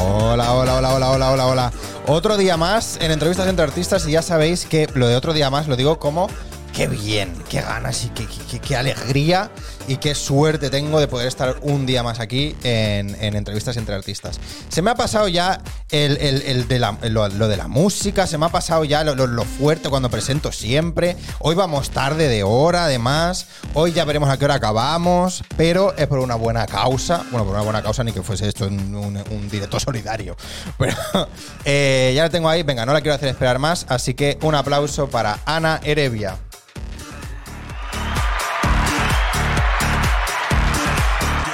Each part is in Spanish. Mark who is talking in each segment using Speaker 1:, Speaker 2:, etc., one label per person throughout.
Speaker 1: Hola, hola, hola, hola, hola, hola, hola. Otro día más en entrevistas entre artistas y ya sabéis que lo de otro día más lo digo como qué bien, qué ganas y qué, qué- qué- qué alegría y qué suerte tengo de poder estar un día más aquí en, en entrevistas entre artistas. Se me ha pasado ya el, el- el de la- lo, lo de la música, se me ha pasado ya lo, lo- lo fuerte cuando presento siempre. Hoy vamos tarde de hora, además. Hoy ya veremos a qué hora acabamos, pero es por una buena causa. Bueno, por una buena causa ni que fuese esto un, un- un directo solidario. Pero eh, ya la tengo ahí, venga, no la quiero hacer esperar más, así que un aplauso para Ana Erevia.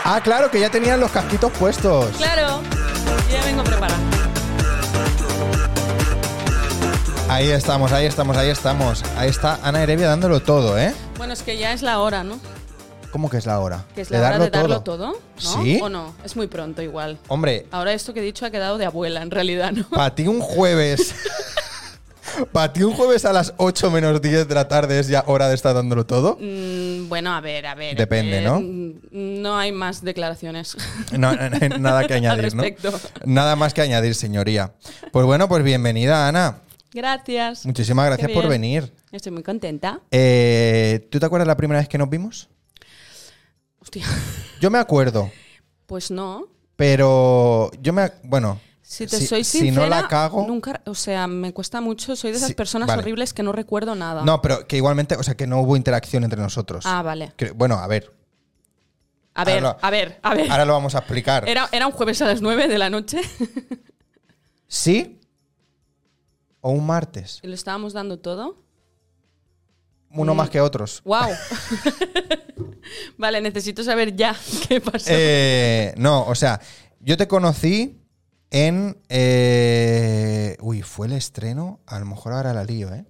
Speaker 1: Ah, claro, que ya tenían los casquitos puestos.
Speaker 2: Claro, yo ya vengo preparada.
Speaker 1: Ahí estamos, ahí estamos, ahí estamos. Ahí está Ana Erevia dándolo todo, ¿eh?
Speaker 2: Bueno, es que ya es la hora, ¿no?
Speaker 1: ¿Cómo que es la hora?
Speaker 2: Que es la hora de darlo todo, ¿no?
Speaker 1: ¿Sí?
Speaker 2: ¿O no? Es muy pronto igual.
Speaker 1: Hombre,
Speaker 2: Ahora esto que he dicho ha quedado de abuela, en realidad, ¿no?
Speaker 1: para ti un jueves. para ti un jueves a las 8 menos 10 de la tarde es ya hora de estar dándolo todo.
Speaker 2: Mm, bueno, a ver, a ver.
Speaker 1: Depende, ¿no?
Speaker 2: mm, No hay más declaraciones.
Speaker 1: No, no, no, nada que añadir, ¿no?
Speaker 2: respecto.
Speaker 1: Nada más que añadir, señoría. Pues bueno, pues bienvenida, Ana.
Speaker 2: Gracias.
Speaker 1: Muchísimas gracias
Speaker 2: Qué
Speaker 1: por
Speaker 2: bien.
Speaker 1: venir.
Speaker 2: Estoy muy contenta.
Speaker 1: Eh, ¿Tú te acuerdas la primera vez que nos vimos?
Speaker 2: Hostia.
Speaker 1: Yo me acuerdo.
Speaker 2: Pues no.
Speaker 1: Pero yo me. ac- Bueno.
Speaker 2: Si te soy
Speaker 1: si
Speaker 2: sincera,
Speaker 1: no la cago.
Speaker 2: nunca, o sea, me cuesta mucho. Soy de esas
Speaker 1: Sí,
Speaker 2: personas
Speaker 1: vale.
Speaker 2: horribles que no recuerdo nada.
Speaker 1: No, pero que igualmente. O sea, que no hubo interacción entre nosotros.
Speaker 2: Ah, vale.
Speaker 1: Que- bueno, a ver.
Speaker 2: A ver,
Speaker 1: ahora lo-
Speaker 2: a ver, a ver.
Speaker 1: Ahora lo vamos a explicar.
Speaker 2: Era, era un jueves a las 9 de la noche
Speaker 1: ¿Sí? ¿O un martes?
Speaker 2: y lo estábamos dando todo.
Speaker 1: Uno más que otros.
Speaker 2: ¡Wow! vale, necesito saber ya qué pasó.
Speaker 1: Eh, no, o sea, yo te conocí en. eh, uy, fue el estreno. A lo mejor ahora la lío, ¿eh?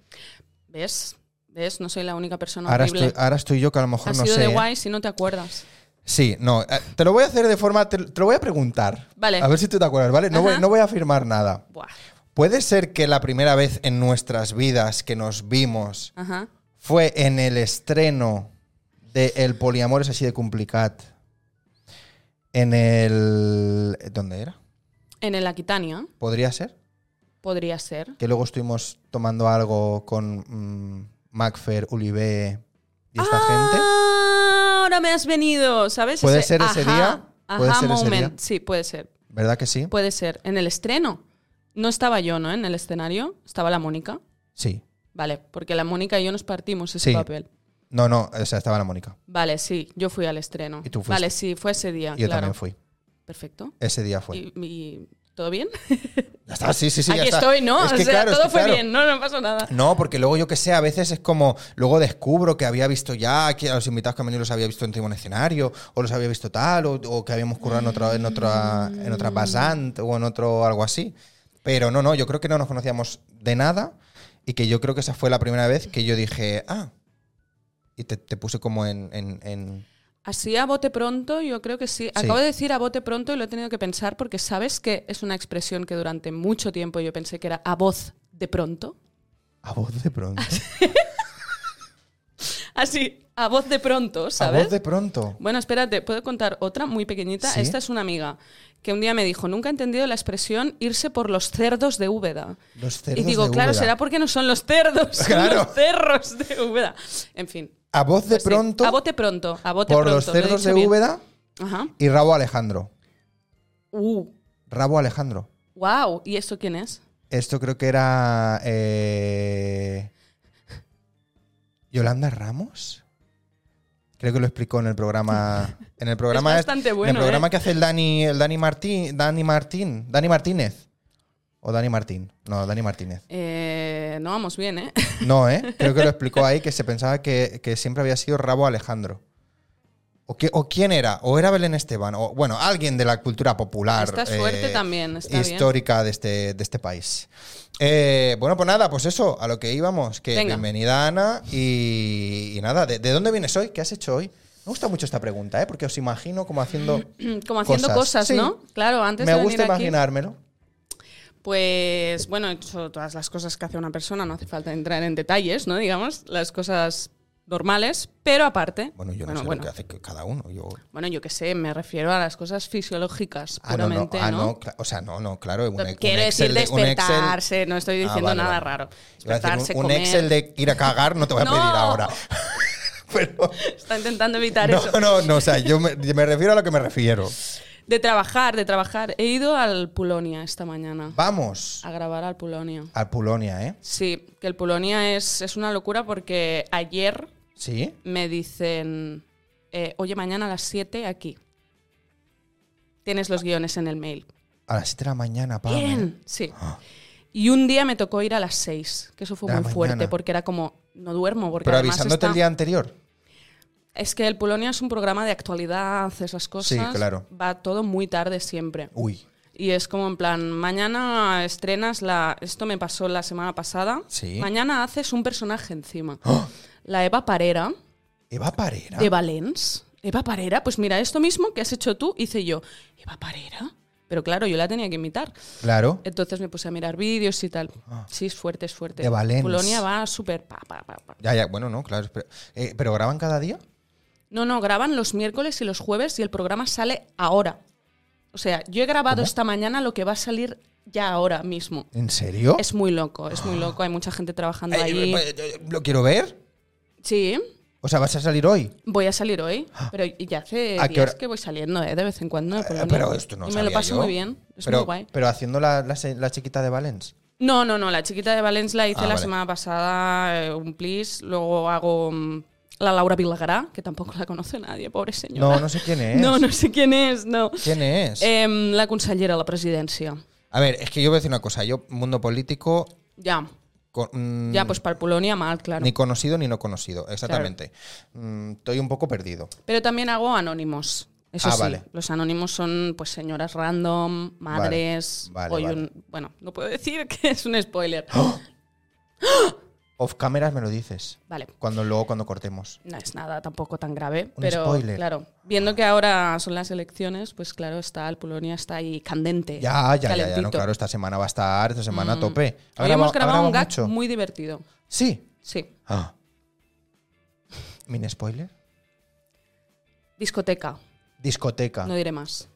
Speaker 2: ¿Ves? ¿Ves? No soy la única persona
Speaker 1: Ahora
Speaker 2: horrible.
Speaker 1: estoy, ahora estoy yo que a lo mejor
Speaker 2: Has
Speaker 1: no
Speaker 2: sido
Speaker 1: sé.
Speaker 2: de
Speaker 1: ¿eh?
Speaker 2: guay si no te acuerdas.
Speaker 1: Sí, no. eh, Te lo voy a hacer de forma. Te, te lo voy a preguntar.
Speaker 2: Vale.
Speaker 1: A ver si tú te acuerdas, ¿vale? No voy,
Speaker 2: Ajá.
Speaker 1: no voy a afirmar nada.
Speaker 2: Buah.
Speaker 1: ¿Puede ser que la primera vez en nuestras vidas que nos vimos
Speaker 2: Ajá.
Speaker 1: fue en el estreno de El poliamor es así de complicat? En el... ¿Dónde era?
Speaker 2: En el Aquitania
Speaker 1: ¿Podría ser?
Speaker 2: podría ser.
Speaker 1: Que luego estuvimos tomando algo con mm, Macfer, Ulibe y esta gente.
Speaker 2: Ah, Ahora me has venido, ¿sabes?
Speaker 1: ¿Puede ser ese
Speaker 2: ajá,
Speaker 1: día? ¿Puede
Speaker 2: ajá
Speaker 1: ser ese
Speaker 2: moment.
Speaker 1: día?
Speaker 2: Sí, puede ser.
Speaker 1: ¿Verdad que sí?
Speaker 2: Puede ser. En el estreno. No estaba yo, ¿no? En el escenario. Estaba la Mónica.
Speaker 1: Sí.
Speaker 2: Vale, porque la Mónica y yo nos partimos ese
Speaker 1: Sí.
Speaker 2: papel.
Speaker 1: No, no, o sea, estaba la Mónica.
Speaker 2: Vale, sí, yo fui al estreno.
Speaker 1: Y tú fuiste.
Speaker 2: Vale, sí, fue ese día.
Speaker 1: Y yo
Speaker 2: Ah, claro.
Speaker 1: también fui.
Speaker 2: Perfecto.
Speaker 1: Ese día fue.
Speaker 2: Y, y- todo bien?
Speaker 1: Ya está, sí, sí, sí. ya
Speaker 2: Aquí
Speaker 1: está.
Speaker 2: estoy, ¿no?
Speaker 1: Es
Speaker 2: o
Speaker 1: que
Speaker 2: sea,
Speaker 1: claro, es
Speaker 2: todo
Speaker 1: que
Speaker 2: fue
Speaker 1: claro.
Speaker 2: bien, no, no pasó nada.
Speaker 1: No, porque luego yo que sé, a veces es como, luego descubro que había visto ya, que a los invitados que han venido los había visto en un escenario, o los había visto tal, o, o que habíamos currado en otra, en otra, en otra pasante, o en otro algo así. Pero no, no, yo creo que no nos conocíamos de nada y que yo creo que esa fue la primera vez que yo dije, ah, y te, te puse como en, en- en-
Speaker 2: Así a bote pronto, yo creo que sí. Acabo de decir a bote pronto y lo he tenido que pensar porque sabes que es una expresión que durante mucho tiempo yo pensé que era a voz de pronto.
Speaker 1: a voz de pronto.
Speaker 2: Así, a voz de pronto,
Speaker 1: A
Speaker 2: ¿sabes?
Speaker 1: voz de pronto.
Speaker 2: Bueno, espérate, puedo contar otra muy pequeñita.
Speaker 1: Sí.
Speaker 2: Esta es una amiga que un día me dijo, nunca he entendido la expresión irse por los cerdos de Úbeda.
Speaker 1: Los cerdos
Speaker 2: y digo,
Speaker 1: de
Speaker 2: claro,
Speaker 1: Úbeda.
Speaker 2: será porque no son los cerdos, son
Speaker 1: Claro.
Speaker 2: los cerros de Úbeda. En fin.
Speaker 1: A voz de
Speaker 2: pues sí,
Speaker 1: pronto,
Speaker 2: A bote pronto, a bote
Speaker 1: por
Speaker 2: pronto.
Speaker 1: los
Speaker 2: lo he
Speaker 1: cerdos
Speaker 2: dicho
Speaker 1: de
Speaker 2: bien.
Speaker 1: Úbeda
Speaker 2: Ajá.
Speaker 1: y Rabo Alejandro.
Speaker 2: Uh,
Speaker 1: Rabo Alejandro.
Speaker 2: wow. ¿Y esto quién es?
Speaker 1: Esto creo que era. eh, Yolanda Ramos. Creo que lo explicó en el programa. En el programa
Speaker 2: Es bastante bueno,
Speaker 1: En el programa
Speaker 2: ¿eh?
Speaker 1: que hace el Dani, el Dani Martín. Dani Martín. Dani Martínez. O Dani Martín. No, Dani Martínez.
Speaker 2: Eh, no vamos bien, ¿eh?
Speaker 1: No, ¿eh? Creo que lo explicó ahí que se pensaba que, que siempre había sido Rabo Alejandro. O, qué- o quién era? ¿O era Belén Esteban? O, bueno, alguien de la cultura popular. eh,
Speaker 2: Está suerte también, está bien.
Speaker 1: Histórica De, este, de este país. Eh, bueno, pues nada, pues eso, a lo que íbamos. Que
Speaker 2: Venga.
Speaker 1: bienvenida, Ana. Y, y nada, ¿de, de dónde vienes hoy? ¿Qué has hecho hoy? Me gusta mucho esta pregunta, ¿eh? Porque os imagino como haciendo.
Speaker 2: Como haciendo
Speaker 1: Cosas,
Speaker 2: cosas,
Speaker 1: sí.
Speaker 2: ¿no? Claro, antes
Speaker 1: me
Speaker 2: de
Speaker 1: gusta
Speaker 2: venir aquí.
Speaker 1: imaginármelo.
Speaker 2: Pues bueno, he hecho todas las cosas que hace una persona, no hace falta entrar en detalles, ¿no? Digamos, las cosas normales, pero aparte.
Speaker 1: Bueno, yo no sé
Speaker 2: bueno.
Speaker 1: lo que hace que- cada uno. Yo,
Speaker 2: Bueno, yo qué sé, me refiero a las cosas fisiológicas,
Speaker 1: ah, no, no,
Speaker 2: puramente,
Speaker 1: ah,
Speaker 2: ¿no?
Speaker 1: no, cla- o sea, no, no, claro. Un, un
Speaker 2: Quiero
Speaker 1: Excel
Speaker 2: decir
Speaker 1: de- un Excel-
Speaker 2: despertarse, no estoy
Speaker 1: Ah,
Speaker 2: diciendo
Speaker 1: vale,
Speaker 2: nada
Speaker 1: vale.
Speaker 2: raro.
Speaker 1: Iba a decir,
Speaker 2: Despertarse,
Speaker 1: un, un
Speaker 2: comer.
Speaker 1: Excel de ir a cagar no te voy a pedir
Speaker 2: ¡No!
Speaker 1: ahora. Pero,
Speaker 2: Está intentando evitar eso.
Speaker 1: no, no, no, o sea, yo me, me refiero a lo que me refiero.
Speaker 2: De trabajar, de trabajar. He ido al Pulonia esta mañana.
Speaker 1: Vamos
Speaker 2: A grabar al Pulonia.
Speaker 1: a Pulonia, ¿eh?
Speaker 2: Sí, que el Pulonia es, es una locura porque ayer
Speaker 1: Sí.
Speaker 2: me dicen, eh, oye, mañana a las 7 aquí. Tienes los guiones en el mail.
Speaker 1: A las 7 de la mañana, Pam. ¿eh?
Speaker 2: Bien, sí. Y un día me tocó ir a las 6, que eso fue
Speaker 1: De la
Speaker 2: muy fuerte
Speaker 1: mañana.
Speaker 2: porque era como, no duermo porque
Speaker 1: Pero
Speaker 2: además
Speaker 1: avisándote
Speaker 2: está-
Speaker 1: el día anterior.
Speaker 2: Es que el Polonia es un programa de actualidad, esas cosas.
Speaker 1: claro.
Speaker 2: Va todo muy tarde siempre.
Speaker 1: Uy,
Speaker 2: Y es como en plan, mañana estrenas la... Esto me pasó la semana pasada.
Speaker 1: Sí. ¡Oh!
Speaker 2: Mañana haces un personaje encima. La Eva Parera,
Speaker 1: Eva Parera.
Speaker 2: de Valens. Eva Parera, pues mira, esto mismo que has hecho tú, hice yo. Eva Parera. Pero claro, yo la tenía que imitar.
Speaker 1: Claro.
Speaker 2: Entonces me puse a mirar vídeos y tal. Sí, es fuerte, es fuerte.
Speaker 1: Ah. De Valens.
Speaker 2: Polonia va súper... pa, pa, pa, pa.
Speaker 1: Ya, ya, bueno, no, claro. Pero, eh, ¿pero graban cada día?
Speaker 2: No, no, graban los miércoles y los jueves y el programa sale ahora. O sea, yo he grabado esta mañana lo que va a salir ya ahora mismo.
Speaker 1: ¿En serio?
Speaker 2: Es muy loco, es muy loco. Hay mucha gente trabajando
Speaker 1: Eh,
Speaker 2: ahí.
Speaker 1: eh, eh, ¿Lo quiero ver?
Speaker 2: Sí,
Speaker 1: O sea, ¿vas a salir hoy?
Speaker 2: voy a salir hoy, pero ya hace
Speaker 1: ¿A qué
Speaker 2: días
Speaker 1: hora?
Speaker 2: que voy saliendo eh, de vez en cuando. de Polonia.
Speaker 1: Pero esto no
Speaker 2: Y me
Speaker 1: sabía
Speaker 2: lo paso
Speaker 1: yo.
Speaker 2: muy bien, es
Speaker 1: pero,
Speaker 2: muy guay.
Speaker 1: Pero haciendo la, la, se- la chiquita de Valens.
Speaker 2: No, no, no, la chiquita de Valencia la hice
Speaker 1: Ah,
Speaker 2: la
Speaker 1: vale.
Speaker 2: semana pasada, eh, un plis. Luego hago mm, la Laura Vilagrá, que tampoco la conoce nadie, pobre señora.
Speaker 1: No, no sé quién es.
Speaker 2: No, no sé quién es, no.
Speaker 1: ¿Quién es?
Speaker 2: Em, la consellera de la presidencia.
Speaker 1: A ver, es que yo voy a decir una cosa. Yo, mundo político,
Speaker 2: Ya,
Speaker 1: con- mm,
Speaker 2: ya, pues para el Polonia mal, claro.
Speaker 1: ni conocido ni no conocido. Exactamente. Mm, estoy un poco perdido.
Speaker 2: Pero también hago anónimos. Eso
Speaker 1: Ah,
Speaker 2: sí,
Speaker 1: vale.
Speaker 2: los anónimos son pues señoras random, madres.
Speaker 1: vale,
Speaker 2: hoy
Speaker 1: vale.
Speaker 2: un- bueno, no puedo decir que es un spoiler.
Speaker 1: Off cameras me lo dices.
Speaker 2: Vale.
Speaker 1: Cuando luego, cuando cortemos.
Speaker 2: No es nada tampoco tan grave,
Speaker 1: Un
Speaker 2: pero
Speaker 1: spoiler.
Speaker 2: claro, viendo que ahora son las elecciones, pues claro, está el Polonia está ahí candente.
Speaker 1: Ya, ya, ya, ya.
Speaker 2: Eh, calentito.
Speaker 1: No, claro, esta semana va a estar, esta semana a tope. Ha
Speaker 2: Hoy
Speaker 1: grabado-
Speaker 2: hemos
Speaker 1: ha
Speaker 2: grabado
Speaker 1: grabado
Speaker 2: un gag
Speaker 1: mucho.
Speaker 2: muy divertido.
Speaker 1: Sí.
Speaker 2: Sí,
Speaker 1: Ah. Mini spoiler.
Speaker 2: discoteca,
Speaker 1: Discoteca.
Speaker 2: no diré más.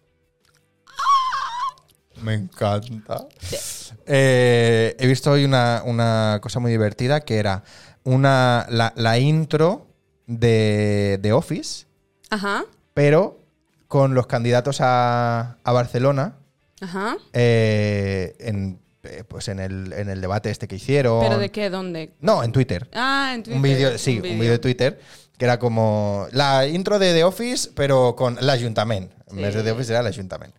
Speaker 1: Me encanta. Eh, he visto hoy una, una cosa muy divertida que era una, la, la intro de, de Office,
Speaker 2: Ajá,
Speaker 1: pero con los candidatos a, a Barcelona
Speaker 2: ajá.
Speaker 1: eh, en, eh, pues en, el, en el debate este que hicieron.
Speaker 2: ¿Pero de qué? ¿Dónde?
Speaker 1: No, en Twitter.
Speaker 2: Ah, en Twitter.
Speaker 1: Un vídeo, sí, un vídeo de Twitter que era como la intro de The Office, pero con l'Ajuntament. En vez de The Office era l'Ajuntament.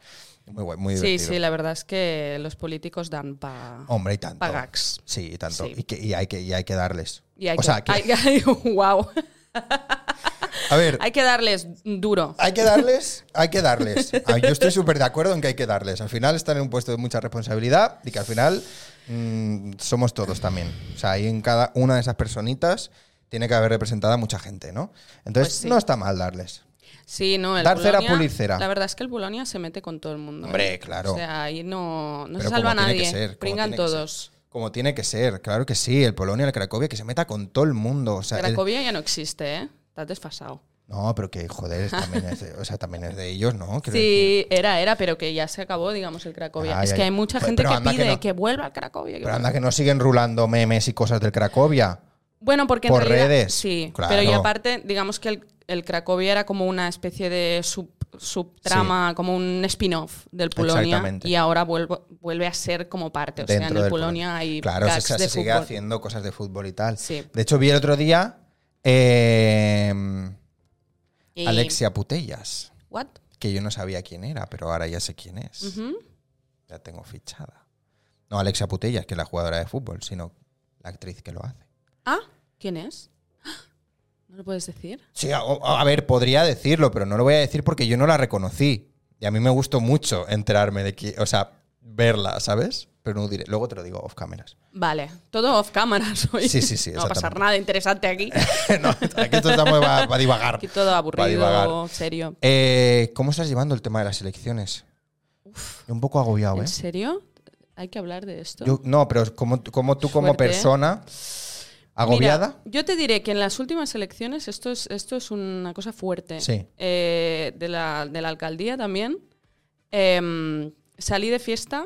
Speaker 1: Muy guay, muy
Speaker 2: Sí,
Speaker 1: divertido. Oh,
Speaker 2: sí, la verdad es que los políticos dan pa,
Speaker 1: Hombre, y tanto.
Speaker 2: pa gags.
Speaker 1: Sí, y tanto.
Speaker 2: Sí.
Speaker 1: Y, que, y hay que, y hay que darles.
Speaker 2: Y
Speaker 1: o
Speaker 2: hay que,
Speaker 1: sea, que-
Speaker 2: hay- hay- guau.
Speaker 1: a ver,
Speaker 2: Hay que darles duro.
Speaker 1: hay que darles, hay que darles. A ver, Yo estoy súper de acuerdo en que hay que darles. Al final están en un puesto de mucha responsabilidad y que al final mm, somos todos también. O sea, ahí en cada una de esas personitas tiene que haber representada mucha gente, ¿no? Entonces,
Speaker 2: Pues sí.
Speaker 1: no está mal darles.
Speaker 2: Sí, no, el
Speaker 1: Dar cera,
Speaker 2: Bolonia-
Speaker 1: pulir cera.
Speaker 2: La verdad es que el Bolonia se mete con todo el mundo. ¿eh?
Speaker 1: Hombre, claro.
Speaker 2: O sea, ahí no, no
Speaker 1: Pero
Speaker 2: se salva
Speaker 1: como tiene que
Speaker 2: nadie.
Speaker 1: ser, como
Speaker 2: Pringan
Speaker 1: tiene que ser.
Speaker 2: todos.
Speaker 1: Como tiene que ser, claro que sí. El Polonia, el Cracovia, que se meta con todo el mundo. O sea, el-
Speaker 2: Cracovia ya no existe, ¿eh? Estás desfasado.
Speaker 1: no, pero que joder, es- también es de, o sea, también es de ellos, ¿no? Quiero decir-
Speaker 2: Sí, era, era, pero que ya se acabó, digamos, el Cracovia.
Speaker 1: Ay,
Speaker 2: es
Speaker 1: ay,
Speaker 2: que hay mucha
Speaker 1: joder,
Speaker 2: gente
Speaker 1: pero
Speaker 2: que
Speaker 1: anda que
Speaker 2: pide que,
Speaker 1: no.
Speaker 2: vuelva el Cracovia. que
Speaker 1: Pero
Speaker 2: vuelva.
Speaker 1: anda que no siguen rulando memes y cosas del Cracovia.
Speaker 2: Bueno, porque en
Speaker 1: Por
Speaker 2: realidad,
Speaker 1: redes,
Speaker 2: Sí,
Speaker 1: claro.
Speaker 2: pero y aparte, digamos que el, el Cracovia era como una especie de sub- subtrama, como un spin-off del Polonia.
Speaker 1: Exactamente.
Speaker 2: Y ahora vuelvo- vuelve a ser como parte. O sea, en el
Speaker 1: del
Speaker 2: Polonia hay
Speaker 1: Claro,
Speaker 2: gags
Speaker 1: se, se
Speaker 2: de
Speaker 1: sigue
Speaker 2: fútbol.
Speaker 1: haciendo cosas de fútbol y tal.
Speaker 2: Sí.
Speaker 1: De hecho, vi el otro día eh,
Speaker 2: Y-
Speaker 1: Alexia Putellas,
Speaker 2: What?
Speaker 1: que yo no sabía quién era, pero ahora ya sé quién es.
Speaker 2: Ujú.
Speaker 1: La tengo fichada. No Alexia Putellas, que es la jugadora de fútbol, sino la actriz que lo hace.
Speaker 2: Ah, ¿quién es? ¿No lo puedes decir?
Speaker 1: Sí, a, o- a ver, podría decirlo, pero no lo voy a decir porque yo no la reconocí. Y a mí me gustó mucho enterarme de que, o sea, verla, ¿sabes? Pero no diré, luego te lo digo off cameras.
Speaker 2: Vale, todo off camera hoy.
Speaker 1: Sí, sí, sí,
Speaker 2: No va a pasar
Speaker 1: exactamente.
Speaker 2: nada interesante aquí.
Speaker 1: no, aquí esto está muy va, va a divagar.
Speaker 2: Aquí todo
Speaker 1: Va a divagar.
Speaker 2: aburrido, serio.
Speaker 1: Eh, ¿Cómo estás llevando el tema de las elecciones? Yo un poco agobiado, ¿eh?
Speaker 2: ¿En serio? ¿Hay que hablar de esto?
Speaker 1: Yo- no, pero como, como tú como
Speaker 2: Fuerte, ¿eh?
Speaker 1: persona... ¿Agobiada?
Speaker 2: Mira, yo te diré que en las últimas elecciones, esto es, esto es una cosa fuerte,
Speaker 1: Sí.
Speaker 2: eh, de, la, de la alcaldía también, em, salí de fiesta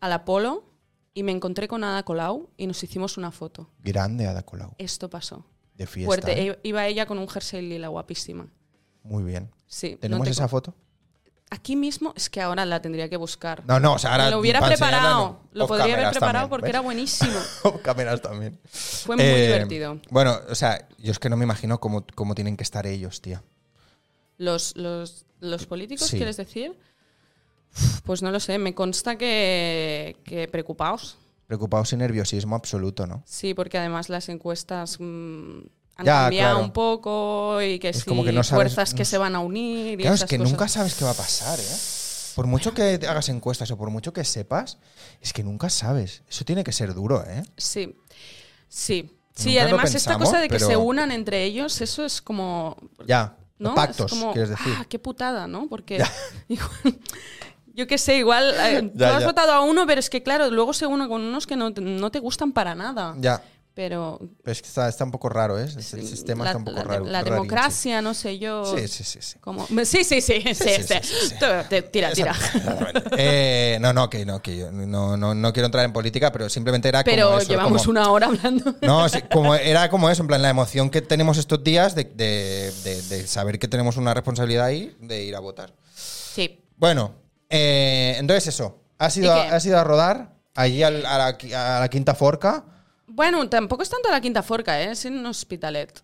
Speaker 2: al Apolo y me encontré con Ada Colau y nos hicimos una foto.
Speaker 1: Grande Ada Colau.
Speaker 2: Esto pasó.
Speaker 1: De fiesta.
Speaker 2: fuerte.
Speaker 1: ¿eh?
Speaker 2: E- Iba ella con un jersey lila guapísima.
Speaker 1: Muy bien.
Speaker 2: Sí, no
Speaker 1: ¿Tenemos
Speaker 2: te
Speaker 1: esa
Speaker 2: co-
Speaker 1: foto?
Speaker 2: Aquí mismo, es que ahora la tendría que buscar.
Speaker 1: No, no, o sea, ahora.
Speaker 2: Me lo hubiera
Speaker 1: para enseñarla,
Speaker 2: preparado.
Speaker 1: no.
Speaker 2: Lo
Speaker 1: Off
Speaker 2: podría haber
Speaker 1: cameras también,
Speaker 2: preparado porque
Speaker 1: ¿ves?
Speaker 2: era buenísimo.
Speaker 1: Off cameras también.
Speaker 2: Fue muy
Speaker 1: Eh,
Speaker 2: divertido.
Speaker 1: Bueno, o sea, yo es que no me imagino cómo, cómo tienen que estar ellos, tía.
Speaker 2: Los, los, los políticos,
Speaker 1: Sí.
Speaker 2: ¿quieres decir? Uf, Pues no lo sé, me consta que, que preocupados.
Speaker 1: Preocupados y nerviosismo absoluto, ¿no?
Speaker 2: Sí, porque además las encuestas mm, han
Speaker 1: Ya,
Speaker 2: cambiado
Speaker 1: claro.
Speaker 2: un poco y que
Speaker 1: Es
Speaker 2: si
Speaker 1: como que no sabes-
Speaker 2: fuerzas que
Speaker 1: no
Speaker 2: se van a unir. Y
Speaker 1: Claro, es
Speaker 2: esas
Speaker 1: que
Speaker 2: cosas.
Speaker 1: nunca sabes qué va a pasar, ¿eh? Por mucho que te hagas encuestas o por mucho que sepas, es que nunca sabes. Eso tiene que ser duro, ¿eh?
Speaker 2: Sí, sí. Sí,
Speaker 1: Nunca lo
Speaker 2: además esta
Speaker 1: pensamos,
Speaker 2: cosa de que
Speaker 1: pero-
Speaker 2: se unan entre ellos, eso es como...
Speaker 1: Ya,
Speaker 2: ¿no?
Speaker 1: pactos,
Speaker 2: es como,
Speaker 1: quieres decir.
Speaker 2: Ah, qué putada, ¿no? Porque... igual- yo qué sé, igual eh, tú
Speaker 1: Ya,
Speaker 2: has
Speaker 1: ya.
Speaker 2: votado a uno, pero es que claro, luego se une con unos que no, te- no te gustan para nada.
Speaker 1: Ya,
Speaker 2: Pero...
Speaker 1: pero es que está, está un poco raro, ¿eh? El sistema
Speaker 2: la,
Speaker 1: está un poco
Speaker 2: la-
Speaker 1: raro.
Speaker 2: La
Speaker 1: rarín,
Speaker 2: democracia, no sé yo...
Speaker 1: Sí, sí, sí. sí.
Speaker 2: Como, sí, sí, sí, sí,
Speaker 1: sí,
Speaker 2: sí,
Speaker 1: sí, sí, sí.
Speaker 2: Tú, te- Tira, tira.
Speaker 1: Eh, no, no, que no, que yo no, no, no quiero entrar en política, pero simplemente era como
Speaker 2: Pero
Speaker 1: eso,
Speaker 2: llevamos
Speaker 1: como-
Speaker 2: una hora hablando.
Speaker 1: No, sí, como era como eso, en plan, la emoción que tenemos estos días de, de- de- de saber que tenemos una responsabilidad ahí de ir a votar.
Speaker 2: Sí.
Speaker 1: Bueno, eh, entonces eso, has ido,
Speaker 2: ¿Y
Speaker 1: a,
Speaker 2: qué?
Speaker 1: has ido a rodar allí al- a, la, qui- a la quinta forca.
Speaker 2: Bueno, tampoco es tanto la Quinta Forca, ¿eh? es en un hospitalet.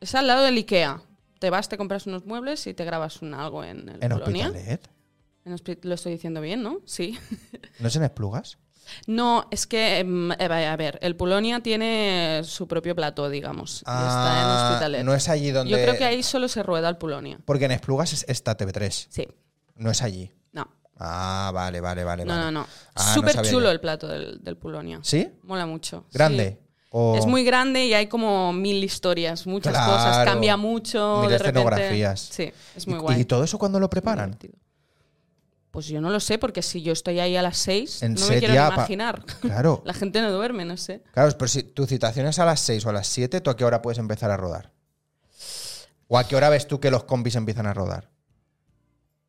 Speaker 2: Es al lado del IKEA. Te vas, te compras unos muebles y te grabas un algo en el
Speaker 1: ¿En
Speaker 2: Polonia.
Speaker 1: Hospitalet?
Speaker 2: En hospi- lo estoy diciendo bien, ¿no? Sí.
Speaker 1: ¿No es en Esplugas?
Speaker 2: no, es que, em, eh, va- a ver, el Polonia tiene su propio plató, digamos. y
Speaker 1: Ah,
Speaker 2: está en Hospitalet.
Speaker 1: No es allí donde.
Speaker 2: Yo creo que ahí solo se rueda el Polonia.
Speaker 1: Porque en Esplugas es- está TV3,
Speaker 2: Sí,
Speaker 1: no es allí.
Speaker 2: no.
Speaker 1: Ah, vale, vale, vale.
Speaker 2: No,
Speaker 1: vale.
Speaker 2: no, no.
Speaker 1: Ah, no
Speaker 2: Súper
Speaker 1: sabía
Speaker 2: chulo
Speaker 1: yo.
Speaker 2: el plato del, del Polonia.
Speaker 1: ¿Sí?
Speaker 2: Mola mucho.
Speaker 1: ¿Grande?
Speaker 2: Sí.
Speaker 1: O-
Speaker 2: Es muy grande y hay como mil historias, muchas
Speaker 1: Claro.
Speaker 2: cosas, cambia mucho.
Speaker 1: Mil
Speaker 2: de repente.
Speaker 1: escenografías.
Speaker 2: Sí, es muy
Speaker 1: ¿Y-
Speaker 2: guay.
Speaker 1: ¿Y todo eso cuando lo preparan?
Speaker 2: Divertido. Pues yo no lo sé, porque si yo estoy ahí a las seis,
Speaker 1: En
Speaker 2: no
Speaker 1: set
Speaker 2: me quiero ni
Speaker 1: ya, pa-
Speaker 2: imaginar.
Speaker 1: Claro.
Speaker 2: La gente no duerme, no sé.
Speaker 1: Claro, pero si tu citación es a las 6 o a las 7, ¿tú a qué hora puedes empezar a rodar? ¿O a qué hora ves tú que los compis empiezan a rodar?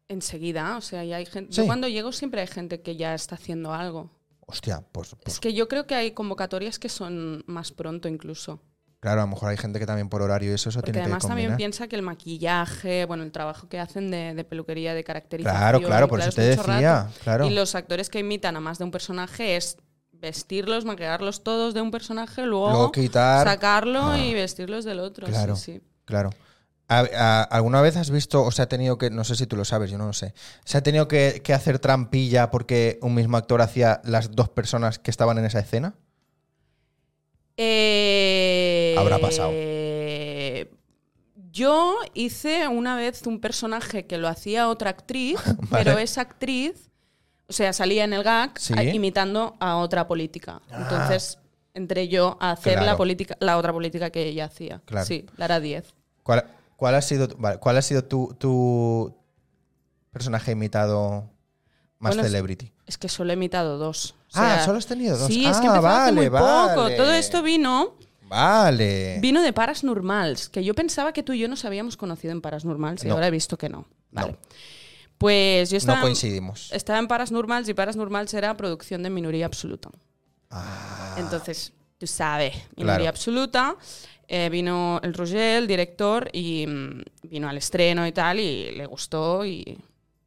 Speaker 2: Enseguida, o sea, ya hay gente.
Speaker 1: Sí.
Speaker 2: Yo cuando llego siempre hay gente que ya está haciendo algo.
Speaker 1: Hostia, pues, pues
Speaker 2: Es que yo creo que hay convocatorias que son más pronto incluso.
Speaker 1: claro, a lo mejor hay gente que también por horario y eso, eso
Speaker 2: Porque
Speaker 1: tiene
Speaker 2: además
Speaker 1: que
Speaker 2: también
Speaker 1: combinar.
Speaker 2: piensa que el maquillaje, bueno, el trabajo que hacen de, de peluquería, de caracterización.
Speaker 1: Claro, claro, por eso te
Speaker 2: es mucho
Speaker 1: decía,
Speaker 2: rato.
Speaker 1: claro.
Speaker 2: Y los actores que imitan a más de un personaje es vestirlos, maquillarlos todos de un personaje, luego,
Speaker 1: Luego quitar-
Speaker 2: sacarlo
Speaker 1: Ah.
Speaker 2: y vestirlos del otro.
Speaker 1: Claro.
Speaker 2: Sí, sí.
Speaker 1: Claro. A- a- ¿Alguna vez has visto o se ha tenido que, no sé si tú lo sabes, yo no lo sé, se ha tenido que, que hacer trampilla porque un mismo actor hacía las dos personas que estaban en esa escena?
Speaker 2: Eh,
Speaker 1: Habrá pasado.
Speaker 2: Yo hice una vez un personaje que lo hacía otra actriz, pero esa actriz, o sea, salía en el gag
Speaker 1: Sí. Ah.
Speaker 2: a- imitando a otra política. Entonces entré yo a hacer
Speaker 1: Claro.
Speaker 2: la política, la otra política que ella hacía.
Speaker 1: Claro.
Speaker 2: Sí, Lara 10.
Speaker 1: ¿Cuál, cuál ha sido, tu- vale, ¿cuál ha sido tu, tu personaje imitado más
Speaker 2: Bueno, es-
Speaker 1: celebrity?
Speaker 2: Es que solo he imitado dos. O
Speaker 1: Ah,
Speaker 2: sea,
Speaker 1: solo has tenido dos.
Speaker 2: Sí, es
Speaker 1: Ah,
Speaker 2: que empezaba hace muy
Speaker 1: vale,
Speaker 2: poco.
Speaker 1: vale. Eh.
Speaker 2: Todo esto vino,
Speaker 1: Vale.
Speaker 2: vino de Paras Normals, que yo pensaba que tú y yo nos habíamos conocido en Paras Normals y
Speaker 1: No.
Speaker 2: ahora he visto que no. Vale.
Speaker 1: No.
Speaker 2: Pues yo estaba,
Speaker 1: no coincidimos.
Speaker 2: estaba en Paras Normals y Paras Normals era producción de minoría absoluta.
Speaker 1: Ah,
Speaker 2: Entonces, tú sabes, minoría
Speaker 1: Claro.
Speaker 2: absoluta. eh, vino el Roger, el director, y mm, vino al estreno y tal, y le gustó, y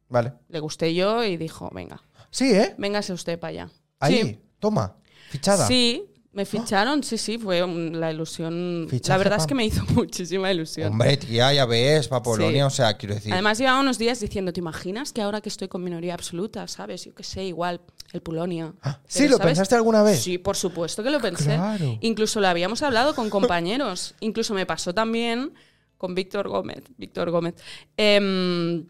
Speaker 1: vale.
Speaker 2: le gusté yo, y dijo, venga,
Speaker 1: Sí, ¿eh?
Speaker 2: véngase usted para allá.
Speaker 1: Ahí,
Speaker 2: Sí.
Speaker 1: toma. Fichada.
Speaker 2: Sí, me ficharon, sí, sí, fue un- la ilusión.
Speaker 1: Fichaje,
Speaker 2: la verdad es
Speaker 1: pam.
Speaker 2: que me hizo muchísima ilusión.
Speaker 1: Hombre, tía, ya ves, para Polonia,
Speaker 2: Sí.
Speaker 1: o sea, quiero decir.
Speaker 2: Además, llevaba unos días diciendo, ¿te imaginas que ahora que estoy con minoría absoluta, sabes? Yo qué sé, igual, el Polonia.
Speaker 1: Ah, sí,
Speaker 2: Pero,
Speaker 1: ¿lo
Speaker 2: ¿sabes?
Speaker 1: pensaste alguna vez?
Speaker 2: Sí, por supuesto que lo pensé.
Speaker 1: Claro.
Speaker 2: Incluso lo habíamos hablado con compañeros. Incluso me pasó también con Víctor Gómez. Víctor Gómez. em,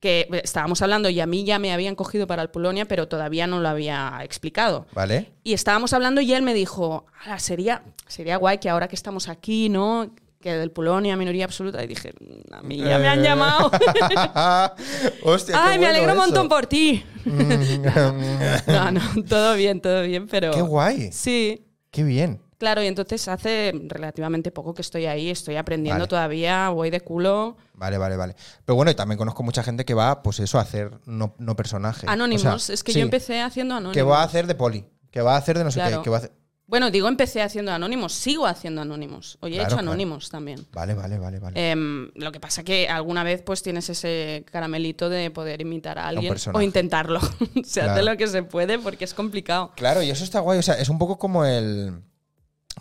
Speaker 2: que estábamos hablando y a mí ya me habían cogido para el Polonia, pero todavía no lo había explicado.
Speaker 1: Vale.
Speaker 2: Y estábamos hablando y él me dijo, "Ala, sería, sería guay que ahora que estamos aquí, ¿no? Que del Polonia, minoría absoluta. Y dije, "Mm, a mí ya me han
Speaker 1: Eh.
Speaker 2: llamado.
Speaker 1: Hostia, qué
Speaker 2: Ay, me
Speaker 1: bueno
Speaker 2: alegro
Speaker 1: eso.
Speaker 2: un montón por ti.
Speaker 1: Mm,
Speaker 2: No, no, todo bien, todo bien, pero...
Speaker 1: qué guay.
Speaker 2: Sí,
Speaker 1: Qué bien.
Speaker 2: Claro, y entonces hace relativamente poco que estoy ahí, estoy aprendiendo
Speaker 1: Vale.
Speaker 2: todavía, voy de culo.
Speaker 1: Vale, vale, vale. Pero bueno, y también conozco mucha gente que va, pues eso, a hacer no, no personajes.
Speaker 2: Anónimos,
Speaker 1: O sea,
Speaker 2: es que
Speaker 1: sí,
Speaker 2: yo empecé haciendo anónimos.
Speaker 1: Que va a hacer de poli, que va a hacer de no sé
Speaker 2: Claro.
Speaker 1: qué, que va a hacer-
Speaker 2: Bueno, digo empecé haciendo anónimos, sigo haciendo anónimos. Hoy he
Speaker 1: Claro,
Speaker 2: hecho
Speaker 1: claro.
Speaker 2: anónimos también.
Speaker 1: Vale, vale, vale, vale.
Speaker 2: Em, lo que pasa que alguna vez pues tienes ese caramelito de poder imitar a alguien o
Speaker 1: personaje.
Speaker 2: intentarlo. se hace
Speaker 1: Claro.
Speaker 2: lo que se puede porque es complicado.
Speaker 1: Claro, y eso está guay. O sea, es un poco como el.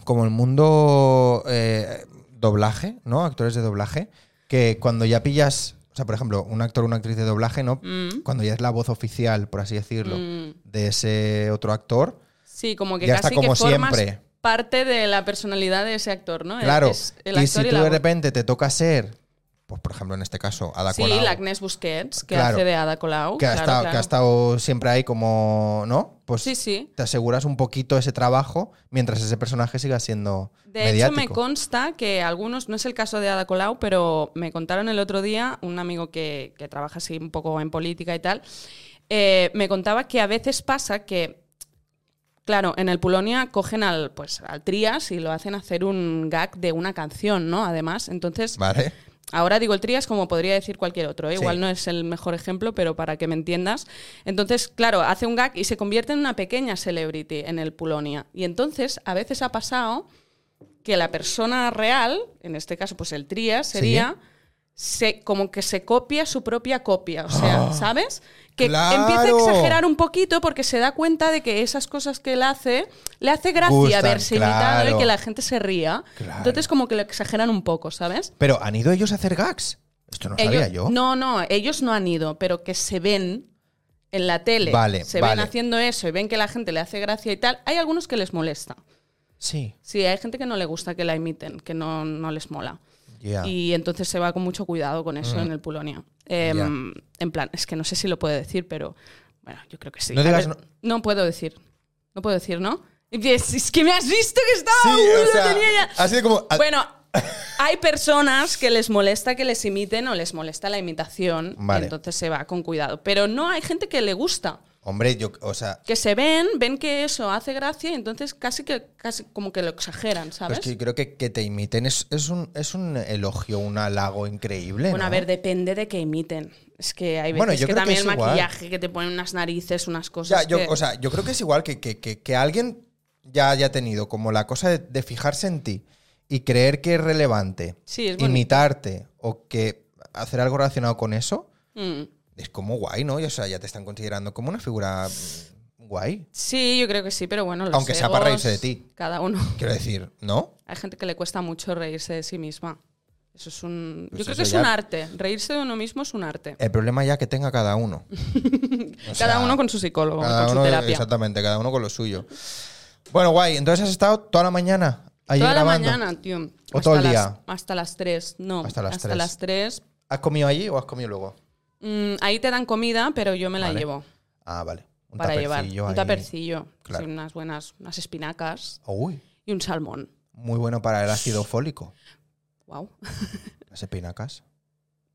Speaker 1: Como el mundo eh, doblaje, ¿no? Actores de doblaje. Que cuando ya pillas. O sea, por ejemplo, un actor o una actriz de doblaje, ¿no?
Speaker 2: Mm.
Speaker 1: Cuando ya es la voz oficial, por así decirlo,
Speaker 2: Mm.
Speaker 1: de ese otro actor.
Speaker 2: Sí, como que
Speaker 1: Ya está
Speaker 2: casi
Speaker 1: como
Speaker 2: que formas
Speaker 1: siempre.
Speaker 2: parte de la personalidad de ese actor, ¿no?
Speaker 1: Claro.
Speaker 2: Ah, Es el
Speaker 1: y
Speaker 2: actor
Speaker 1: si tú
Speaker 2: la
Speaker 1: de
Speaker 2: voz.
Speaker 1: repente te toca ser. Pues, por ejemplo, en este caso, Ada
Speaker 2: Sí,
Speaker 1: Colau,
Speaker 2: la Agnes Busquets, que
Speaker 1: Claro.
Speaker 2: hace de Ada Colau.
Speaker 1: que, ha
Speaker 2: claro,
Speaker 1: estado, que
Speaker 2: claro.
Speaker 1: ha estado siempre ahí como. ¿No? Pues
Speaker 2: Sí, sí.
Speaker 1: te aseguras un poquito ese trabajo mientras ese personaje siga siendo.
Speaker 2: De
Speaker 1: mediático.
Speaker 2: hecho, me consta que algunos, no es el caso de Ada Colau, pero me contaron el otro día, un amigo que, que trabaja así un poco en política y tal, eh, me contaba que a veces pasa que, claro, en el Polonia cogen al, pues, al Trías y lo hacen hacer un gag de una canción, ¿no? Además, entonces,
Speaker 1: Vale.
Speaker 2: Ahora digo el Trías como podría decir cualquier otro, ¿eh?
Speaker 1: Sí.
Speaker 2: igual no es el mejor ejemplo, pero para que me entiendas. Entonces, claro, hace un gag y se convierte en una pequeña celebrity en el Pulonia. Y entonces, a veces ha pasado que la persona real, en este caso pues el Trías
Speaker 1: Sí.
Speaker 2: sería, se, como que se copia su propia copia, o sea,
Speaker 1: Ah,
Speaker 2: ¿sabes? Que
Speaker 1: claro.
Speaker 2: empieza a exagerar un poquito porque se da cuenta de que esas cosas que él hace, le hace gracia
Speaker 1: Gustan,
Speaker 2: verse imitado
Speaker 1: claro.
Speaker 2: y que la gente se ría.
Speaker 1: Claro.
Speaker 2: Entonces como que lo exageran un poco, ¿sabes?
Speaker 1: Pero han ido ellos a hacer gags. Esto no lo
Speaker 2: Ellos-
Speaker 1: sabía yo.
Speaker 2: No, no, ellos no han ido, pero que se ven en la tele,
Speaker 1: Vale,
Speaker 2: se
Speaker 1: vale.
Speaker 2: ven haciendo eso y ven que la gente le hace gracia y tal. Hay algunos que les molesta.
Speaker 1: Sí.
Speaker 2: Sí, hay gente que no le gusta que la imiten, que no, no les mola.
Speaker 1: ya. Mm.
Speaker 2: Y entonces se va con mucho cuidado con eso en el Pulonia. Em,
Speaker 1: Ya.
Speaker 2: En plan, es que no sé si lo puedo decir, pero bueno, yo creo que sí.
Speaker 1: No
Speaker 2: A
Speaker 1: digas
Speaker 2: ver,
Speaker 1: no-
Speaker 2: no puedo decir. No puedo decir, ¿no? Es, es que me has visto que estaba...
Speaker 1: Sí,
Speaker 2: uy,
Speaker 1: o
Speaker 2: lo
Speaker 1: sea,
Speaker 2: tenía ya. Pues
Speaker 1: ha sido como. ah,
Speaker 2: Bueno, hay personas que les molesta que les imiten o les molesta la imitación, y
Speaker 1: Vale.
Speaker 2: entonces se va con cuidado. Pero no hay gente que le gusta,
Speaker 1: Hombre, yo, o sea,
Speaker 2: que se ven, ven que eso hace gracia y entonces casi que casi como que lo exageran,
Speaker 1: pues
Speaker 2: ¿sabes?
Speaker 1: que yo creo que que te imiten es, es un, es un elogio, un halago increíble.
Speaker 2: Bueno, a
Speaker 1: ¿no?
Speaker 2: ver, depende de que imiten. Es que hay veces
Speaker 1: ¿eh? Bueno, yo
Speaker 2: que
Speaker 1: creo que
Speaker 2: también
Speaker 1: es
Speaker 2: el
Speaker 1: igual.
Speaker 2: maquillaje que te ponen unas narices, unas
Speaker 1: Ya,
Speaker 2: cosas.
Speaker 1: yo,
Speaker 2: que-
Speaker 1: o sea, yo creo que es igual que, que, que- que alguien ya haya tenido como la cosa de, de fijarse en ti y creer que es relevante
Speaker 2: Sí, es bonito.
Speaker 1: imitarte o que hacer algo relacionado con eso
Speaker 2: Mm.
Speaker 1: es como guay, ¿no? Y, o sea, ya te están considerando como una figura mm, guay.
Speaker 2: Sí, yo creo que sí, pero bueno, los
Speaker 1: Aunque sea para
Speaker 2: egos,
Speaker 1: reírse de ti.
Speaker 2: Cada uno.
Speaker 1: Quiero decir, ¿no?
Speaker 2: Hay gente que le cuesta mucho reírse de sí misma. Eso es un.
Speaker 1: Pues
Speaker 2: yo creo
Speaker 1: eso
Speaker 2: que es
Speaker 1: ya-
Speaker 2: un arte. Reírse de uno mismo es un arte.
Speaker 1: El problema ya que tenga cada uno.
Speaker 2: cada uno con su psicólogo, con su terapia.
Speaker 1: Exactamente, cada uno con lo suyo. Bueno, guay, entonces has estado toda la mañana allí
Speaker 2: Toda la
Speaker 1: grabando.
Speaker 2: mañana, tío.
Speaker 1: ¿O todo el
Speaker 2: las-
Speaker 1: día?
Speaker 2: hasta las 3, no.
Speaker 1: Hasta las
Speaker 2: hasta
Speaker 1: tres.
Speaker 2: las 3.
Speaker 1: ¿Has comido allí o has comido luego?
Speaker 2: ahí te dan comida, pero yo me la
Speaker 1: Vale.
Speaker 2: llevo
Speaker 1: Ah, vale. Un
Speaker 2: para llevar.
Speaker 1: tapercillo
Speaker 2: Un
Speaker 1: ahí.
Speaker 2: tapercillo.
Speaker 1: Claro.
Speaker 2: sí, unas buenas unas espinacas
Speaker 1: Uy,
Speaker 2: y un salmón.
Speaker 1: muy bueno para el ácido fólico.
Speaker 2: Wow.
Speaker 1: Las espinacas.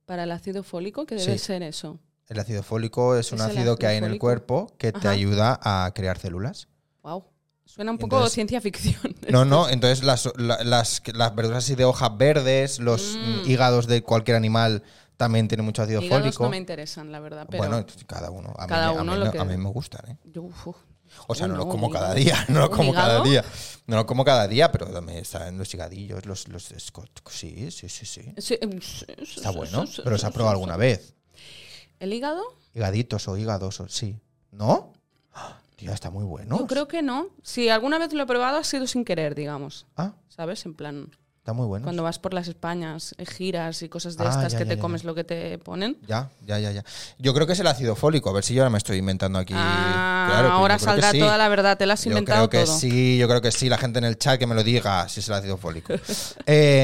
Speaker 2: Para el ácido fólico, que
Speaker 1: Sí.
Speaker 2: debe ser eso.
Speaker 1: El ácido fólico es un
Speaker 2: Es el
Speaker 1: ácido que
Speaker 2: ácido
Speaker 1: hay en el
Speaker 2: fólico.
Speaker 1: cuerpo que te
Speaker 2: Ajá.
Speaker 1: ayuda a crear células.
Speaker 2: Wow. Suena un poco
Speaker 1: Entonces-
Speaker 2: ciencia ficción.
Speaker 1: No, no, entonces las, la- las, las verduras así de hojas verdes, los
Speaker 2: Mm.
Speaker 1: mm, hígados de cualquier animal también tienen mucho ácido
Speaker 2: Hígados
Speaker 1: fólico.
Speaker 2: no me interesan, la verdad, pero
Speaker 1: bueno, cada uno. A mí,
Speaker 2: cada
Speaker 1: me- a
Speaker 2: uno
Speaker 1: mí
Speaker 2: lo
Speaker 1: me-
Speaker 2: que-
Speaker 1: a mí me gustan, ¿eh?
Speaker 2: yo, uf,
Speaker 1: O sea, no,
Speaker 2: Uy,
Speaker 1: lo
Speaker 2: no,
Speaker 1: como
Speaker 2: un
Speaker 1: cada día,
Speaker 2: hígado.
Speaker 1: no lo
Speaker 2: ¿Un
Speaker 1: como cada
Speaker 2: hígado?
Speaker 1: día. No lo como cada día, pero también están los higadillos, los, los escot- Sí, sí, sí, sí.
Speaker 2: sí, eh, sí, sí,
Speaker 1: Está
Speaker 2: sí,
Speaker 1: bueno,
Speaker 2: sí, sí,
Speaker 1: pero
Speaker 2: sí,
Speaker 1: se ha
Speaker 2: sí,
Speaker 1: probado
Speaker 2: sí.
Speaker 1: alguna vez.
Speaker 2: ¿El hígado?
Speaker 1: Higaditos o hígados, o- sí. ¿No? Ah, Tío, está muy bueno.
Speaker 2: Yo creo que no. Si alguna vez lo he probado, ha sido sin querer, digamos.
Speaker 1: Ah,
Speaker 2: ¿Sabes? En plan,
Speaker 1: está muy bueno.
Speaker 2: cuando vas por las Españas, eh, giras y cosas de
Speaker 1: Ah,
Speaker 2: estas
Speaker 1: ya,
Speaker 2: que
Speaker 1: ya,
Speaker 2: te
Speaker 1: ya.
Speaker 2: comes lo que te ponen.
Speaker 1: Ya, ya, ya, ya. Yo creo que es el ácido fólico. A ver si yo ahora me estoy inventando aquí.
Speaker 2: Ah,
Speaker 1: Claro, pero
Speaker 2: ahora
Speaker 1: yo creo que
Speaker 2: saldrá
Speaker 1: sí.
Speaker 2: toda la verdad, te la has
Speaker 1: Yo
Speaker 2: inventado
Speaker 1: creo que
Speaker 2: todo.
Speaker 1: sí, yo creo que sí. La gente en el chat que me lo diga si es el ácido fólico.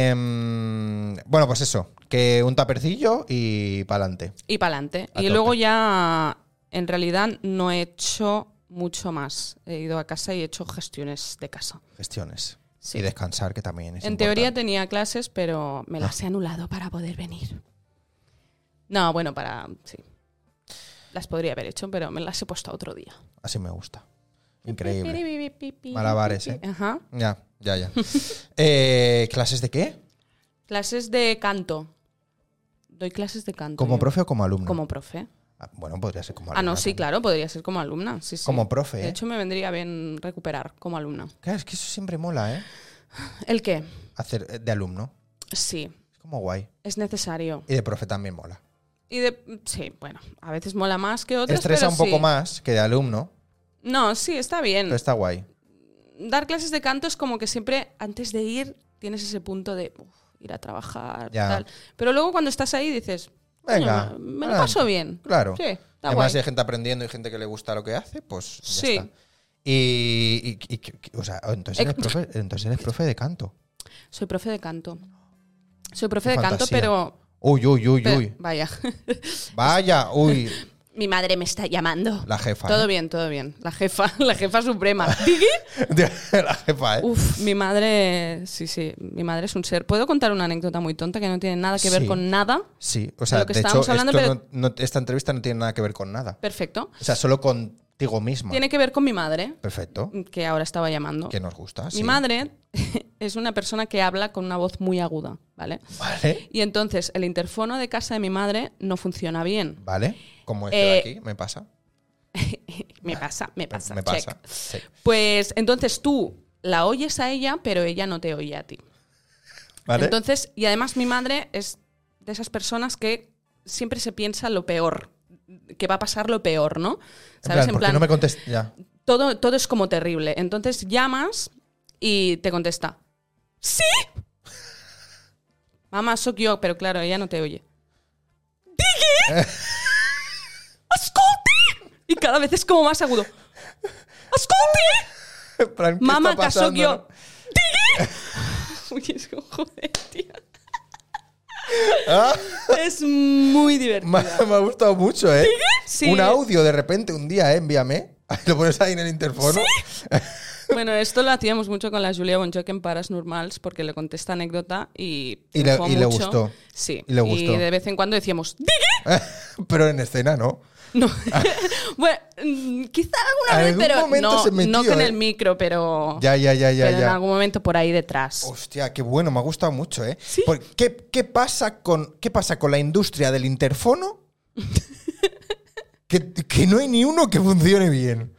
Speaker 1: Em, bueno, pues eso. Que un tapercillo y pa'lante.
Speaker 2: Y para adelante.
Speaker 1: A
Speaker 2: Y
Speaker 1: tope.
Speaker 2: luego ya, en realidad, no he hecho mucho más. He ido a casa y he hecho gestiones de casa.
Speaker 1: Gestiones.
Speaker 2: Sí.
Speaker 1: Y descansar, que también es
Speaker 2: en
Speaker 1: importante.
Speaker 2: teoría tenía clases, pero me
Speaker 1: Ah.
Speaker 2: las he anulado para poder venir. No, bueno, para. Sí. Las podría haber hecho, pero me las he puesto a otro día.
Speaker 1: Así me gusta. Increíble.
Speaker 2: Pi, pi, pi, pi, pi,
Speaker 1: Malabares,
Speaker 2: pi, pi.
Speaker 1: ¿eh?
Speaker 2: Ajá.
Speaker 1: Ya. ya, ya. Eh, ¿Clases de qué?
Speaker 2: Clases de canto. Doy clases de canto.
Speaker 1: ¿Como
Speaker 2: yo.
Speaker 1: profe o como alumno?
Speaker 2: Como profe.
Speaker 1: Ah, bueno, podría ser como
Speaker 2: Ah, no,
Speaker 1: alumna
Speaker 2: sí,
Speaker 1: también.
Speaker 2: claro, podría ser como alumna. sí, sí.
Speaker 1: Como profe,
Speaker 2: De
Speaker 1: ¿eh?
Speaker 2: hecho, me vendría bien recuperar como alumna.
Speaker 1: Claro, es que eso siempre mola, ¿eh?
Speaker 2: ¿El qué?
Speaker 1: Hacer eh, de alumno.
Speaker 2: Sí,
Speaker 1: Es como guay.
Speaker 2: es necesario.
Speaker 1: Y de profe también mola.
Speaker 2: Y de. Sí, bueno, a veces mola más que otras.
Speaker 1: Estresa
Speaker 2: pero
Speaker 1: un poco
Speaker 2: sí.
Speaker 1: más Pues- que de alumno,
Speaker 2: No, sí, está bien.
Speaker 1: pero está guay.
Speaker 2: Dar clases de canto es como que siempre antes de ir tienes ese punto de "Uf, ir a trabajar,
Speaker 1: Ya.
Speaker 2: tal. Pero luego cuando estás ahí dices, "Coño,
Speaker 1: Venga,
Speaker 2: me- me lo
Speaker 1: adelante".
Speaker 2: paso bien.
Speaker 1: Claro.
Speaker 2: Sí, está
Speaker 1: Además, si
Speaker 2: guay.
Speaker 1: hay gente aprendiendo y gente que le gusta lo que hace, pues ya
Speaker 2: Sí.
Speaker 1: está. Y, y- y- y- o sea, entonces eres,
Speaker 2: Ec-
Speaker 1: profe, entonces eres profe de canto.
Speaker 2: Soy profe de canto. Soy profe
Speaker 1: Qué
Speaker 2: de canto,
Speaker 1: fantasía.
Speaker 2: pero,
Speaker 1: Uy, uy, uy,
Speaker 2: pero-
Speaker 1: uy.
Speaker 2: Vaya.
Speaker 1: Vaya, uy,
Speaker 2: Mi madre me está llamando.
Speaker 1: la jefa.
Speaker 2: Todo
Speaker 1: ¿eh?
Speaker 2: bien, todo bien. La jefa, la jefa suprema. ¿Digui?
Speaker 1: la jefa, ¿eh?
Speaker 2: Uf, mi madre, sí, sí, mi madre es un ser. ¿Puedo contar una anécdota muy tonta que no tiene nada que ver
Speaker 1: Sí.
Speaker 2: con nada?
Speaker 1: Sí, o sea,
Speaker 2: lo que
Speaker 1: de hecho,
Speaker 2: estábamos hablando,
Speaker 1: esto
Speaker 2: pero-
Speaker 1: no- no- esta entrevista no tiene nada que ver con nada.
Speaker 2: Perfecto.
Speaker 1: O sea, solo contigo misma.
Speaker 2: Tiene que ver con mi madre,
Speaker 1: Perfecto.
Speaker 2: que ahora estaba llamando.
Speaker 1: Que nos gusta.
Speaker 2: Mi
Speaker 1: sí.
Speaker 2: madre es una persona que habla con una voz muy aguda, ¿vale?
Speaker 1: Vale.
Speaker 2: Y entonces el interfono de casa de mi madre no funciona bien.
Speaker 1: Vale. Como este de
Speaker 2: Eh,
Speaker 1: aquí, me pasa.
Speaker 2: Me pasa, me pasa.
Speaker 1: Ah, pues me
Speaker 2: check.
Speaker 1: pasa. Sí.
Speaker 2: Pues entonces tú la oyes a ella, pero ella no te oye a ti.
Speaker 1: Vale.
Speaker 2: Entonces, y además mi madre es de esas personas que siempre se piensa lo peor, que va a pasar lo peor, ¿no?
Speaker 1: En
Speaker 2: ¿Sabes?
Speaker 1: plan, ¿por
Speaker 2: En
Speaker 1: qué
Speaker 2: plan,
Speaker 1: no me contestas? Ya.
Speaker 2: todo, todo es como terrible. Entonces llamas y te contesta, ¡Sí! Mamá, soy yo, pero claro, ella no te oye.
Speaker 1: Eh.
Speaker 2: ¡Digui! ¡Ascolti! Y cada vez es como más agudo. ¡Ascolti!
Speaker 1: En plan, ¿qué
Speaker 2: Mamá,
Speaker 1: está
Speaker 2: que soy
Speaker 1: pasando,
Speaker 2: yo.
Speaker 1: no?
Speaker 2: Uy, es que, joder, tío.
Speaker 1: Ah,
Speaker 2: Es muy divertido.
Speaker 1: me, ha- me ha gustado mucho, ¿eh?
Speaker 2: Sí.
Speaker 1: Un audio de repente, un día, ¿eh? envíame. Lo pones ahí en el interfono.
Speaker 2: Bueno, esto lo hacíamos mucho con la Julia Bonjoc en Paras Normals porque le conté esta anécdota y,
Speaker 1: Y le-
Speaker 2: triunfó
Speaker 1: y le
Speaker 2: mucho.
Speaker 1: gustó.
Speaker 2: Sí.
Speaker 1: Y le gustó.
Speaker 2: de vez en cuando decíamos, "Di-".
Speaker 1: Pero en escena, ¿no?
Speaker 2: no. bueno, mm, quizá alguna vez,
Speaker 1: Algún
Speaker 2: pero
Speaker 1: momento
Speaker 2: no,
Speaker 1: se metió,
Speaker 2: no con
Speaker 1: ¿eh?
Speaker 2: el micro, pero,
Speaker 1: Ya, ya, ya, ya.
Speaker 2: pero en
Speaker 1: ya.
Speaker 2: algún momento por ahí detrás.
Speaker 1: Hostia, qué bueno, me ha gustado mucho, ¿eh?
Speaker 2: Sí.
Speaker 1: Por- ¿qué, qué pasa con, ¿Qué pasa con la industria del interfono? que, que no hay ni uno que funcione bien.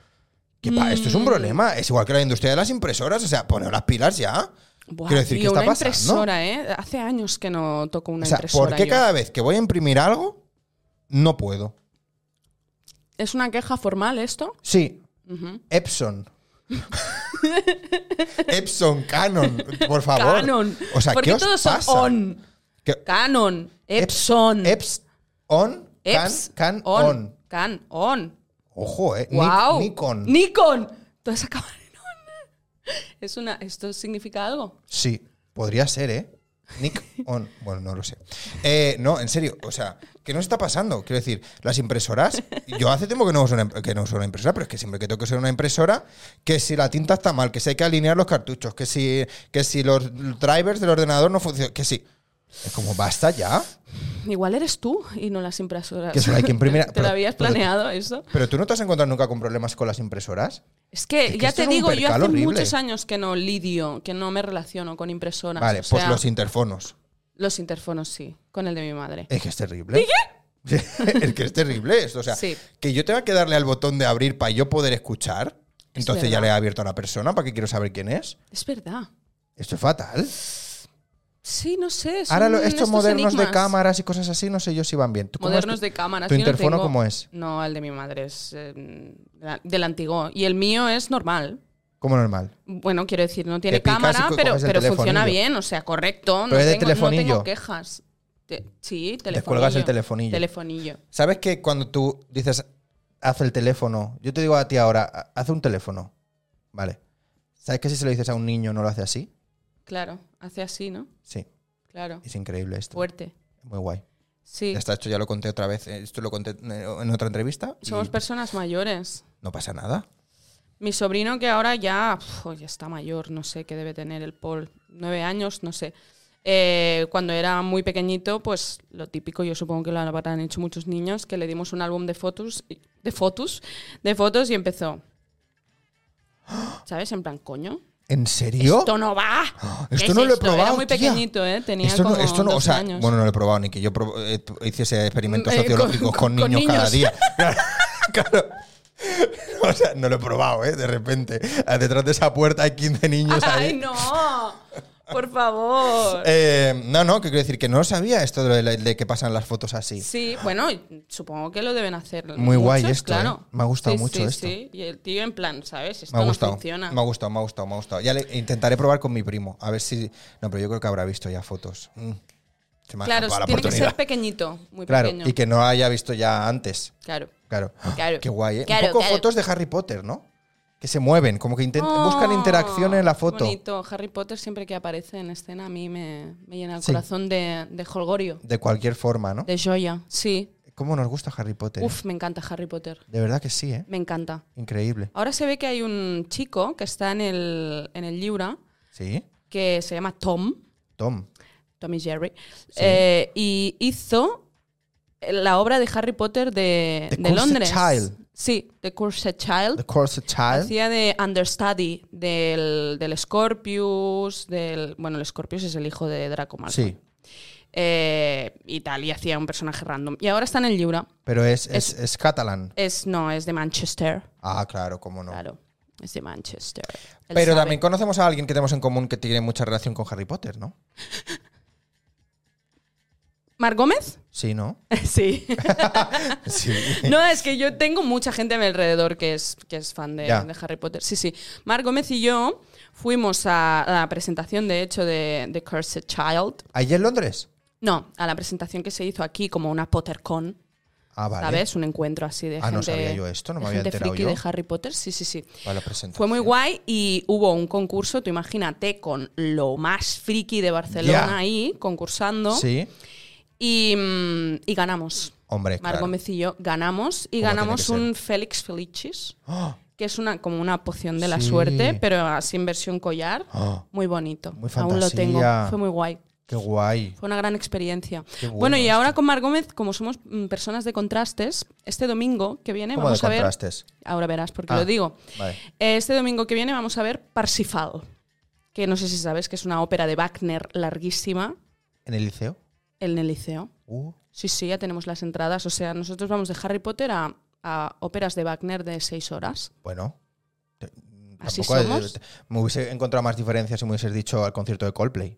Speaker 1: Que pa- Esto es
Speaker 2: Mm.
Speaker 1: un problema. Es igual que la industria de las impresoras. O sea, poneos las pilas ya.
Speaker 2: Buah,
Speaker 1: Quiero decir,
Speaker 2: tío,
Speaker 1: ¿qué está
Speaker 2: una
Speaker 1: pasando?
Speaker 2: impresora, ¿eh? Hace años que no toco una
Speaker 1: o sea,
Speaker 2: impresora.
Speaker 1: ¿por qué
Speaker 2: yo.
Speaker 1: cada vez que voy a imprimir algo no puedo?
Speaker 2: ¿Es una queja formal esto?
Speaker 1: Sí, Epson. Epson, Canon, por favor.
Speaker 2: Canon.
Speaker 1: O sea,
Speaker 2: porque
Speaker 1: ¿qué os
Speaker 2: todos
Speaker 1: pasa?
Speaker 2: son on.
Speaker 1: ¿Qué-
Speaker 2: Canon. Epson.
Speaker 1: Eps, on, can,
Speaker 2: Eps-
Speaker 1: can, on.
Speaker 2: Can, on.
Speaker 1: Ojo, eh. Ni-
Speaker 2: Wow.
Speaker 1: Nikon.
Speaker 2: Nikon. Todas acaban en on. Es una, ¿Esto significa algo?
Speaker 1: sí, podría ser, eh. Nick on. Bueno, no lo sé. Eh, no, en serio, o sea, ¿qué nos está pasando? Quiero decir, las impresoras. Yo hace tiempo que no uso una, que no uso una impresora, pero es que siempre que tengo que usar una impresora, que si la tinta está mal, que si hay que alinear los cartuchos, que si, que si los drivers del ordenador no funcionan, que si. Es como, basta ya.
Speaker 2: Igual eres tú y no las impresoras.
Speaker 1: Que solo hay que imprimir-
Speaker 2: ¿Te
Speaker 1: pero-
Speaker 2: lo habías
Speaker 1: pero-
Speaker 2: planeado eso?
Speaker 1: Pero tú no te has encontrado nunca con problemas con las impresoras.
Speaker 2: Es que,
Speaker 1: Es que
Speaker 2: ya
Speaker 1: esto
Speaker 2: te
Speaker 1: es un
Speaker 2: digo, yo
Speaker 1: percal
Speaker 2: hace
Speaker 1: horrible.
Speaker 2: muchos años que no lidio, que no me relaciono con impresoras.
Speaker 1: Vale,
Speaker 2: o
Speaker 1: pues
Speaker 2: sea,
Speaker 1: los interfonos.
Speaker 2: los interfonos sí, con el de mi madre.
Speaker 1: Es que es terrible. es que es terrible esto. O sea,
Speaker 2: Sí.
Speaker 1: que yo tenga que darle al botón de abrir para yo poder escuchar.
Speaker 2: Es
Speaker 1: Entonces ya
Speaker 2: verdad.
Speaker 1: le he abierto a una persona para que quiero saber quién es.
Speaker 2: Es verdad.
Speaker 1: Esto es fatal.
Speaker 2: Sí, no sé. son
Speaker 1: Ahora lo- estos, modernos
Speaker 2: enigmas.
Speaker 1: de cámaras y cosas así, no sé yo si van bien. ¿Tú cómo
Speaker 2: Modernos
Speaker 1: es tu-
Speaker 2: de cámara.
Speaker 1: ¿Tu
Speaker 2: yo no
Speaker 1: interfono
Speaker 2: tengo-
Speaker 1: cómo es?
Speaker 2: No, el de mi madre es eh, la- del antiguo. Y el mío es normal.
Speaker 1: Como normal.
Speaker 2: Bueno, quiero decir, no tiene
Speaker 1: picas y
Speaker 2: cámara,
Speaker 1: co-
Speaker 2: pero,
Speaker 1: coges el
Speaker 2: pero
Speaker 1: telefonillo.
Speaker 2: funciona bien, o sea, correcto.
Speaker 1: Pero
Speaker 2: no,
Speaker 1: es de
Speaker 2: tengo, no
Speaker 1: telefonillo.
Speaker 2: tengo quejas. Te- sí, telefonillo.
Speaker 1: cuelgas el telefonillo.
Speaker 2: Telefonillo.
Speaker 1: ¿Sabes que cuando tú dices, haz el teléfono? Yo te digo a ti ahora, "Ha- haz un teléfono. Vale. ¿Sabes que si se lo dices a un niño no lo hace así?
Speaker 2: Claro, hace así, ¿no?
Speaker 1: Sí.
Speaker 2: Claro.
Speaker 1: Es increíble esto.
Speaker 2: Fuerte.
Speaker 1: Muy guay.
Speaker 2: Sí.
Speaker 1: Ya está, esto ya lo conté otra vez. eh, Esto lo conté eh, en otra entrevista. y
Speaker 2: Somos personas mayores.
Speaker 1: no pasa nada.
Speaker 2: Mi sobrino que ahora ya, uf, ya está mayor, no sé qué debe tener el Paul, nueve años, no sé. Eh, cuando era muy pequeñito, pues lo típico, yo supongo que lo habrán hecho muchos niños, que le dimos un álbum de fotos, y- de fotos, de fotos y empezó. ¿Sabes? En plan, coño.
Speaker 1: ¿En serio?
Speaker 2: Esto no va. ¿Qué
Speaker 1: Esto
Speaker 2: es
Speaker 1: no lo he
Speaker 2: esto?
Speaker 1: probado,
Speaker 2: Era muy
Speaker 1: tía.
Speaker 2: pequeñito, ¿eh? Tenía
Speaker 1: esto
Speaker 2: como
Speaker 1: no, esto no, o
Speaker 2: 12
Speaker 1: sea,
Speaker 2: años.
Speaker 1: bueno, no lo he probado ni que yo prob- eh, tu- hiciese experimentos
Speaker 2: Eh, con-
Speaker 1: sociológicos con,
Speaker 2: con- con
Speaker 1: niños, cada
Speaker 2: niños.
Speaker 1: día. Claro, claro. O sea, no lo he probado, ¿eh? De repente, ah, detrás de esa puerta hay 15 niños ahí.
Speaker 2: ¡Ay, no! Por favor.
Speaker 1: Eh, no, no, que quiero decir que no sabía esto de, lo de- de que pasan las fotos así.
Speaker 2: Sí, bueno, y supongo que lo deben hacer.
Speaker 1: Muy guay
Speaker 2: muchos,
Speaker 1: esto,
Speaker 2: claro.
Speaker 1: ¿eh? Me ha gustado
Speaker 2: Sí,
Speaker 1: mucho
Speaker 2: sí,
Speaker 1: esto.
Speaker 2: Sí, y el tío en plan, ¿sabes? Esto
Speaker 1: Me ha
Speaker 2: no
Speaker 1: gustado.
Speaker 2: funciona.
Speaker 1: me ha gustado, me ha gustado, me ha gustado. Ya le intentaré probar con mi primo. A ver si. No, pero yo creo que habrá visto ya fotos. Mm. Se me ha
Speaker 2: claro,
Speaker 1: escapado la
Speaker 2: tiene que
Speaker 1: oportunidad.
Speaker 2: ser pequeñito, muy
Speaker 1: Claro,
Speaker 2: pequeño.
Speaker 1: y que no haya visto ya antes.
Speaker 2: Claro.
Speaker 1: Claro.
Speaker 2: Claro.
Speaker 1: Qué guay, ¿eh?
Speaker 2: Claro,
Speaker 1: Un poco
Speaker 2: claro.
Speaker 1: fotos de Harry Potter, ¿no? Que se mueven, como que intent- buscan
Speaker 2: Oh,
Speaker 1: interacción en la
Speaker 2: qué
Speaker 1: foto.
Speaker 2: Bonito. Harry Potter siempre que aparece en escena a mí me, me llena el
Speaker 1: Sí.
Speaker 2: corazón de, de jolgorio,
Speaker 1: De cualquier forma, ¿no?
Speaker 2: de joya. Sí.
Speaker 1: ¿Cómo nos gusta Harry Potter? eh?
Speaker 2: Uf, me encanta Harry Potter.
Speaker 1: De verdad que sí, ¿eh?
Speaker 2: Me encanta.
Speaker 1: Increíble.
Speaker 2: Ahora se ve que hay un chico que está en el, en el Libra
Speaker 1: Sí.
Speaker 2: que se llama Tom,
Speaker 1: Tom.
Speaker 2: Tommy Jerry, eh, y hizo la obra de Harry Potter de,
Speaker 1: The
Speaker 2: de
Speaker 1: Cursed
Speaker 2: Londres.
Speaker 1: Child.
Speaker 2: Sí, The Cursed Child.
Speaker 1: The Corset Child.
Speaker 2: Hacía de understudy del, del Scorpius, del. Bueno, el Scorpius es el hijo de Draco Malfoy.
Speaker 1: Sí.
Speaker 2: Eh, y tal, y hacía un personaje random. Y ahora está en el Libra.
Speaker 1: Pero es, es, es catalán.
Speaker 2: Es, no, es de Manchester.
Speaker 1: Ah, claro, cómo no.
Speaker 2: Claro, es de Manchester. Él
Speaker 1: Pero
Speaker 2: sabe.
Speaker 1: también conocemos a alguien que tenemos en común que tiene mucha relación con Harry Potter, ¿no?
Speaker 2: ¿Mar Gómez?
Speaker 1: Sí, ¿no?
Speaker 2: sí.
Speaker 1: Sí.
Speaker 2: No, es que yo tengo mucha gente a mi alrededor que es, que es fan de,
Speaker 1: Ya.
Speaker 2: de Harry Potter. Sí, sí. Mar Gómez y yo fuimos a, a la presentación, de hecho, de, de Cursed Child.
Speaker 1: ¿Allí en Londres?
Speaker 2: No, a la presentación que se hizo aquí como una PotterCon,
Speaker 1: Ah, vale.
Speaker 2: ¿sabes? Un encuentro así de
Speaker 1: Ah, no
Speaker 2: gente...
Speaker 1: sabía yo esto, no me
Speaker 2: de
Speaker 1: había
Speaker 2: gente
Speaker 1: enterado
Speaker 2: friki
Speaker 1: yo.
Speaker 2: de Harry Potter, sí, sí, sí.
Speaker 1: Para la presentación.
Speaker 2: Fue muy guay y hubo un concurso, tú imagínate, con lo más friki de Barcelona
Speaker 1: Ya.
Speaker 2: ahí, concursando.
Speaker 1: Sí.
Speaker 2: Y, mm, y ganamos.
Speaker 1: Hombre,
Speaker 2: Margot
Speaker 1: claro.
Speaker 2: Gómez y yo ganamos y
Speaker 1: Como tiene
Speaker 2: ganamos
Speaker 1: que ser.
Speaker 2: un Félix Felicis,
Speaker 1: ¡Oh!
Speaker 2: que es una como una poción de la
Speaker 1: Sí.
Speaker 2: suerte, pero así en versión collar.
Speaker 1: ¡Oh!
Speaker 2: Muy bonito.
Speaker 1: Muy
Speaker 2: Aún lo tengo.
Speaker 1: fantasía.
Speaker 2: Fue muy guay.
Speaker 1: ¡Qué guay!
Speaker 2: Fue una gran experiencia.
Speaker 1: Qué bueno
Speaker 2: Bueno, y
Speaker 1: esto.
Speaker 2: ahora con Mar Gómez, como somos mm, personas de contrastes, este domingo que viene
Speaker 1: ¿Cómo de
Speaker 2: vamos a ver.
Speaker 1: contrastes?
Speaker 2: Ahora verás porque
Speaker 1: Ah,
Speaker 2: lo digo.
Speaker 1: Vale.
Speaker 2: Eh, Este domingo que viene vamos a ver Parsifal, que no sé si sabes que es una ópera de Wagner larguísima
Speaker 1: ¿En el liceo?
Speaker 2: en el liceo.
Speaker 1: Uh,
Speaker 2: Sí, sí, ya tenemos las entradas. O sea, nosotros vamos de Harry Potter a, a óperas de Wagner de seis horas.
Speaker 1: bueno. Te-
Speaker 2: Así
Speaker 1: tampoco-
Speaker 2: somos.
Speaker 1: Me hubiese encontrado más diferencias si me hubieses dicho al concierto de Coldplay.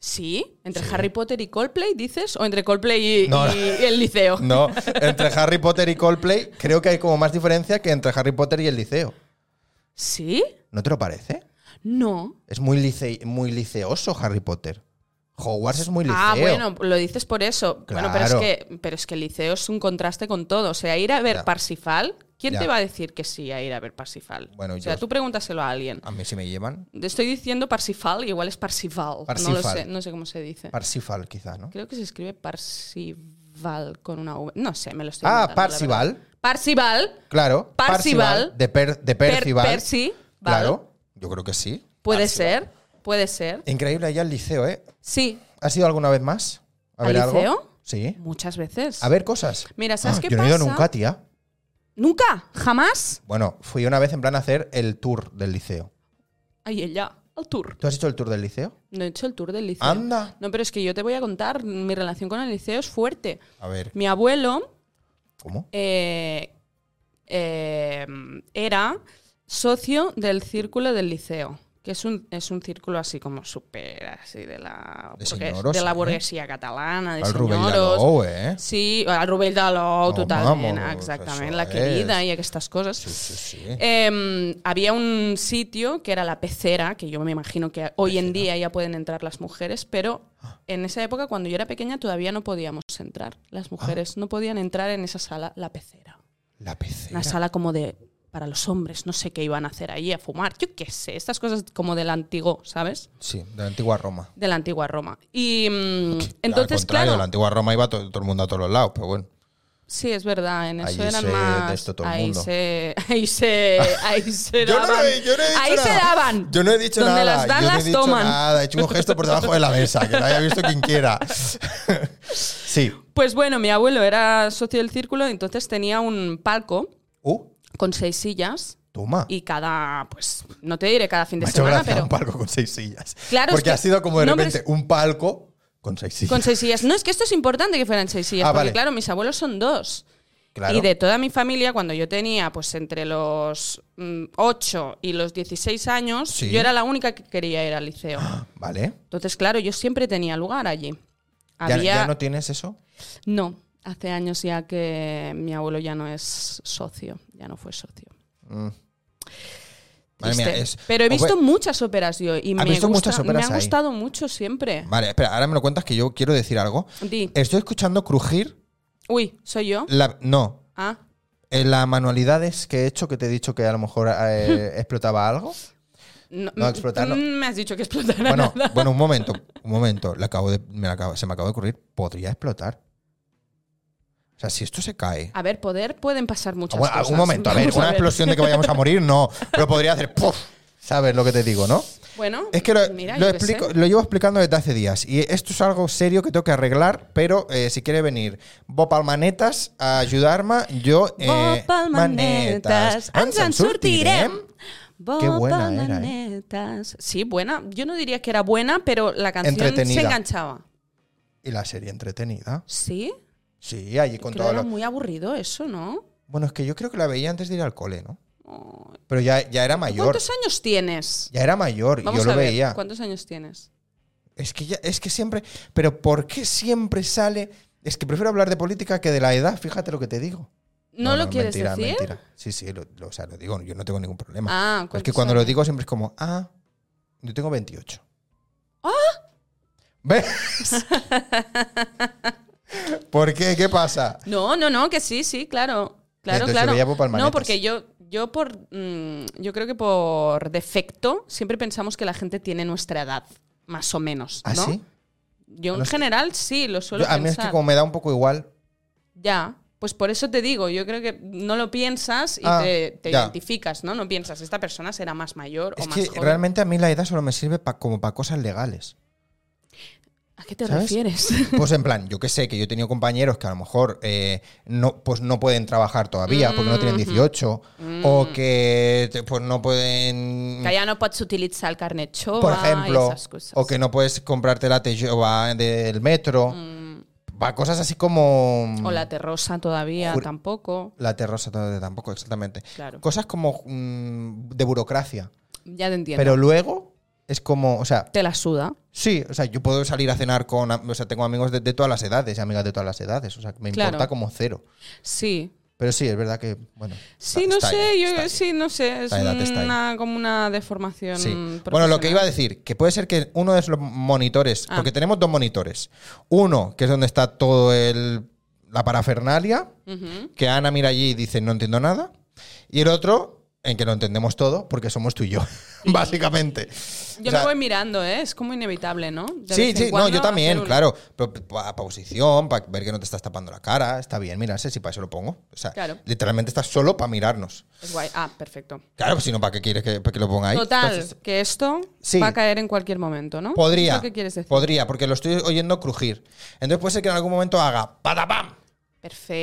Speaker 2: Sí, entre
Speaker 1: Sí.
Speaker 2: Harry Potter y Coldplay, dices, o entre Coldplay y,
Speaker 1: No.
Speaker 2: y el liceo.
Speaker 1: No, entre Harry Potter y Coldplay creo que hay como más diferencia que entre Harry Potter y el liceo.
Speaker 2: ¿Sí?
Speaker 1: ¿No te lo parece?
Speaker 2: No.
Speaker 1: Es muy, lice- muy liceoso Harry Potter. Hogwarts es muy liceo.
Speaker 2: Ah, bueno, lo dices por eso. Bueno, pero es
Speaker 1: Claro.
Speaker 2: que, pero es que el liceo es un contraste con todo. O sea, ir a ver
Speaker 1: Ya.
Speaker 2: Parsifal, ¿quién
Speaker 1: Ya.
Speaker 2: te va a decir que sí a ir a ver Parsifal?
Speaker 1: Bueno,
Speaker 2: o sea,
Speaker 1: yo-
Speaker 2: tú pregúntaselo a alguien.
Speaker 1: A mí sí me llevan.
Speaker 2: Te Estoy diciendo Parsifal, y igual es Parsifal. No lo
Speaker 1: Parsifal.
Speaker 2: sé, no sé cómo se dice.
Speaker 1: Parsifal, quizá, ¿no?
Speaker 2: Creo que se escribe Parsival con una V. No sé, me lo estoy
Speaker 1: Ah,
Speaker 2: inventando, la verdad.
Speaker 1: Parsival.
Speaker 2: Parsival.
Speaker 1: Claro.
Speaker 2: Parsival.
Speaker 1: De, per, de
Speaker 2: Per-
Speaker 1: Percival.
Speaker 2: Percy. Val.
Speaker 1: Claro. Yo creo que sí. Ah,
Speaker 2: Puede ser. Puede ser.
Speaker 1: Increíble allá el liceo, ¿eh?
Speaker 2: Sí,
Speaker 1: ¿Has ido alguna vez más? ¿A
Speaker 2: ¿Al
Speaker 1: ver algo?
Speaker 2: liceo?
Speaker 1: Sí.
Speaker 2: muchas veces.
Speaker 1: A ver cosas.
Speaker 2: Mira, ¿sabes
Speaker 1: Ah,
Speaker 2: qué
Speaker 1: Yo no he ido
Speaker 2: pasa?
Speaker 1: nunca, tía.
Speaker 2: ¿Nunca? ¿Jamás?
Speaker 1: Bueno, fui una vez en plan a hacer el tour del liceo.
Speaker 2: Ay, ella. El tour.
Speaker 1: ¿Tú has hecho el tour del liceo?
Speaker 2: No he hecho el tour del liceo.
Speaker 1: Anda.
Speaker 2: No, pero es que yo te voy a contar. Mi relación con el liceo es fuerte.
Speaker 1: A ver,
Speaker 2: Mi abuelo
Speaker 1: ¿cómo?
Speaker 2: eh, eh, era socio del círculo del liceo, que es un, es un círculo así como súper así de la,
Speaker 1: De
Speaker 2: burgues-
Speaker 1: señoros,
Speaker 2: de la
Speaker 1: ¿eh?
Speaker 2: burguesía catalana, de
Speaker 1: Al Rubén
Speaker 2: señoros.
Speaker 1: Daló, ¿eh?
Speaker 2: Sí, al Rubel Daló,
Speaker 1: No,
Speaker 2: tu també,
Speaker 1: vamos,
Speaker 2: exactament,
Speaker 1: eso
Speaker 2: la querida
Speaker 1: es.
Speaker 2: y estas cosas.
Speaker 1: Sí, sí, sí.
Speaker 2: Em, había un sitio que era la pecera, que yo me imagino que hoy en día ya pueden entrar las mujeres, pero
Speaker 1: Ah.
Speaker 2: en esa época, cuando yo era pequeña, todavía no podíamos entrar.
Speaker 1: Ah.
Speaker 2: Las mujeres no podían entrar en esa sala, la pecera.
Speaker 1: La PC.
Speaker 2: Una sala como de para los hombres, no sé qué iban a hacer ahí, a fumar, yo qué sé, estas cosas como del antiguo, ¿sabes?
Speaker 1: Sí, de la antigua Roma.
Speaker 2: De la antigua Roma. Y mm,
Speaker 1: Al
Speaker 2: entonces,
Speaker 1: contrario,
Speaker 2: claro,
Speaker 1: de la antigua Roma iba to- todo el mundo a todos los lados, pero bueno.
Speaker 2: sí, es verdad, en eso
Speaker 1: Allí
Speaker 2: eran
Speaker 1: se- de
Speaker 2: más...
Speaker 1: esto todo el
Speaker 2: ahí,
Speaker 1: mundo.
Speaker 2: Se, ahí se... Ahí se
Speaker 1: Yo no,
Speaker 2: daban.
Speaker 1: lo he- yo no he dicho
Speaker 2: ahí se
Speaker 1: nada.
Speaker 2: daban.
Speaker 1: Yo no he dicho
Speaker 2: Donde
Speaker 1: nada.
Speaker 2: las dan,
Speaker 1: yo no he
Speaker 2: las
Speaker 1: dicho
Speaker 2: toman.
Speaker 1: Nada, he hecho un gesto por debajo de la mesa, que lo haya visto quien quiera. sí.
Speaker 2: Pues bueno, mi abuelo era socio del círculo, entonces tenía un palco
Speaker 1: Uh,
Speaker 2: con seis sillas
Speaker 1: toma.
Speaker 2: y cada, pues, no te diré cada fin de
Speaker 1: Me ha hecho
Speaker 2: semana,
Speaker 1: gracia
Speaker 2: pero
Speaker 1: un palco con seis sillas.
Speaker 2: Claro, es
Speaker 1: Porque
Speaker 2: que-
Speaker 1: ha sido como de
Speaker 2: no, hombre,
Speaker 1: repente un palco con seis sillas.
Speaker 2: con seis sillas. No, es que esto es importante que fueran seis sillas,
Speaker 1: Ah,
Speaker 2: porque
Speaker 1: vale.
Speaker 2: claro, mis abuelos son dos.
Speaker 1: Claro.
Speaker 2: Y de toda mi familia, cuando yo tenía pues entre los mm, 8 y los 16 años,
Speaker 1: Sí.
Speaker 2: yo era la única que quería ir al liceo.
Speaker 1: Ah, Vale.
Speaker 2: Entonces, claro, yo siempre tenía lugar allí.
Speaker 1: ¿Ya,
Speaker 2: Había...
Speaker 1: ya no tienes eso?
Speaker 2: No, hace años ya que mi abuelo ya no es socio, ya no fue socio.
Speaker 1: Mm. Madre mía,
Speaker 2: Triste.
Speaker 1: es-
Speaker 2: Pero he visto
Speaker 1: Ope-
Speaker 2: muchas óperas yo y
Speaker 1: ¿Has
Speaker 2: me,
Speaker 1: visto
Speaker 2: gusta-
Speaker 1: muchas
Speaker 2: me
Speaker 1: óperas
Speaker 2: han
Speaker 1: ahí?
Speaker 2: gustado mucho siempre.
Speaker 1: eh, Vale, espera, ahora me lo cuentas que yo quiero decir algo.
Speaker 2: Di.
Speaker 1: Estoy escuchando crujir
Speaker 2: Uy, soy yo.
Speaker 1: la. No. eh,
Speaker 2: Ah,
Speaker 1: En las manualidades que he hecho, que te he dicho que a lo mejor eh, explotaba algo.
Speaker 2: no,
Speaker 1: No, explotar no.
Speaker 2: mm, Me has dicho que explotara
Speaker 1: Bueno,
Speaker 2: nada.
Speaker 1: bueno, un momento, un momento. Le acabo de, me la acabo- se me acaba de ocurrir. Podría explotar. O sea, si esto se cae.
Speaker 2: A ver, poder pueden pasar muchas
Speaker 1: Bueno,
Speaker 2: cosas.
Speaker 1: un momento, a ver,
Speaker 2: Vamos
Speaker 1: una explosión de que vayamos a morir, no. Pero podría hacer. ¡puf! ¿Sabes lo que te digo, no?
Speaker 2: Bueno,
Speaker 1: Es que lo,
Speaker 2: Pues mira,
Speaker 1: lo
Speaker 2: yo qué
Speaker 1: explico,
Speaker 2: sé.
Speaker 1: lo llevo explicando desde hace días. Y esto es algo serio que tengo que arreglar, pero eh, si quiere venir Bob Palmanetas a ayudarme, yo. eh,
Speaker 2: Vos palmanetas,
Speaker 1: manetas, ens en sortirem.
Speaker 2: Vos
Speaker 1: Qué buena era, ¿eh?
Speaker 2: palmanetas. Sí, buena. Yo no diría que era buena, pero la canción
Speaker 1: Entretenida.
Speaker 2: se enganchaba.
Speaker 1: Y la serie entretenida.
Speaker 2: ¿Sí?
Speaker 1: Sí, allí con
Speaker 2: Creo
Speaker 1: todo
Speaker 2: era
Speaker 1: lo.
Speaker 2: muy aburrido eso, ¿no?
Speaker 1: Bueno, es que yo creo que la veía antes de ir al cole, ¿no?
Speaker 2: Oh,
Speaker 1: Pero ya, ya era mayor.
Speaker 2: ¿Cuántos años tienes?
Speaker 1: Ya era mayor y
Speaker 2: Vamos
Speaker 1: yo lo
Speaker 2: a ver,
Speaker 1: veía.
Speaker 2: ¿cuántos años tienes?
Speaker 1: Es que, ya, es que siempre. Pero ¿por qué siempre sale.? Es que prefiero hablar de política que de la edad, fíjate lo que te digo.
Speaker 2: ¿No, lo quieres
Speaker 1: mentira,
Speaker 2: decir?
Speaker 1: Mentira. Sí, sí, lo, lo- o sea, lo digo, yo no tengo ningún problema.
Speaker 2: Ah,
Speaker 1: es que
Speaker 2: ¿cuántos
Speaker 1: cuando lo
Speaker 2: años?
Speaker 1: digo siempre es como, ah, yo tengo 28.
Speaker 2: ¡Ah!
Speaker 1: ¿Ves? ¿Por qué? ¿Qué pasa?
Speaker 2: No, no, no, que sí, sí, claro. Claro,
Speaker 1: Entonces,
Speaker 2: claro.
Speaker 1: yo veía Bob Palmanetas.
Speaker 2: no, porque yo, yo por mm, yo creo que por defecto siempre pensamos que la gente tiene nuestra edad, más o menos.
Speaker 1: ¿Ah,
Speaker 2: ¿no?
Speaker 1: sí?
Speaker 2: Yo en
Speaker 1: No sé.
Speaker 2: general sí, lo suelo
Speaker 1: Yo- a mí es
Speaker 2: pensar.
Speaker 1: que como me da un poco igual.
Speaker 2: Ya. Pues por eso te digo, yo creo que no lo piensas y
Speaker 1: Ah,
Speaker 2: te, te
Speaker 1: ya.
Speaker 2: identificas, ¿no? No piensas, esta persona será más mayor
Speaker 1: Es
Speaker 2: o más
Speaker 1: que
Speaker 2: joven.
Speaker 1: realmente a mí la edad solo me sirve pa- como para cosas legales.
Speaker 2: ¿A qué te
Speaker 1: ¿sabes?
Speaker 2: refieres?
Speaker 1: Pues en plan, yo que sé, que yo he tenido compañeros que a lo mejor eh, no, pues no pueden trabajar todavía porque no tienen 18
Speaker 2: Mm.
Speaker 1: o que te- pues no pueden...
Speaker 2: que ya no puedes utilizar el carnet Showa
Speaker 1: Mm. por
Speaker 2: y
Speaker 1: ejemplo,
Speaker 2: esas cosas.
Speaker 1: o que no puedes comprarte la Tejoba del metro, va cosas así como
Speaker 2: Mm. O la terrosa todavía
Speaker 1: Jur-
Speaker 2: tampoco.
Speaker 1: la terrosa todavía tampoco exactamente,
Speaker 2: Claro.
Speaker 1: cosas como mm, de burocracia,
Speaker 2: Ya te entiendo.
Speaker 1: pero luego es como, o sea,
Speaker 2: te la suda.
Speaker 1: sí, o sea, yo puedo salir a cenar con, am- o sea, tengo amigos de, de todas las edades, y amigas de todas las edades, o sea, me
Speaker 2: Claro.
Speaker 1: importa como cero,
Speaker 2: Sí.
Speaker 1: pero sí, es verdad que, bueno,
Speaker 2: Sí,
Speaker 1: está-
Speaker 2: no
Speaker 1: está
Speaker 2: sé,
Speaker 1: ahí,
Speaker 2: yo
Speaker 1: está ahí.
Speaker 2: sí, no sé. Es
Speaker 1: Está ahí, date, está ahí.
Speaker 2: una, como una deformación.
Speaker 1: Sí. Bueno, lo que
Speaker 2: profesional.
Speaker 1: iba a decir, que puede ser que uno de los monitores,
Speaker 2: Ah.
Speaker 1: porque tenemos dos monitores. Uno, que es donde está todo el la parafernalia,
Speaker 2: Ujú.
Speaker 1: que Ana mira allí y dice no entiendo nada. Y el otro, en que lo entendemos todo, porque somos tú y yo, básicamente. O
Speaker 2: Yo
Speaker 1: sea,
Speaker 2: me voy mirando, ¿eh? Es como inevitable, ¿no? De
Speaker 1: sí,
Speaker 2: vez en
Speaker 1: sí, no,
Speaker 2: cuando
Speaker 1: yo también,
Speaker 2: hacer un-
Speaker 1: claro. Pero para posición, para ver que no te estás tapando la cara, está bien, mira, sé si para eso lo pongo. O sea,
Speaker 2: Claro.
Speaker 1: literalmente estás solo para mirarnos.
Speaker 2: Es guay. Ah, perfecto.
Speaker 1: Claro, pues si no, ¿para qué quieres que, para que lo ponga ahí?
Speaker 2: Total,
Speaker 1: Entonces,
Speaker 2: que esto
Speaker 1: Sí.
Speaker 2: va a caer en cualquier momento, ¿no?
Speaker 1: Podría.
Speaker 2: ¿Es lo que quieres decir?
Speaker 1: Podría, porque lo estoy oyendo crujir. Entonces puede ser que en algún momento haga ¡Padapam!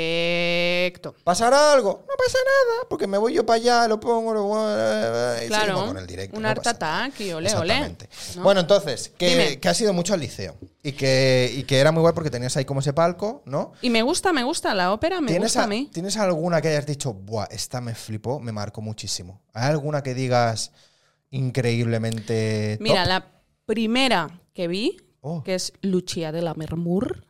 Speaker 2: Perfecto.
Speaker 1: ¿Pasará algo? No pasa nada, porque me voy yo para allá, lo pongo, lo eh, y
Speaker 2: Claro.
Speaker 1: seguimos con el directo.
Speaker 2: un
Speaker 1: no
Speaker 2: art
Speaker 1: pasa nada.
Speaker 2: attack y ole, ole.
Speaker 1: Exactamente.
Speaker 2: ¿no?
Speaker 1: Bueno, entonces, que,
Speaker 2: Dime.
Speaker 1: que ha sido mucho al liceo. Y que, y que era muy guay porque tenías ahí como ese palco, ¿no?
Speaker 2: Y me gusta, me gusta la ópera, me
Speaker 1: ¿Tienes,
Speaker 2: gusta
Speaker 1: a-
Speaker 2: a mí.
Speaker 1: ¿Tienes alguna que hayas dicho, buah, esta me flipó, me marcó muchísimo? ¿Hay alguna que digas increíblemente. top?
Speaker 2: Mira, la primera que vi,
Speaker 1: Oh.
Speaker 2: que es Lucia de la Mermur.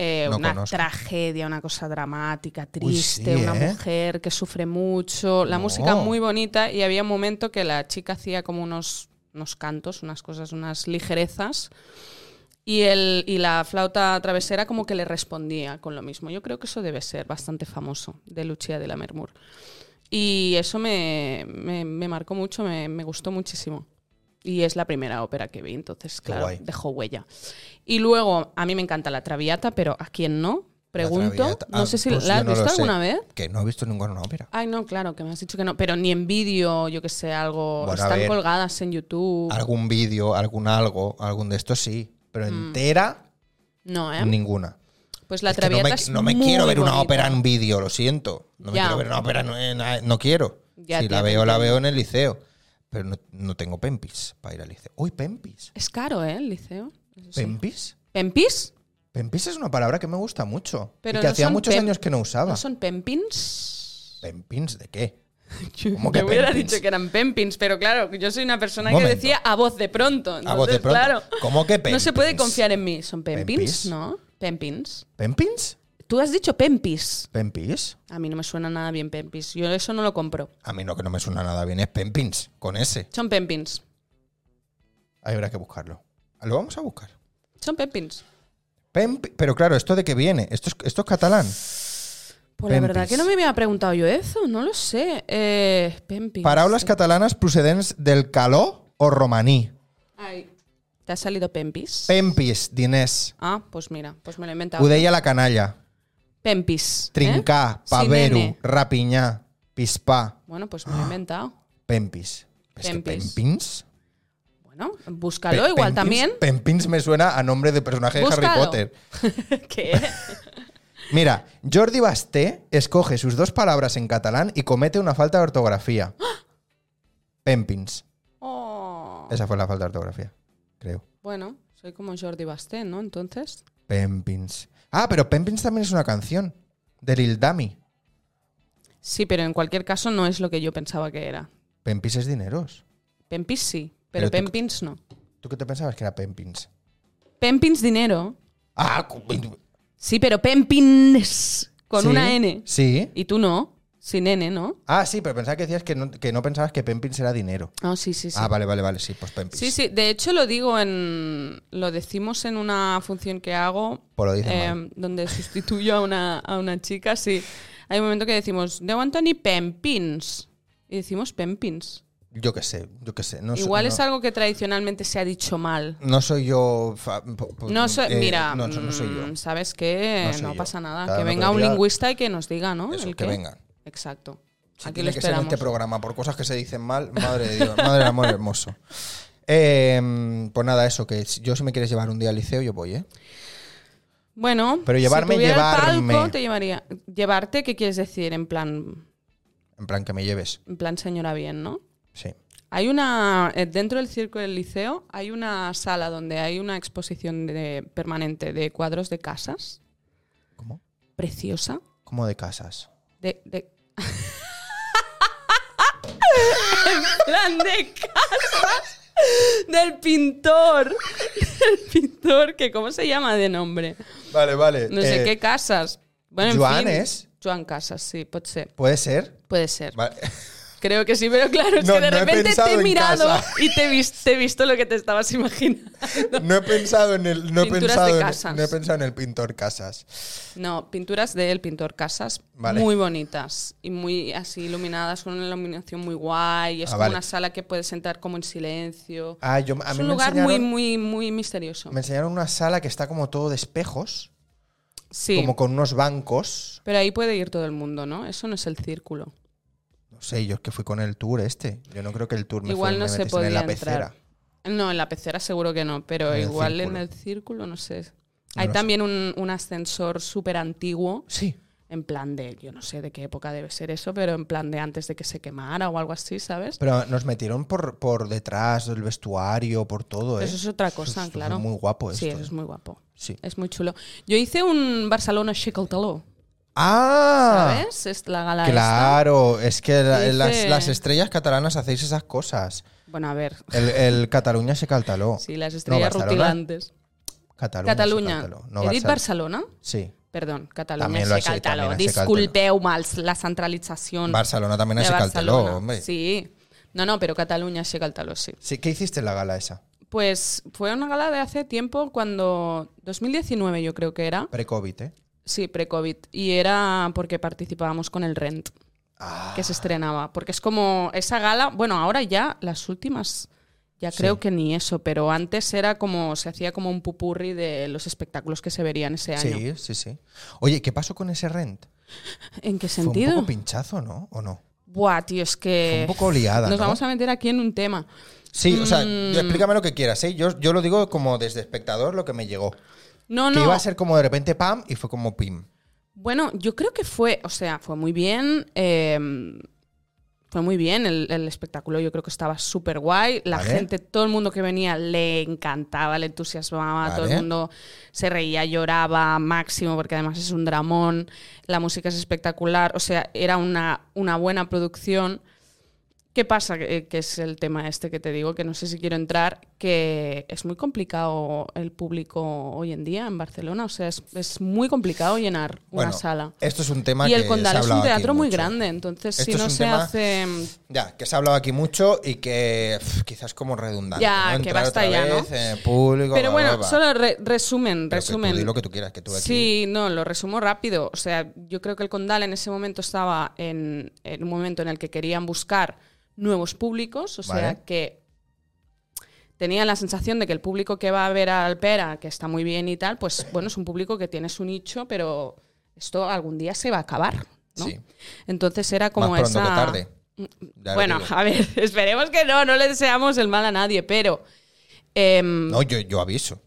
Speaker 2: Eh,
Speaker 1: No
Speaker 2: una
Speaker 1: conozco.
Speaker 2: tragedia, una cosa dramática,
Speaker 1: Uy, sí,
Speaker 2: triste, una
Speaker 1: ¿eh? Oh.
Speaker 2: mujer que sufre mucho, la
Speaker 1: No.
Speaker 2: música muy bonita y había un momento que la chica hacía como unos, unos cantos, unas cosas, unas ligerezas y, el, y la flauta travesera como que le respondía con lo mismo. Yo creo que eso debe ser bastante famoso de Lucia de la Mermur. Y eso me, me- me marcó mucho, me, me gustó muchísimo. Y es la primera ópera que vi, entonces, claro,
Speaker 1: guay.
Speaker 2: dejó huella. Y luego, a mí me encanta la Traviata, pero ¿a quién no?
Speaker 1: La
Speaker 2: Pregunto.
Speaker 1: Traviata. Ah,
Speaker 2: no sé si
Speaker 1: pues yo
Speaker 2: la has
Speaker 1: no lo
Speaker 2: visto
Speaker 1: sé.
Speaker 2: alguna vez.
Speaker 1: Que no he visto ninguna ópera.
Speaker 2: Ay, no, claro, que me has dicho que no. Pero ni en vídeo, yo que sé, algo.
Speaker 1: Bueno, a
Speaker 2: están
Speaker 1: ver.
Speaker 2: colgadas en YouTube.
Speaker 1: algún vídeo, algún algo, algún de estos sí, pero entera
Speaker 2: No, Mm. ¿eh?
Speaker 1: ninguna.
Speaker 2: Pues la
Speaker 1: Es que no
Speaker 2: Traviata
Speaker 1: me,
Speaker 2: es
Speaker 1: no me
Speaker 2: muy
Speaker 1: quiero ver una
Speaker 2: bonita.
Speaker 1: ópera en vídeo, lo siento. No me
Speaker 2: Ya.
Speaker 1: quiero ver una ópera, en- en- no, quiero.
Speaker 2: Ya,
Speaker 1: si
Speaker 2: tía,
Speaker 1: la
Speaker 2: te
Speaker 1: veo, la
Speaker 2: entiendo.
Speaker 1: veo en el liceo. Pero no, no tengo Pempis para ir al liceo. Uy, Pempis.
Speaker 2: Es caro, ¿eh? El liceo. Eso sí.
Speaker 1: ¿Pempis?
Speaker 2: ¿Pempis?
Speaker 1: Pempis es una palabra que me gusta mucho.
Speaker 2: Pero
Speaker 1: y que
Speaker 2: no
Speaker 1: hacía
Speaker 2: son
Speaker 1: muchos
Speaker 2: pem-
Speaker 1: años que no usaba.
Speaker 2: ¿No son pempins?
Speaker 1: ¿Pempins de qué?
Speaker 2: Yo
Speaker 1: ¿Cómo que
Speaker 2: hubiera
Speaker 1: pempins?
Speaker 2: dicho que eran pempins, pero claro, yo soy una persona
Speaker 1: Un
Speaker 2: que
Speaker 1: momento.
Speaker 2: decía a voz de pronto.
Speaker 1: A voz Ah, pues de
Speaker 2: entonces,
Speaker 1: pronto.
Speaker 2: Claro,
Speaker 1: ¿Cómo que
Speaker 2: no se puede
Speaker 1: pempins?
Speaker 2: confiar en mí. ¿Son pempins?
Speaker 1: ¿Pempis?
Speaker 2: ¿No? Pempins.
Speaker 1: ¿Pempins?
Speaker 2: Tú has dicho pempis.
Speaker 1: ¿Pempis?
Speaker 2: A mí no me suena nada bien pempis. Yo eso no lo compro.
Speaker 1: A mí lo que no me suena nada bien es Pempins, con S.
Speaker 2: Son pempins.
Speaker 1: Ahí habrá que buscarlo. Lo vamos a buscar.
Speaker 2: Son pempins.
Speaker 1: Pempi- pero claro, ¿esto de qué viene? ¿Esto es, esto es catalán?
Speaker 2: Pues la verdad
Speaker 1: Pempis.
Speaker 2: que no me había preguntado yo eso, no lo sé. Eh, pempins.
Speaker 1: Paraules catalanes procedents del caló o romaní.
Speaker 2: Ay. ¿Te ha salido pempis?
Speaker 1: Pempis, diners,
Speaker 2: ah, pues mira, pues me lo he inventado.
Speaker 1: Udella la canalla,
Speaker 2: Pempis. ¿eh?
Speaker 1: trincar, paveru,
Speaker 2: Sin N.
Speaker 1: rapiñar, pispar,
Speaker 2: Bueno, pues me lo he inventado.
Speaker 1: pempis. Es que
Speaker 2: Pempis.
Speaker 1: pempins.
Speaker 2: Bueno,
Speaker 1: Pe-
Speaker 2: búscalo igual
Speaker 1: pempins-
Speaker 2: también.
Speaker 1: Pempins me suena a nombre de personaje de Harry
Speaker 2: Búscalo.
Speaker 1: Potter.
Speaker 2: ¿Qué?
Speaker 1: Mira, Jordi Basté escoge sus dos palabras en catalán y comete una falta de ortografía. Pempins.
Speaker 2: Oh.
Speaker 1: Esa fue la falta de ortografía, creo.
Speaker 2: Bueno, soy como Jordi Basté, ¿no? Entonces.
Speaker 1: Pempins. Ah, pero Pempins también es una canción de Lil Dami.
Speaker 2: Sí, pero en cualquier caso no es lo que yo pensaba que era.
Speaker 1: Pempis es dineros.
Speaker 2: Pempis sí,
Speaker 1: Pero
Speaker 2: pero,
Speaker 1: tú-
Speaker 2: Pempins no.
Speaker 1: ¿Tú qué te pensabas que era Pempins?
Speaker 2: Pempins dinero.
Speaker 1: Ah, cu-
Speaker 2: Sí, pero Pempins con
Speaker 1: Sí,
Speaker 2: una N.
Speaker 1: Sí.
Speaker 2: Y tú no, sin N, ¿no?
Speaker 1: Ah, sí, pero pensaba que decías que no, que no pensabas que Pempins era dinero.
Speaker 2: Ah, sí, sí, sí.
Speaker 1: Ah, vale, vale, vale, sí, pues Pempins.
Speaker 2: Sí, sí, de hecho lo digo en. Lo decimos en una función que hago.
Speaker 1: Pues lo dices
Speaker 2: eh,
Speaker 1: mal.
Speaker 2: donde sustituyo a una, a una chica, sí. Hay un momento que decimos, Deu Anthony Pempins. Y decimos Pempins.
Speaker 1: Yo qué sé, yo qué sé. No so-
Speaker 2: Igual
Speaker 1: no-
Speaker 2: es algo que tradicionalmente se ha dicho mal.
Speaker 1: No soy yo. fa- po- po-
Speaker 2: No soy,
Speaker 1: eh,
Speaker 2: mira,
Speaker 1: No, no soy yo.
Speaker 2: mm, sabes que
Speaker 1: No
Speaker 2: no,
Speaker 1: soy yo.
Speaker 2: pasa nada.
Speaker 1: Cada
Speaker 2: que
Speaker 1: uno
Speaker 2: venga un
Speaker 1: tendría-
Speaker 2: lingüista y que nos diga, ¿no?
Speaker 1: Eso,
Speaker 2: El
Speaker 1: que
Speaker 2: qué.
Speaker 1: vengan.
Speaker 2: Exacto.
Speaker 1: Si
Speaker 2: Aquí
Speaker 1: tiene
Speaker 2: lo
Speaker 1: que ser en
Speaker 2: esperamos.
Speaker 1: este programa por cosas que se dicen mal, madre de Dios, madre del amor hermoso. Eh, pues nada, eso, que si- yo si me quieres llevar un día al liceo, yo voy, ¿eh?
Speaker 2: Bueno,
Speaker 1: Pero llevarme,
Speaker 2: si tuviera el
Speaker 1: llevarme.
Speaker 2: palco, te llevaría. Llevarte, ¿qué quieres decir? En plan,
Speaker 1: En plan, que me lleves.
Speaker 2: en plan señora bien, ¿no?
Speaker 1: Sí.
Speaker 2: Hay una, eh, dentro del circo del liceo, hay una sala donde hay una exposición de- permanente de cuadros de casas,
Speaker 1: ¿Cómo?
Speaker 2: preciosa,
Speaker 1: ¿Cómo de casas?
Speaker 2: de... de- en plan de casas del pintor, del pintor, que ¿cómo se llama de nombre?
Speaker 1: Vale, vale. eh,
Speaker 2: No sé qué casas. Bueno, en
Speaker 1: Joan
Speaker 2: fin,
Speaker 1: és?
Speaker 2: Joan Casas, sí, puede ser.
Speaker 1: ¿Puede ser?
Speaker 2: Puede ser.
Speaker 1: Vale.
Speaker 2: Creo que sí, pero claro, es
Speaker 1: No,
Speaker 2: que de
Speaker 1: no he
Speaker 2: repente
Speaker 1: pensado
Speaker 2: te he
Speaker 1: en
Speaker 2: mirado
Speaker 1: casa.
Speaker 2: y te, he vis- te he visto lo que te estabas imaginando.
Speaker 1: No he pensado en el. No he
Speaker 2: Pinturas
Speaker 1: pensado,
Speaker 2: de
Speaker 1: en-
Speaker 2: casas.
Speaker 1: no he pensado en el pintor casas.
Speaker 2: No, pinturas del pintor Casas,
Speaker 1: Vale.
Speaker 2: muy bonitas y muy así iluminadas, con una iluminación muy guay. Es
Speaker 1: Ah,
Speaker 2: como
Speaker 1: vale.
Speaker 2: una sala que puedes sentar como en silencio.
Speaker 1: Ah, yo, a
Speaker 2: es
Speaker 1: mí
Speaker 2: un
Speaker 1: me
Speaker 2: lugar muy,
Speaker 1: enseñaron,
Speaker 2: muy, muy misterioso.
Speaker 1: me enseñaron una sala que está como todo de espejos,
Speaker 2: Sí,
Speaker 1: como con unos bancos.
Speaker 2: pero ahí puede ir todo el mundo, ¿no? Eso no es el círculo.
Speaker 1: No sé, yo es que fui con el tour este. Yo no creo que el tour me
Speaker 2: igual
Speaker 1: fue-
Speaker 2: no
Speaker 1: me
Speaker 2: se
Speaker 1: metiesen
Speaker 2: podía
Speaker 1: en la
Speaker 2: entrar.
Speaker 1: pecera.
Speaker 2: No, en la pecera seguro que no, pero
Speaker 1: En el
Speaker 2: igual en
Speaker 1: círculo.
Speaker 2: el círculo no sé. Hay
Speaker 1: lo sé.
Speaker 2: también un, un ascensor súper antiguo.
Speaker 1: Sí.
Speaker 2: En plan de, yo no sé de qué época debe ser eso, pero en plan de antes de que se quemara o algo así, ¿sabes?
Speaker 1: Pero nos metieron por, por detrás del vestuario, por todo, ¿eh?
Speaker 2: Eso es otra cosa,
Speaker 1: es
Speaker 2: claro.
Speaker 1: muy guapo
Speaker 2: Sí,
Speaker 1: esto,
Speaker 2: eso es
Speaker 1: ¿eh?
Speaker 2: muy guapo.
Speaker 1: Sí.
Speaker 2: Es muy chulo. Yo hice un Barcelona Shekeltaló,
Speaker 1: ¡Ah!
Speaker 2: ¿sabes? Es la gala
Speaker 1: Claro, es que la-
Speaker 2: Dice-
Speaker 1: las, las estrellas catalanas hacéis esas cosas.
Speaker 2: esta. Bueno, a ver.
Speaker 1: El, el Cataluña se caltaló.
Speaker 2: Sí, las estrellas
Speaker 1: Barcelona.
Speaker 2: rutilantes.
Speaker 1: Cataluña.
Speaker 2: Cataluña.
Speaker 1: se caltaló, no
Speaker 2: He dit
Speaker 1: Barça-
Speaker 2: Barcelona?
Speaker 1: Sí.
Speaker 2: Perdón, Cataluña
Speaker 1: También lo ha sido,
Speaker 2: Shekeltaló.
Speaker 1: también ha sido
Speaker 2: Disculpeu mals la centralización
Speaker 1: Barcelona también
Speaker 2: de
Speaker 1: se caltaló,
Speaker 2: Barcelona.
Speaker 1: hombre. Sí.
Speaker 2: Sí. No, no, pero Cataluña Shekeltaló, sí.
Speaker 1: ¿Qué hiciste en la gala esa?
Speaker 2: Pues fue una gala de hace tiempo, cuando 2019 yo creo que era,
Speaker 1: Pre-COVID, ¿eh?
Speaker 2: sí, pre-COVID, y era porque participábamos con el Rent,
Speaker 1: Ah,
Speaker 2: que se estrenaba, porque es como esa gala, bueno, ahora ya las últimas, ya creo
Speaker 1: Sí.
Speaker 2: que ni eso, pero antes era como, se hacía como un pupurri de los espectáculos que se verían ese este año.
Speaker 1: sí, sí, sí. Oye, ¿qué pasó con ese rent?
Speaker 2: ¿En qué
Speaker 1: Fue un
Speaker 2: sentido?
Speaker 1: poco pinchazo, ¿no? ¿O no?
Speaker 2: Buah, tío, es
Speaker 1: Fue
Speaker 2: que
Speaker 1: un poco liada,
Speaker 2: nos
Speaker 1: ¿no?
Speaker 2: vamos a meter aquí en un tema.
Speaker 1: Sí, o sea,
Speaker 2: Mm.
Speaker 1: explícame lo que quieras, ¿eh? Yo, yo lo digo como desde espectador lo que me llegó.
Speaker 2: No,
Speaker 1: que
Speaker 2: no.
Speaker 1: iba a ser como de repente pam y fue como pim.
Speaker 2: Bueno, yo creo que fue, o sea, fue muy bien. eh, fue muy bien el, el espectáculo, yo creo que estaba súper guay. La
Speaker 1: Vale.
Speaker 2: gente, todo el mundo que venía le encantaba, le entusiasmaba, todo el
Speaker 1: Vale.
Speaker 2: mundo se reía, lloraba máximo, porque además es un dramón, la música es espectacular, o sea, era una, una buena producción. ¿Qué pasa? Que, que es el tema este que te digo, que no sé si quiero entrar, que es muy complicado el público hoy en día en Barcelona, o sea, es, es muy complicado llenar una
Speaker 1: Bueno,
Speaker 2: sala.
Speaker 1: Esto es un tema
Speaker 2: Y el
Speaker 1: que
Speaker 2: Condal
Speaker 1: se ha
Speaker 2: es un
Speaker 1: hablado aquí
Speaker 2: teatro muy
Speaker 1: mucho.
Speaker 2: grande, entonces
Speaker 1: Esto
Speaker 2: si
Speaker 1: es
Speaker 2: no
Speaker 1: un
Speaker 2: se
Speaker 1: tema-
Speaker 2: hace...
Speaker 1: Ya, que se ha hablado aquí mucho y que pf, quizás como redundante.
Speaker 2: Ya,
Speaker 1: ¿no?
Speaker 2: que
Speaker 1: Entrar
Speaker 2: basta
Speaker 1: otra
Speaker 2: ya, ¿no?
Speaker 1: vez en el público.
Speaker 2: Pero
Speaker 1: bla,
Speaker 2: bueno,
Speaker 1: bla, bla.
Speaker 2: solo re- resumen,
Speaker 1: Pero que tú
Speaker 2: resumen.
Speaker 1: di lo que tú quieras, que tú aquí.
Speaker 2: Sí, no, lo resumo rápido. O sea, yo creo que el Condal en ese momento estaba en, en un momento en el que querían buscar nuevos públicos, o
Speaker 1: Vale.
Speaker 2: sea, que tenían la sensación de que el público que va a ver al Pera, que está muy bien y tal, pues bueno, es un público que tiene su nicho, pero esto algún día se va a acabar, ¿no?
Speaker 1: Sí.
Speaker 2: Entonces era como
Speaker 1: Más pronto
Speaker 2: esa Mm,
Speaker 1: que tarde. Ya lo
Speaker 2: bueno,
Speaker 1: digo.
Speaker 2: a ver, esperemos que no, no le deseamos el mal a nadie, pero em,
Speaker 1: No, yo, yo aviso.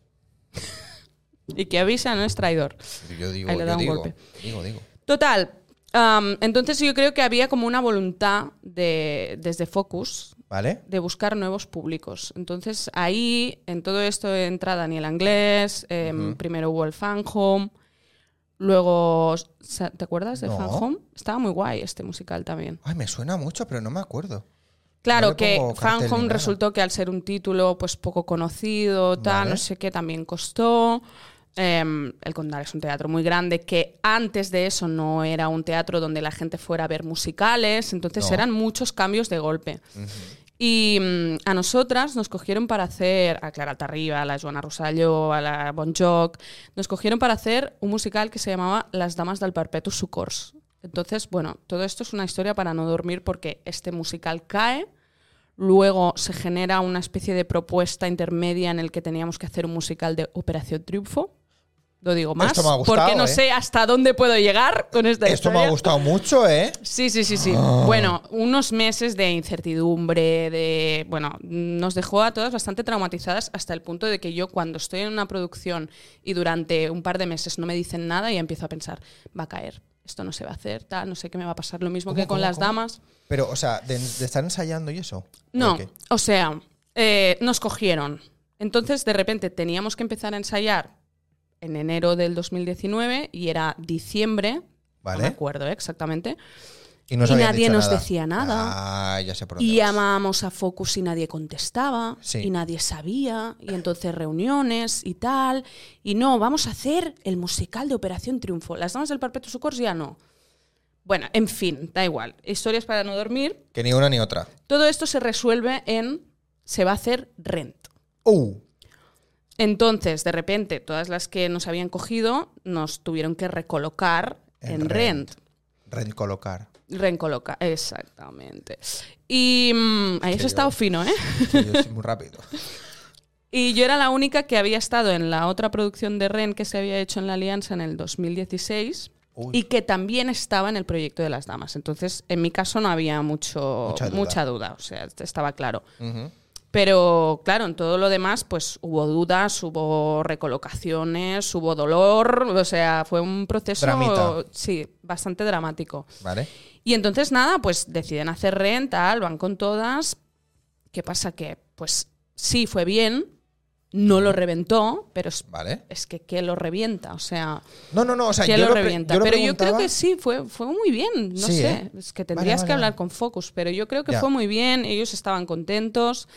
Speaker 2: y que avisa no es traidor.
Speaker 1: Yo digo,
Speaker 2: Ahí le
Speaker 1: yo
Speaker 2: da un
Speaker 1: digo,
Speaker 2: golpe.
Speaker 1: digo, digo.
Speaker 2: Total. am, entonces yo creo que había como una voluntad de, desde Focus
Speaker 1: ¿Vale?
Speaker 2: de buscar nuevos públicos. Entonces ahí, en todo esto, entra Daniel Anglés, em, primero hubo el Fan Home, luego, sa- ¿te acuerdas de
Speaker 1: No.
Speaker 2: Fan Home? Estaba muy guay este musical también.
Speaker 1: Ay, me suena mucho, pero no me acuerdo.
Speaker 2: Claro
Speaker 1: No le
Speaker 2: que
Speaker 1: pongo cartel
Speaker 2: Fan
Speaker 1: ni
Speaker 2: Home
Speaker 1: nada.
Speaker 2: resultó que al ser un título pues poco conocido, tal,
Speaker 1: Vale.
Speaker 2: no sé qué, también costó. Em, el Condal es un teatro muy grande que antes de eso no era un teatro donde la gente fuera a ver musicales, entonces
Speaker 1: No.
Speaker 2: eran muchos cambios de golpe. Y mm, a nosotras nos cogieron para hacer, a Clara Altarriba, a la Joana Rosallo, a la Bonjoc, nos cogieron para hacer un musical que se llamaba Las Damas del Perpetuo Sucors. Entonces, bueno, todo esto es una historia para no dormir porque este musical cae, luego se genera una especie de propuesta intermedia en el que teníamos que hacer un musical de Operación Triunfo. Lo digo más,
Speaker 1: Esto me ha gustado,
Speaker 2: porque no
Speaker 1: eh.
Speaker 2: sé hasta dónde puedo llegar con esta
Speaker 1: Esto me
Speaker 2: historia.
Speaker 1: ha gustado Ah. mucho, ¿eh?
Speaker 2: Sí, sí, sí, sí. Bueno, unos meses de incertidumbre, de. Bueno, nos dejó a todas bastante traumatizadas hasta el punto de que yo, cuando estoy en una producción y durante un par de meses no me dicen nada, y empiezo a pensar, va a caer, esto no se va a hacer, tal, no sé qué me va a pasar. Lo mismo
Speaker 1: ¿Cómo,
Speaker 2: que con
Speaker 1: cómo,
Speaker 2: las
Speaker 1: cómo?
Speaker 2: damas.
Speaker 1: Pero, o sea, de, de estar ensayando y eso.
Speaker 2: No,
Speaker 1: ¿O qué?
Speaker 2: o sea, eh, nos cogieron. Entonces, de repente, teníamos que empezar a ensayar en enero del 2019 y era diciembre. No me
Speaker 1: ¿Vale?
Speaker 2: acuerdo ¿eh? exactamente.
Speaker 1: nos
Speaker 2: y
Speaker 1: habían
Speaker 2: nadie
Speaker 1: dicho
Speaker 2: nos decía nada.
Speaker 1: Ah, ya sé por dónde
Speaker 2: Y
Speaker 1: vas.
Speaker 2: llamábamos a Focus y nadie contestaba,
Speaker 1: Sí.
Speaker 2: y nadie sabía, y entonces reuniones y tal. Y no, vamos a hacer el musical de Operación Triunfo. Las damas del Perpetuo Socorro ya no. Bueno, en fin, da igual. Historias para no dormir.
Speaker 1: Que ni una ni otra.
Speaker 2: Todo esto se resuelve en. Se va a hacer rent.
Speaker 1: ¡Uh!
Speaker 2: Entonces, de repente, todas las que nos habían cogido nos tuvieron que recolocar
Speaker 1: En
Speaker 2: en
Speaker 1: Rent.
Speaker 2: rent.
Speaker 1: Red colocar.
Speaker 2: Recoloca, exactamente. Y mm, ahí
Speaker 1: que
Speaker 2: has
Speaker 1: yo-
Speaker 2: estado fino, ¿eh?
Speaker 1: Que yo soy muy rápido.
Speaker 2: Y yo era la única que había estado en la otra producción de Ren que se había hecho en la Alianza en el 2016
Speaker 1: Uy.
Speaker 2: y que también estaba en el proyecto de las damas. Entonces, en mi caso no había mucho,
Speaker 1: Mucha
Speaker 2: mucha
Speaker 1: duda.
Speaker 2: duda, o sea, estaba claro.
Speaker 1: Ujú.
Speaker 2: Pero claro, en todo lo demás, pues hubo dudas, hubo recolocaciones, hubo dolor, o sea, fue un proceso
Speaker 1: Dramita.
Speaker 2: sí, bastante dramático.
Speaker 1: Vale.
Speaker 2: Y entonces nada, pues deciden hacer rent, tal, van con todas. ¿Qué pasa? Que pues sí fue bien, no lo reventó, pero es,
Speaker 1: Vale.
Speaker 2: es que ¿qué lo revienta? O sea,
Speaker 1: No, no, no. O sea,
Speaker 2: ¿qué
Speaker 1: yo
Speaker 2: lo,
Speaker 1: lo pre-
Speaker 2: revienta?
Speaker 1: yo lo
Speaker 2: pero yo creo
Speaker 1: preguntaba-
Speaker 2: que sí, fue, fue muy bien, no
Speaker 1: Sí,
Speaker 2: sé,
Speaker 1: ¿eh?
Speaker 2: es que
Speaker 1: Vale,
Speaker 2: tendrías
Speaker 1: vale,
Speaker 2: que hablar
Speaker 1: vale.
Speaker 2: con Focus, pero yo creo que
Speaker 1: Ya.
Speaker 2: fue muy bien, ellos estaban contentos.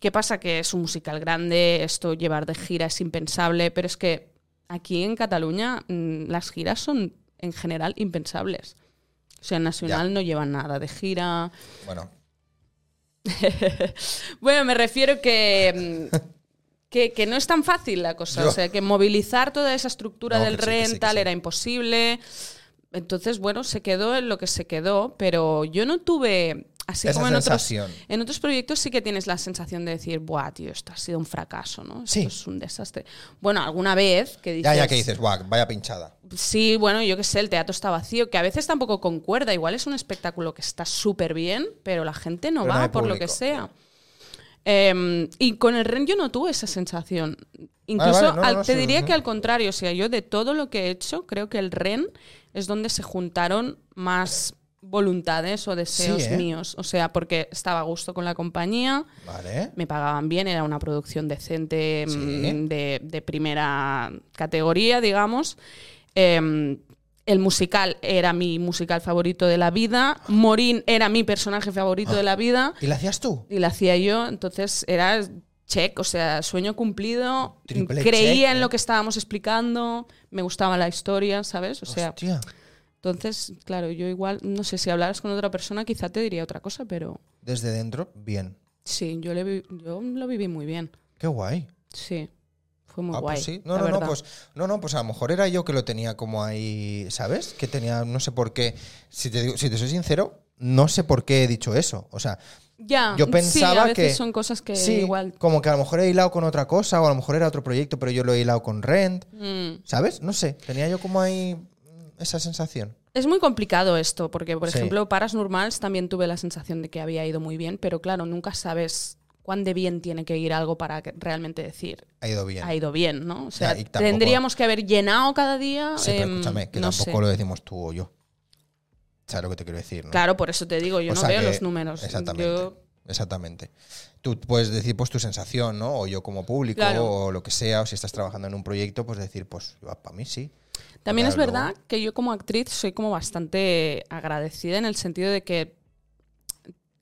Speaker 2: ¿Qué pasa? Que es un musical grande, esto llevar de gira es impensable, pero es que aquí en Cataluña mm, las giras son en general impensables. O sea, en Nacional no llevan nada de gira.
Speaker 1: Bueno,
Speaker 2: Bueno, me refiero que, mm, que, que no es tan fácil la cosa.
Speaker 1: Yo-
Speaker 2: O sea, que movilizar toda esa estructura
Speaker 1: No,
Speaker 2: del
Speaker 1: que sí, que sí, que
Speaker 2: rental
Speaker 1: sí.
Speaker 2: era imposible. Entonces, bueno, se quedó en lo que se quedó, pero yo no tuve. Así
Speaker 1: Esa
Speaker 2: como en otros,
Speaker 1: sensación.
Speaker 2: en otros proyectos sí que tienes la sensación de decir, buah, tío, esto ha sido un fracaso, ¿no? Esto
Speaker 1: Sí.
Speaker 2: es un desastre. Bueno, alguna vez que dices.
Speaker 1: ya, ya que dices, guau, vaya pinchada.
Speaker 2: Sí, bueno, yo qué sé, el teatro está vacío, que a veces tampoco concuerda. Igual es un espectáculo que está súper bien, pero la gente no
Speaker 1: Pero no
Speaker 2: va
Speaker 1: hay
Speaker 2: por lo
Speaker 1: público.
Speaker 2: que sea. Eh, y con el REN yo no tuve esa sensación. Incluso
Speaker 1: vale, no, no,
Speaker 2: al-
Speaker 1: no,
Speaker 2: te
Speaker 1: sí,
Speaker 2: diría
Speaker 1: ujú.
Speaker 2: que al contrario, o sea, yo de todo lo que he hecho, creo que el REN es donde se juntaron más voluntades o deseos
Speaker 1: Sí, ¿eh?
Speaker 2: míos. O sea, porque estaba a gusto con la compañía,
Speaker 1: Vale.
Speaker 2: me pagaban bien, era una producción decente mm,
Speaker 1: Sí.
Speaker 2: de, de primera categoría, digamos. Eh, el musical era mi musical favorito de la vida. Morín era mi personaje favorito
Speaker 1: Ah.
Speaker 2: de la vida.
Speaker 1: ¿Y la hacías tú?
Speaker 2: Y la hacía yo, entonces era check, o sea, sueño cumplido.
Speaker 1: Triple
Speaker 2: creía
Speaker 1: check,
Speaker 2: en
Speaker 1: ¿eh?
Speaker 2: lo que estábamos explicando, me gustaba la historia, ¿sabes? O sea,
Speaker 1: Hostia.
Speaker 2: entonces, claro, yo igual, no sé, si hablaras con otra persona quizá te diría otra cosa, pero
Speaker 1: Desde dentro, bien.
Speaker 2: sí, yo, le vi- yo lo viví muy bien.
Speaker 1: Qué guay.
Speaker 2: Sí, fue muy
Speaker 1: Ah,
Speaker 2: guay.
Speaker 1: pues sí. No,
Speaker 2: la
Speaker 1: no, no,
Speaker 2: verdad.
Speaker 1: pues, no, no, pues a lo mejor era yo que lo tenía como ahí, ¿sabes? Que tenía, no sé por qué. Si te, digo- si te soy sincero, no sé por qué he dicho eso. O sea,
Speaker 2: ya,
Speaker 1: yo
Speaker 2: sí,
Speaker 1: pensaba
Speaker 2: a veces
Speaker 1: que-
Speaker 2: son cosas que
Speaker 1: sí,
Speaker 2: igual.
Speaker 1: como que a lo mejor he hilado con otra cosa o a lo mejor era otro proyecto, pero yo lo he hilado con Rent,
Speaker 2: Mm.
Speaker 1: ¿sabes? No sé, tenía yo como ahí mm, esa sensación.
Speaker 2: Es muy complicado esto, porque, por
Speaker 1: Sí.
Speaker 2: ejemplo, Paras Normals también tuve la sensación de que había ido muy bien, pero claro, nunca sabes cuán de bien tiene que ir algo para que- realmente decir
Speaker 1: Ha ido bien.
Speaker 2: ha ido bien, ¿no? O sea,
Speaker 1: Ya, y tampoco-
Speaker 2: tendríamos que haber llenado cada día.
Speaker 1: sí, pero
Speaker 2: em,
Speaker 1: escúchame, que
Speaker 2: no
Speaker 1: tampoco
Speaker 2: sé.
Speaker 1: lo decimos tú o yo. ¿Sabes lo que te quiero decir? no?
Speaker 2: Claro, por eso te digo, yo
Speaker 1: O
Speaker 2: no
Speaker 1: sea
Speaker 2: veo
Speaker 1: que-
Speaker 2: los números.
Speaker 1: Exactamente.
Speaker 2: Yo-
Speaker 1: Exactamente. Tú puedes decir pues tu sensación, ¿no? O yo como público,
Speaker 2: Claro.
Speaker 1: o lo que sea, o si estás trabajando en un proyecto, pues decir, pues para mí sí.
Speaker 2: También es
Speaker 1: Claro,
Speaker 2: verdad que yo como actriz soy como bastante agradecida en el sentido de que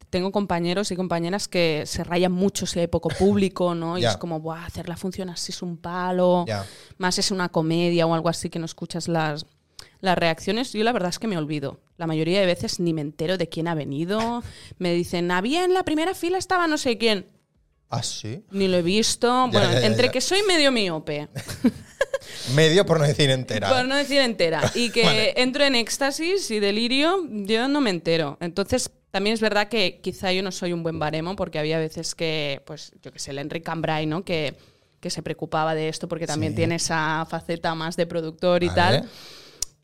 Speaker 2: tengo compañeros y compañeras que se rayan mucho si hay poco público, ¿no? Y
Speaker 1: Ya.
Speaker 2: es como, Buah, hacer la función así es un palo,
Speaker 1: Ya.
Speaker 2: más es una comedia o algo así que no escuchas las, las reacciones. Yo la verdad es que me olvido. La mayoría de veces ni me entero de quién ha venido. Me dicen, había en la primera fila estaba no sé quién.
Speaker 1: Ah, sí.
Speaker 2: Ni lo he visto.
Speaker 1: Ya,
Speaker 2: Bueno,
Speaker 1: ya, ya,
Speaker 2: entre
Speaker 1: ya.
Speaker 2: que soy medio miope
Speaker 1: Medio por no decir entera.
Speaker 2: Por no decir entera. Y que
Speaker 1: Vale.
Speaker 2: entro en éxtasis y delirio, yo no me entero. Entonces, también es verdad que quizá yo no soy un buen baremo, porque había veces que, pues, yo que sé, el Enrique Cambrai, ¿no? Que, que se preocupaba de esto porque también
Speaker 1: Sí.
Speaker 2: tiene esa faceta más de productor y
Speaker 1: Vale.
Speaker 2: tal.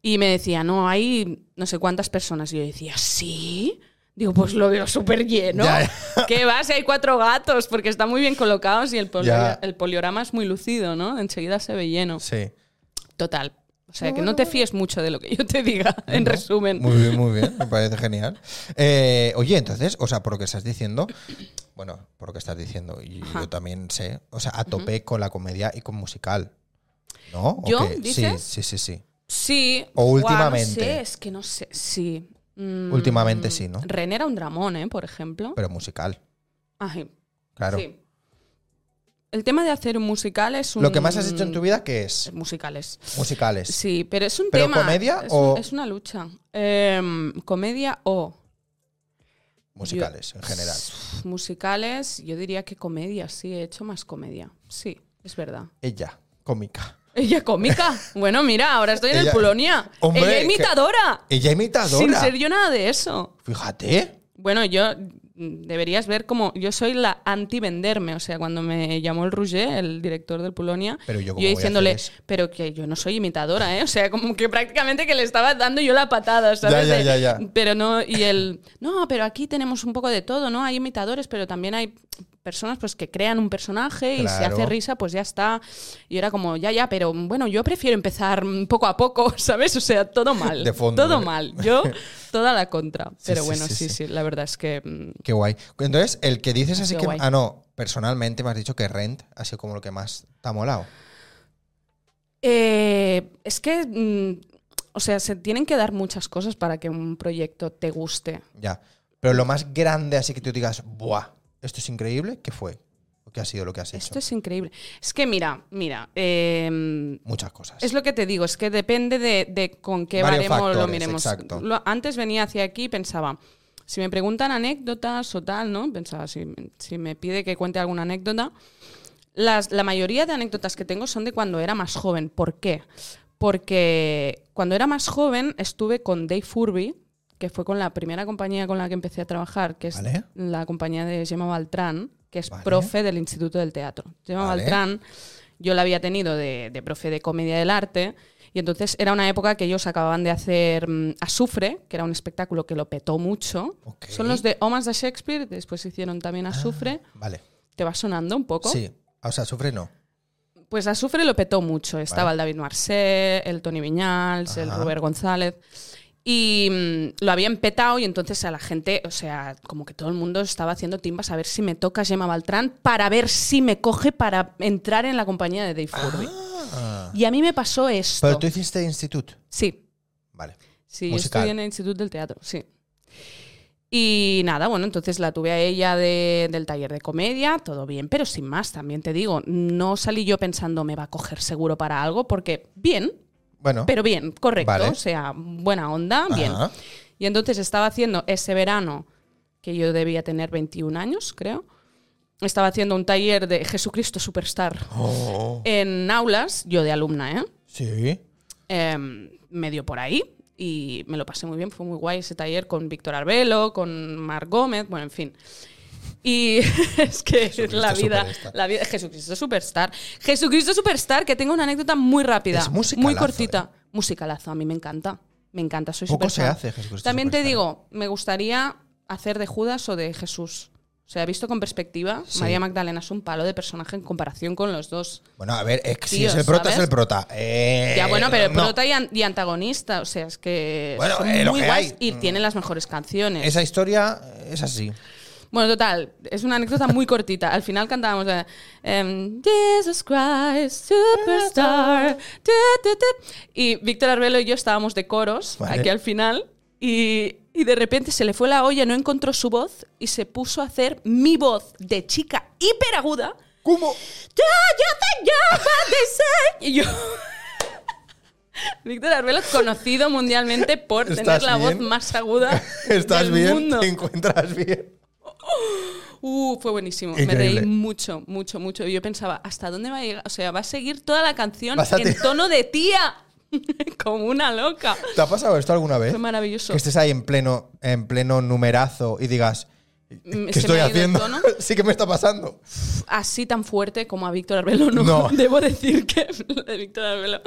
Speaker 2: Y me decía, no, hay no sé cuántas personas. Y yo decía, sí. Digo, pues lo veo súper lleno.
Speaker 1: Ya,
Speaker 2: ¿Qué va? Si hay cuatro gatos, porque están muy bien colocados y el, poli-
Speaker 1: Ya.
Speaker 2: el poliorama es muy lucido, ¿no? Enseguida se ve lleno.
Speaker 1: Sí.
Speaker 2: Total. O sea, que no te fíes mucho de lo que yo te diga, en
Speaker 1: ¿no?
Speaker 2: resumen.
Speaker 1: Muy bien, muy bien, me parece genial. Eh, oye, entonces, o sea, por lo que estás diciendo, bueno, por lo que estás diciendo, y
Speaker 2: Ajá.
Speaker 1: yo también sé, o sea, a tope con la comedia y con musical. ¿No? ¿O
Speaker 2: ¿Yo?
Speaker 1: qué?
Speaker 2: ¿Dices?
Speaker 1: Sí, sí, sí, sí.
Speaker 2: Sí.
Speaker 1: O
Speaker 2: Buah,
Speaker 1: últimamente.
Speaker 2: no sé, es que no sé. Sí. Mm,
Speaker 1: Últimamente sí, ¿no?
Speaker 2: René era un dramón, ¿eh? Por ejemplo.
Speaker 1: Pero musical,
Speaker 2: Ay,
Speaker 1: claro.
Speaker 2: sí. El tema de hacer un musical es un.
Speaker 1: Lo que más has hecho en tu vida, ¿qué es?
Speaker 2: Musicales.
Speaker 1: Musicales.
Speaker 2: Mm. Sí, pero es un
Speaker 1: ¿Pero
Speaker 2: tema.
Speaker 1: comedia
Speaker 2: es
Speaker 1: o-
Speaker 2: un- es una lucha. Em, comedia o.
Speaker 1: Musicales, en general.
Speaker 2: Musicales, yo diría que comedia, sí, he hecho más comedia. Sí, es verdad.
Speaker 1: Ella, cómica.
Speaker 2: Ella cómica. Bueno, mira, ahora estoy en
Speaker 1: Ella-
Speaker 2: el Polonia.
Speaker 1: Hombre,
Speaker 2: Ella
Speaker 1: que-
Speaker 2: imitadora.
Speaker 1: Ella
Speaker 2: Sin
Speaker 1: imitadora.
Speaker 2: ser yo nada de eso.
Speaker 1: Fíjate.
Speaker 2: Bueno, yo mm, deberías ver como yo soy la anti venderme, o sea, cuando me llamó el Rouget, el director del Polonia,
Speaker 1: Pero yo, ¿cómo voy a
Speaker 2: diciéndole,
Speaker 1: hacer eso?
Speaker 2: pero que yo no soy imitadora, ¿eh? O sea, como que prácticamente que le estaba dando yo la patada, ¿sabes?
Speaker 1: Ya, ya,
Speaker 2: De-
Speaker 1: ya, ya.
Speaker 2: Pero no y el, no, pero aquí tenemos un poco de todo, ¿no? Hay imitadores, pero también hay personas pues que crean un personaje y se
Speaker 1: Claro.
Speaker 2: hace risa, pues ya está. Y era como, ya, ya, pero bueno, yo prefiero empezar mm, poco a poco, ¿sabes? O sea, todo mal.
Speaker 1: De fondo,
Speaker 2: Todo
Speaker 1: ¿eh?
Speaker 2: mal. Yo, toda la contra. Pero
Speaker 1: sí,
Speaker 2: bueno,
Speaker 1: sí,
Speaker 2: sí, sí,
Speaker 1: sí.
Speaker 2: la verdad es que. mm,
Speaker 1: Qué guay. Entonces, el que dices así
Speaker 2: sido
Speaker 1: que.
Speaker 2: guay.
Speaker 1: Ah, no, personalmente me has dicho que Rent ha sido como lo que más te ha molado.
Speaker 2: eh, es que. mm, o sea, se tienen que dar muchas cosas para que un proyecto te guste.
Speaker 1: Ya. Pero lo más grande, así que tú digas, ¡buah! Esto es increíble, ¿qué fue? ¿O ¿Qué ha sido lo que has hecho?
Speaker 2: Esto es increíble. Es que mira, mira. eh,
Speaker 1: Muchas cosas.
Speaker 2: es lo que te digo, es que depende de, de con qué
Speaker 1: Varios
Speaker 2: baremo lo
Speaker 1: factores,
Speaker 2: miremos.
Speaker 1: exacto.
Speaker 2: Lo- antes venía hacia aquí y pensaba. Si me preguntan anécdotas o tal, ¿no? Pensaba, si, si me pide que cuente alguna anécdota, Las- la mayoría de anécdotas que tengo son de cuando era más joven. ¿Por qué? Porque cuando era más joven estuve con Dave Furby, que fue con la primera compañía con la que empecé a trabajar, que es
Speaker 1: Vale.
Speaker 2: la compañía de Gemma Baltrán, que es
Speaker 1: Vale.
Speaker 2: profe del Instituto del Teatro. Gemma
Speaker 1: Vale.
Speaker 2: Baltrán, yo la había tenido de, de profe de comedia del arte. Y entonces era una época que ellos acababan de hacer mm, Azufre, que era un espectáculo que lo petó mucho.
Speaker 1: Ok.
Speaker 2: Son los de Omas de Shakespeare, después hicieron también Azufre.
Speaker 1: Vale.
Speaker 2: ¿Te va sonando un poco?
Speaker 1: Sí. O sea, sufre no.
Speaker 2: Pues Azufre lo petó mucho. Estaba el David Marcel, el Tony Viñals, el
Speaker 1: Ajá.
Speaker 2: Robert González. Y mm, lo habían petado y entonces a la gente, o sea, como que todo el mundo estaba haciendo timbas a ver si me toca Gemma Baltrán para ver si me coge para entrar en la compañía de Dave Furby.
Speaker 1: Ah.
Speaker 2: Y a mí me pasó esto.
Speaker 1: Pero tú hiciste instituto.
Speaker 2: Sí.
Speaker 1: Vale.
Speaker 2: Sí,
Speaker 1: Musical.
Speaker 2: yo estudié en el Instituto del Teatro, sí. Y nada, bueno, entonces la tuve a ella de- del taller de comedia, todo bien, pero sin más, también te digo, no salí yo pensando me va a coger seguro para algo, porque bien,
Speaker 1: Bueno.
Speaker 2: pero bien, correcto,
Speaker 1: Vale.
Speaker 2: o sea, buena onda, bien.
Speaker 1: Ajá.
Speaker 2: Y entonces estaba haciendo ese verano, que yo debía tener 21 años, creo, estaba haciendo un taller de Jesucristo Superstar
Speaker 1: Oh,
Speaker 2: en aulas, yo de alumna, ¿eh?
Speaker 1: sí.
Speaker 2: Em, me dio por ahí y me lo pasé muy bien, fue muy guay ese taller con Víctor Arbelo, con Marc Gómez, bueno, en fin. Y es que la vida,
Speaker 1: Superstar.
Speaker 2: la vida, Jesucristo Superstar. Jesucristo Superstar, que tengo una anécdota muy rápida,
Speaker 1: Es
Speaker 2: muy
Speaker 1: musicalazo, eh.
Speaker 2: cortita. Musicalazo, a mí me encanta. Me encanta, soy
Speaker 1: Poco se
Speaker 2: superfan.
Speaker 1: hace, Jesucristo
Speaker 2: También te
Speaker 1: Superstar. eh.
Speaker 2: digo, me gustaría hacer de Judas o de Jesús. O sea, visto con perspectiva,
Speaker 1: Sí.
Speaker 2: María Magdalena es un palo de personaje en comparación con los dos
Speaker 1: Bueno, a ver, es que si
Speaker 2: Tío,
Speaker 1: es el prota,
Speaker 2: ¿sabes?
Speaker 1: es el prota. Eh,
Speaker 2: Ya, bueno, pero el
Speaker 1: no.
Speaker 2: prota y, an- y antagonista, o sea, es que
Speaker 1: Bueno,
Speaker 2: son
Speaker 1: eh, lo
Speaker 2: muy
Speaker 1: que
Speaker 2: guays
Speaker 1: hay.
Speaker 2: y tienen las mejores canciones.
Speaker 1: Esa historia es así.
Speaker 2: Bueno, total, es una anécdota muy cortita. Al final cantábamos eh, em, Jesus Christ, Superstar. tu, tu, tu. Y Víctor Arbelo y yo estábamos de coros
Speaker 1: Vale.
Speaker 2: aquí al final y, y de repente se le fue la olla, no encontró su voz y se puso a hacer mi voz de chica hiperaguda.
Speaker 1: ¿Cómo?
Speaker 2: Ya, ya te llama de ser. Y yo. Víctor Arbelo, conocido mundialmente por tener
Speaker 1: ¿Estás
Speaker 2: la voz
Speaker 1: bien?
Speaker 2: más aguda
Speaker 1: ¿Estás
Speaker 2: del
Speaker 1: bien?
Speaker 2: mundo.
Speaker 1: ¿Te encuentras bien?
Speaker 2: Uh, fue buenísimo. Me
Speaker 1: Increíble.
Speaker 2: reí mucho, mucho, mucho. Y yo pensaba, ¿hasta dónde va a llegar? O sea, va a seguir toda la canción
Speaker 1: Vas a
Speaker 2: en
Speaker 1: tirar-
Speaker 2: tono de tía. Como una loca.
Speaker 1: ¿Te ha pasado esto alguna vez?
Speaker 2: Fue maravilloso.
Speaker 1: Que estés ahí en pleno, en pleno numerazo y digas,
Speaker 2: Mm,
Speaker 1: ¿qué
Speaker 2: se me
Speaker 1: estoy
Speaker 2: ha ido el
Speaker 1: haciendo?
Speaker 2: tono.
Speaker 1: sí que me está pasando.
Speaker 2: así tan fuerte como a Víctor Arbelo, no.
Speaker 1: No.
Speaker 2: Debo decir que lo de Víctor Arbelo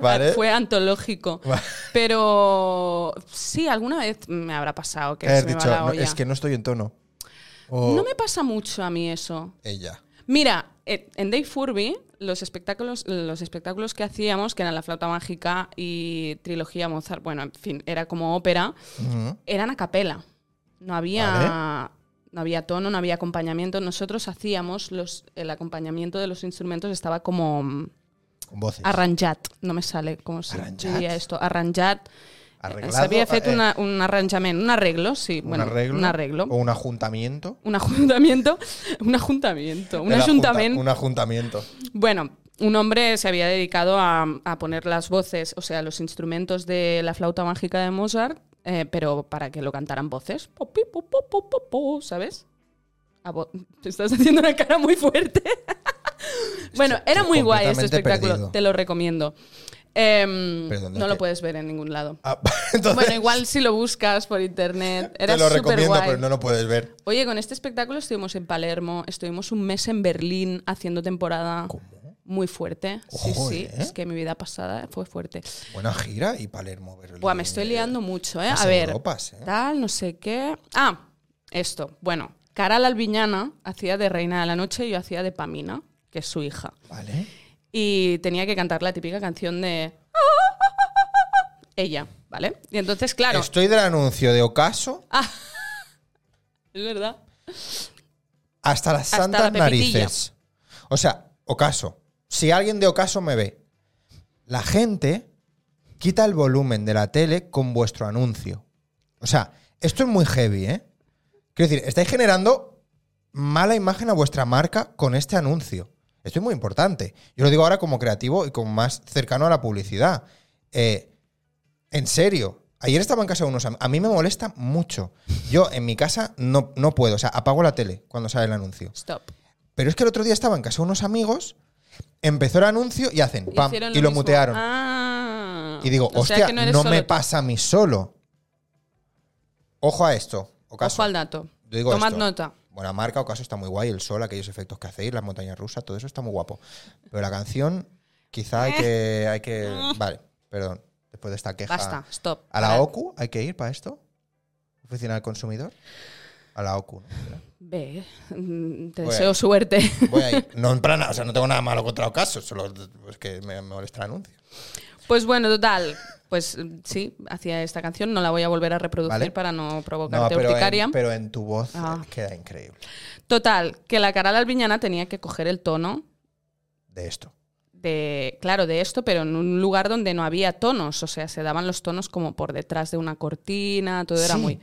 Speaker 1: Vale.
Speaker 2: fue antológico.
Speaker 1: Va-
Speaker 2: Pero sí, alguna vez me habrá pasado que
Speaker 1: Haber
Speaker 2: se me
Speaker 1: dicho,
Speaker 2: va la
Speaker 1: "No,
Speaker 2: olla.
Speaker 1: es que no estoy en tono. O
Speaker 2: No me pasa mucho a mí eso.
Speaker 1: ella.
Speaker 2: Mira, eh, en Dave Furby, los espectáculos, los espectáculos que hacíamos, que eran La Flauta Mágica y Trilogía Mozart, bueno, en fin, era como ópera,
Speaker 1: Ujú.
Speaker 2: eran a capela. No había, no había tono, no había acompañamiento. Nosotros hacíamos los, el acompañamiento de los instrumentos, estaba como mm,
Speaker 1: Con voces.
Speaker 2: arranjat, no me sale cómo se
Speaker 1: Arranjat.
Speaker 2: diría esto, arranjat.
Speaker 1: Arreglado,
Speaker 2: Se había
Speaker 1: eh,
Speaker 2: hecho una- un arranjamiento, un arreglo, sí,
Speaker 1: un
Speaker 2: bueno,
Speaker 1: arreglo.
Speaker 2: un arreglo.
Speaker 1: O un ajuntamiento.
Speaker 2: Un ajuntamiento, un ajuntamiento, un
Speaker 1: Era junta-
Speaker 2: ayuntamiento.
Speaker 1: Un ajuntamiento.
Speaker 2: Bueno, un hombre se había dedicado a, a poner las voces, o sea, los instrumentos de la flauta mágica de Mozart, eh, pero para que lo cantaran voces. Po, pi, po, po, po, po, po, ¿Sabes? A vo- Te estás haciendo una cara muy fuerte. bueno,
Speaker 1: Estoy
Speaker 2: era muy guay este
Speaker 1: completamente
Speaker 2: espectáculo,
Speaker 1: perdido.
Speaker 2: te lo recomiendo. Em,
Speaker 1: Pero ¿dónde
Speaker 2: no
Speaker 1: es
Speaker 2: lo
Speaker 1: que-
Speaker 2: puedes ver en ningún lado.
Speaker 1: Ah, entonces,
Speaker 2: bueno, igual si lo buscas por internet. Era
Speaker 1: te lo
Speaker 2: súper
Speaker 1: recomiendo,
Speaker 2: guay.
Speaker 1: pero no lo puedes ver.
Speaker 2: Oye, con este espectáculo estuvimos en Palermo, estuvimos un mes en Berlín haciendo temporada
Speaker 1: ¿Cómo?
Speaker 2: muy fuerte.
Speaker 1: Ojo,
Speaker 2: sí, sí.
Speaker 1: ¿eh?
Speaker 2: Es que mi vida pasada fue fuerte.
Speaker 1: Buena gira y Palermo. Berlín,
Speaker 2: Buah, me estoy liando mucho, ¿eh?
Speaker 1: Las
Speaker 2: A ver.
Speaker 1: Europas, ¿eh?
Speaker 2: Tal, no sé qué. Ah, esto. Bueno, Caral Albiñana hacía de Reina de la Noche y yo hacía de Pamina, que es su hija.
Speaker 1: Vale.
Speaker 2: Y tenía que cantar la típica canción de. Ella, ¿vale? Y entonces, claro. Ah,
Speaker 1: Estoy del anuncio de Ocaso
Speaker 2: Es verdad.
Speaker 1: hasta las
Speaker 2: Hasta
Speaker 1: santas
Speaker 2: la pepitilla.
Speaker 1: narices. O sea, Ocaso. Si alguien de Ocaso me ve, la gente quita el volumen de la tele con vuestro anuncio. O sea, esto es muy heavy, ¿eh? Quiero decir, estáis generando mala imagen a vuestra marca con este anuncio. Esto es muy importante. Yo lo digo ahora como creativo y como más cercano a la publicidad. Eh, en serio. Ayer estaba en casa de unos am- A mí me molesta mucho. Yo en mi casa no, no puedo. O sea, apago la tele cuando sale el anuncio.
Speaker 2: Stop.
Speaker 1: Pero es que el otro día estaba en casa de unos amigos, empezó el anuncio y hacen pam. Y
Speaker 2: Hicieron
Speaker 1: lo,
Speaker 2: mismo.
Speaker 1: mutearon.
Speaker 2: Ah.
Speaker 1: Y digo,
Speaker 2: O sea
Speaker 1: hostia,
Speaker 2: que
Speaker 1: no,
Speaker 2: eres solo
Speaker 1: me
Speaker 2: tú.
Speaker 1: pasa a mí solo. Ojo a esto. Ocaso.
Speaker 2: Ojo al dato.
Speaker 1: Yo digo
Speaker 2: Tomad
Speaker 1: esto.
Speaker 2: nota.
Speaker 1: Buena marca, Ocaso está muy guay. El sol, aquellos efectos que hacéis, las montañas rusas, todo eso está muy guapo. Pero la canción, quizá hay que. Hay que vale, perdón. Después de esta queja.
Speaker 2: Eh. Ah. Basta, stop.
Speaker 1: ¿A
Speaker 2: Parad.
Speaker 1: la OCU hay que ir para esto? ¿Oficina del consumidor? A la OCU. ¿no?
Speaker 2: Ve, mm, te
Speaker 1: Voy
Speaker 2: deseo
Speaker 1: ahí.
Speaker 2: suerte.
Speaker 1: Voy ahí. No, en plan, o sea, no tengo nada malo contra Ocaso, solo es que me me molesta el anuncio.
Speaker 2: Pues bueno, total. Pues mm, sí, hacía esta canción. No la voy a volver a reproducir
Speaker 1: Vale.
Speaker 2: para no
Speaker 1: No,
Speaker 2: provocarte
Speaker 1: pero
Speaker 2: urticaria.
Speaker 1: en, pero en tu voz
Speaker 2: Ah.
Speaker 1: eh, queda increíble
Speaker 2: Total, que la Caral Albiñana tenía que coger el tono
Speaker 1: de esto.
Speaker 2: de, claro, de esto, pero en un lugar donde no había tonos. O sea, se daban los tonos como por detrás de una cortina, todo era
Speaker 1: Sí.
Speaker 2: muy...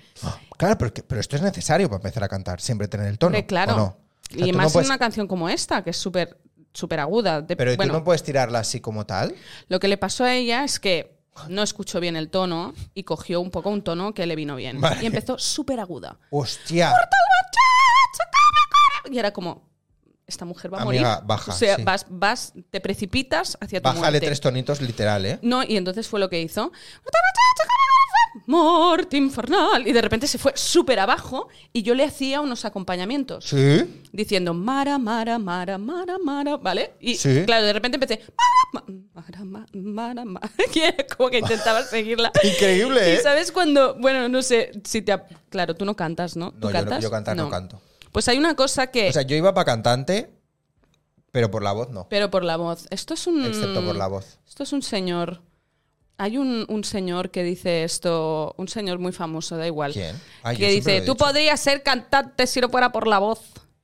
Speaker 1: Claro, pero, que- pero esto es necesario para empezar a cantar, siempre tener el tono.
Speaker 2: Hombre, claro.
Speaker 1: ¿o no? O sea,
Speaker 2: y
Speaker 1: tú
Speaker 2: más
Speaker 1: no puedes-
Speaker 2: en una canción como esta, que es súper súper aguda. De-
Speaker 1: Pero
Speaker 2: bueno,
Speaker 1: tú no puedes tirarla así como tal.
Speaker 2: lo que le pasó a ella es que no escuchó bien el tono y cogió un poco un tono que le vino bien.
Speaker 1: Vale.
Speaker 2: Y empezó súper aguda.
Speaker 1: ¡Hostia!
Speaker 2: Y era como, esta mujer va a
Speaker 1: Amiga,
Speaker 2: morir.
Speaker 1: baja,
Speaker 2: o sea,
Speaker 1: sí.
Speaker 2: vas, vas, te precipitas hacia tu
Speaker 1: Bájale
Speaker 2: muerte.
Speaker 1: tres tonitos literal, ¿eh?
Speaker 2: No, y entonces fue lo que hizo. Morte infernal. Y de repente se fue súper abajo y yo le hacía unos acompañamientos.
Speaker 1: Sí.
Speaker 2: Diciendo Mara, Mara, Mara, Mara, Mara, ¿vale? Y
Speaker 1: Sí.
Speaker 2: claro, de repente empecé Mara, Mara, Mara, Mara, Mara. y era como que intentaba seguirla.
Speaker 1: Increíble,
Speaker 2: Y
Speaker 1: ¿eh?
Speaker 2: sabes cuando, bueno, no sé si te. ap- Claro, tú no cantas, ¿no?
Speaker 1: No,
Speaker 2: ¿Tú
Speaker 1: yo no-
Speaker 2: cantas?
Speaker 1: yo cantar no canto.
Speaker 2: Pues hay una cosa que.
Speaker 1: O sea, yo iba para cantante, pero por la voz no.
Speaker 2: pero por la voz. Esto es un.
Speaker 1: Excepto por la voz.
Speaker 2: Esto es un señor. Hay un, un señor que dice esto, un señor muy famoso, da igual.
Speaker 1: ¿Quién? Ah, yo siempre
Speaker 2: que
Speaker 1: lo
Speaker 2: dice,
Speaker 1: he
Speaker 2: tú
Speaker 1: dicho".
Speaker 2: podrías ser cantante si no fuera por la voz.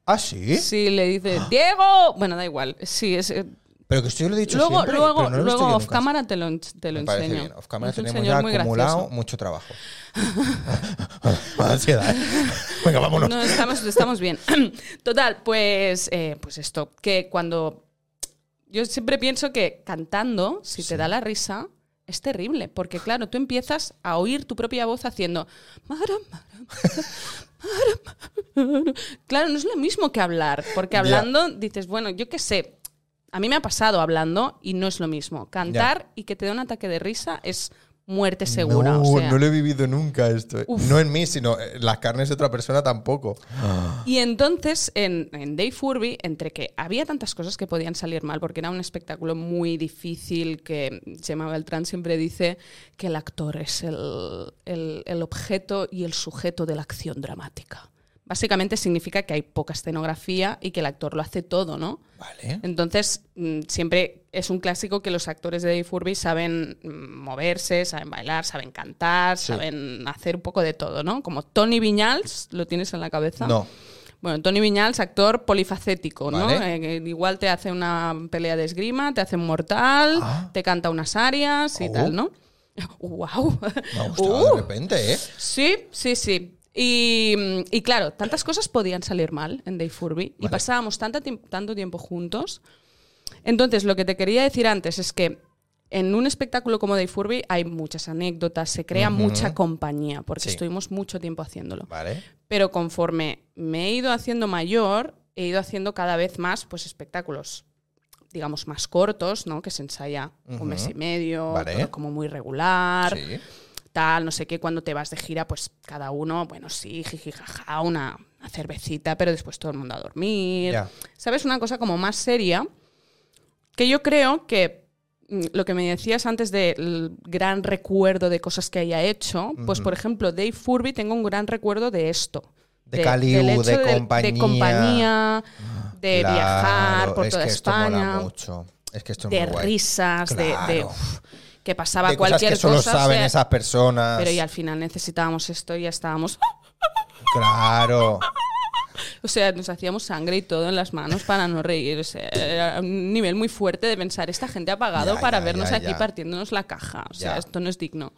Speaker 1: ¿Ah, sí?
Speaker 2: Sí, le dice, Diego. Bueno, da igual. Sí, es, eh,
Speaker 1: Pero que esto yo lo he dicho
Speaker 2: luego,
Speaker 1: siempre,
Speaker 2: luego,
Speaker 1: pero no lo he visto
Speaker 2: luego
Speaker 1: yo
Speaker 2: off
Speaker 1: nunca.
Speaker 2: cámara te lo, en- te lo
Speaker 1: Me parece
Speaker 2: enseño.
Speaker 1: bien. Off camera
Speaker 2: Es un
Speaker 1: tenemos ya
Speaker 2: señor muy
Speaker 1: acumulado
Speaker 2: gracioso.
Speaker 1: mucho trabajo. Ansiedad. ¿eh? Venga, vámonos.
Speaker 2: No, estamos, estamos bien. Total, pues, eh, pues esto, que cuando... Yo siempre pienso que cantando, si te da la risa, es terrible, porque claro, tú empiezas a oír tu propia voz haciendo... "Mara, mara, mara, mara, mara". Claro, no es lo mismo que hablar, porque
Speaker 1: Ya.
Speaker 2: hablando dices, bueno, yo qué sé. A mí me ha pasado hablando y no es lo mismo. Cantar y que te dé un ataque de risa es muerte segura.
Speaker 1: Uh, no,
Speaker 2: o sea.
Speaker 1: no lo he vivido nunca esto. ¿eh? No en mí, sino en las carnes de otra persona tampoco.
Speaker 2: Y entonces en, en Dave Furby, entre que había tantas cosas que podían salir mal, porque era un espectáculo muy difícil, que Gemma Beltrán siempre dice que el actor es el, el- el objeto y el sujeto de la acción dramática. Básicamente significa que hay poca escenografía y que el actor lo hace todo, ¿no?
Speaker 1: Vale.
Speaker 2: Entonces, mm, siempre es un clásico que los actores de Dave Furby saben mm, moverse, saben bailar, saben cantar, saben hacer un poco de todo, ¿no? Como Tony Viñals, ¿lo tienes en la cabeza?
Speaker 1: No.
Speaker 2: Bueno, Tony Viñals, actor polifacético, ¿no?
Speaker 1: Vale.
Speaker 2: Eh, que igual te hace una pelea de esgrima, te hace un mortal,
Speaker 1: Ah.
Speaker 2: te canta unas arias y
Speaker 1: Oh.
Speaker 2: tal, ¿no? ¡Wow!
Speaker 1: Me ha gustado
Speaker 2: Uh.
Speaker 1: de repente, ¿eh?
Speaker 2: Sí, sí, sí. Y, mm, y claro, tantas cosas podían salir mal en Dave Furby y
Speaker 1: Vale.
Speaker 2: pasábamos tanto, tiemp- tanto tiempo juntos. Entonces, lo que te quería decir antes es que en un espectáculo como Dave Furby hay muchas anécdotas, se crea mucha compañía, porque
Speaker 1: Sí.
Speaker 2: estuvimos mucho tiempo haciéndolo
Speaker 1: Vale.
Speaker 2: pero conforme me he ido haciendo mayor, he ido haciendo cada vez más pues espectáculos digamos más cortos, ¿no? Que se ensaya
Speaker 1: Ujú.
Speaker 2: un mes y medio,
Speaker 1: Vale.
Speaker 2: todo como muy regular,
Speaker 1: Sí.
Speaker 2: tal, no sé qué, cuando te vas de gira, pues cada uno, bueno, sí, jiji, jaja, una, una cervecita, pero después todo el mundo a dormir.
Speaker 1: Ya.
Speaker 2: ¿Sabes? Una cosa como más seria, que yo creo que mm, lo que me decías antes del gran recuerdo de cosas que haya hecho, pues por ejemplo, Dave Furby, tengo un gran recuerdo de esto.
Speaker 1: De Caliú,
Speaker 2: del hecho
Speaker 1: de
Speaker 2: de
Speaker 1: compañía.
Speaker 2: compañía, de
Speaker 1: Claro,
Speaker 2: viajar por
Speaker 1: es
Speaker 2: toda
Speaker 1: que Esto
Speaker 2: España,
Speaker 1: mola mucho. Es que esto es
Speaker 2: de
Speaker 1: muy guay.
Speaker 2: risas, de- de,
Speaker 1: Claro.
Speaker 2: uf, que pasaba
Speaker 1: De cosas
Speaker 2: cualquier
Speaker 1: que solo
Speaker 2: cosa. o
Speaker 1: saben
Speaker 2: sea,
Speaker 1: esas personas.
Speaker 2: pero y al final necesitábamos esto y ya estábamos. ¡ah!
Speaker 1: Claro.
Speaker 2: O sea, nos hacíamos sangre y todo en las manos para no reír. O sea, era un nivel muy fuerte de pensar, esta gente ha pagado
Speaker 1: Ya,
Speaker 2: para
Speaker 1: ya,
Speaker 2: vernos
Speaker 1: ya,
Speaker 2: aquí
Speaker 1: ya.
Speaker 2: partiéndonos la caja. O sea,
Speaker 1: Ya.
Speaker 2: esto no es digno.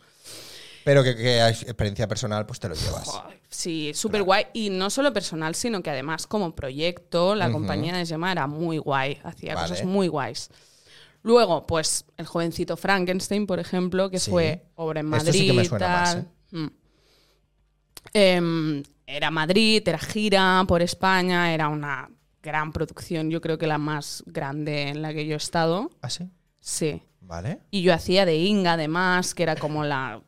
Speaker 1: Pero que, que hay experiencia personal, pues te lo llevas.
Speaker 2: Ay, Sí, súper guay. Y no solo personal, sino que además como proyecto, la compañía de Gemma era muy guay. Hacía
Speaker 1: Vale.
Speaker 2: cosas muy guays. Luego, pues, el jovencito Frankenstein, por ejemplo, que
Speaker 1: Sí.
Speaker 2: fue obra en Madrid.
Speaker 1: Esto sí que me suena más, ¿eh?
Speaker 2: tal. Mm. Em, era Madrid, era gira por España, era una gran producción, yo creo que la más grande en la que yo he estado.
Speaker 1: ¿Ah, sí?
Speaker 2: Sí.
Speaker 1: Vale.
Speaker 2: Y yo hacía de Inga, además, que era como la,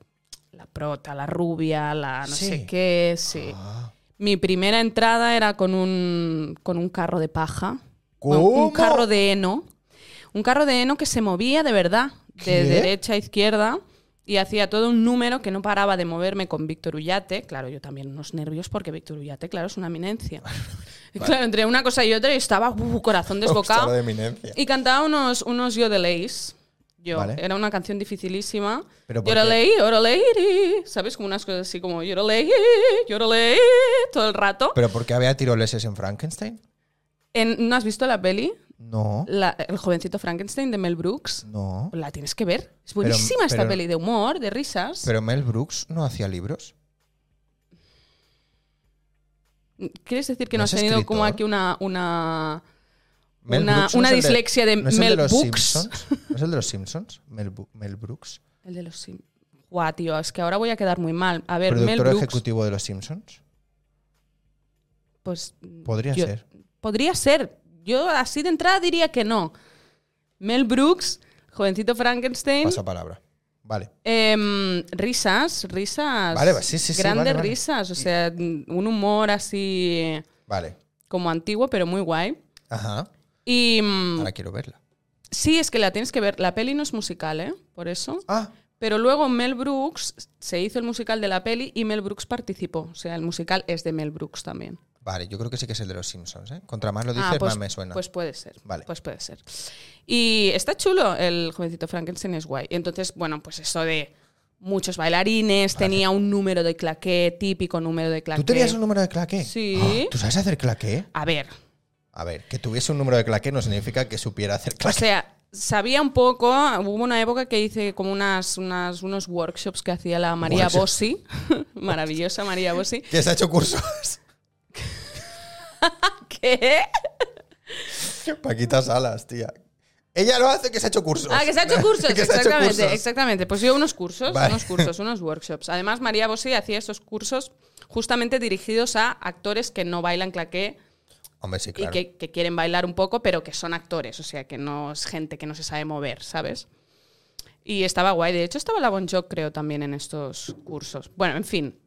Speaker 2: la prota, la rubia, la no
Speaker 1: Sí.
Speaker 2: sé qué, sí.
Speaker 1: Ah.
Speaker 2: Mi primera entrada era con un, con un carro de paja. Bueno, Un
Speaker 1: ¿Cómo?
Speaker 2: carro de heno. Un carro de heno que se movía de verdad, de
Speaker 1: ¿Qué?
Speaker 2: derecha a izquierda, y hacía todo un número que no paraba de moverme con Víctor Ullate. Claro, yo también unos nervios porque Víctor Ullate, claro, es una eminencia. Y Claro, entre una cosa y otra yo estaba uh, corazón
Speaker 1: Ostras,
Speaker 2: desbocado.
Speaker 1: de eminencia.
Speaker 2: Y cantaba unos, unos yodelays Yo,
Speaker 1: Vale.
Speaker 2: era una canción dificilísima.
Speaker 1: Pero ¿por
Speaker 2: Yo la
Speaker 1: qué?
Speaker 2: leí, yo la leí, ¿sabes? Como unas cosas así como yo la leí, yo la leí, todo el rato.
Speaker 1: ¿Pero por qué había tiroleses en Frankenstein?
Speaker 2: En- ¿No has visto la peli?
Speaker 1: No,
Speaker 2: La- el jovencito Frankenstein de Mel Brooks.
Speaker 1: no.
Speaker 2: La tienes que ver. Es
Speaker 1: Pero-
Speaker 2: buenísima esta
Speaker 1: pero-
Speaker 2: peli de humor, de risas.
Speaker 1: Pero Mel Brooks no hacía libros.
Speaker 2: ¿Quieres decir que
Speaker 1: ¿No
Speaker 2: no, has
Speaker 1: es
Speaker 2: tenido como
Speaker 1: escritor?
Speaker 2: aquí una, una,
Speaker 1: Mel
Speaker 2: una,
Speaker 1: Brooks no
Speaker 2: una
Speaker 1: es el
Speaker 2: dislexia de,
Speaker 1: ¿no es el
Speaker 2: Mel
Speaker 1: de los
Speaker 2: Brooks?
Speaker 1: Simpsons? ¿No es el de los Simpsons? Mel, Bu- Mel Brooks.
Speaker 2: El de los Simpsons. Guau, tío, es que ahora voy a quedar muy mal. A ver, Mel
Speaker 1: Productor
Speaker 2: Brooks.
Speaker 1: ejecutivo de los Simpsons.
Speaker 2: Pues,
Speaker 1: Podría
Speaker 2: yo-
Speaker 1: ser.
Speaker 2: Podría ser. Yo así de entrada diría que no. Mel Brooks, jovencito Frankenstein.
Speaker 1: Paso palabra. Vale.
Speaker 2: em, risas, risas.
Speaker 1: Vale, va- sí, sí, sí,
Speaker 2: Grandes
Speaker 1: vale, vale.
Speaker 2: risas. O sea, un humor así
Speaker 1: Vale.
Speaker 2: como antiguo, pero muy guay.
Speaker 1: Ajá.
Speaker 2: Y mm,
Speaker 1: Ahora quiero verla.
Speaker 2: sí, es que la tienes que ver. La peli no es musical, ¿eh? Por eso.
Speaker 1: Ah,
Speaker 2: Pero luego Mel Brooks se hizo el musical de la peli y Mel Brooks participó. O sea, el musical es de Mel Brooks también.
Speaker 1: vale. Yo creo que sí que es el de los Simpsons, ¿eh? Contra más lo dices,
Speaker 2: Ah, pues,
Speaker 1: más me suena.
Speaker 2: pues puede ser.
Speaker 1: Vale.
Speaker 2: Pues puede ser. Y está chulo, el jovencito Frankenstein es guay. Entonces, bueno, pues eso de muchos bailarines, tenía un número de claqué, típico número de claqué.
Speaker 1: ¿Tú tenías un número de claqué?
Speaker 2: Sí.
Speaker 1: Ah, ¿Tú sabes hacer claqué?
Speaker 2: A ver,
Speaker 1: A ver, que tuviese un número de claqué no significa que supiera hacer
Speaker 2: o
Speaker 1: claqué.
Speaker 2: sea, sabía un poco, hubo una época que hice como unas, unas, unos workshops que hacía la María
Speaker 1: Workshop.
Speaker 2: Bossi, maravillosa María Bossi.
Speaker 1: que se ha hecho cursos.
Speaker 2: ¿Qué?
Speaker 1: Paquita Salas, tía. Ella lo hace que se ha hecho cursos.
Speaker 2: Ah, que se ha hecho cursos,
Speaker 1: Que se ha hecho
Speaker 2: exactamente,
Speaker 1: cursos.
Speaker 2: exactamente. Pues yo unos cursos,
Speaker 1: Vale.
Speaker 2: unos cursos, unos workshops. Además, María Bossi hacía estos cursos justamente dirigidos a actores que no bailan claqué
Speaker 1: Hombre, sí, claro.
Speaker 2: y que, que quieren bailar un poco, pero que son actores, o sea, que no es gente que no se sabe mover, ¿sabes? Y estaba guay. De hecho, estaba la Bon Jovi, creo, también en estos cursos. Bueno, en fin.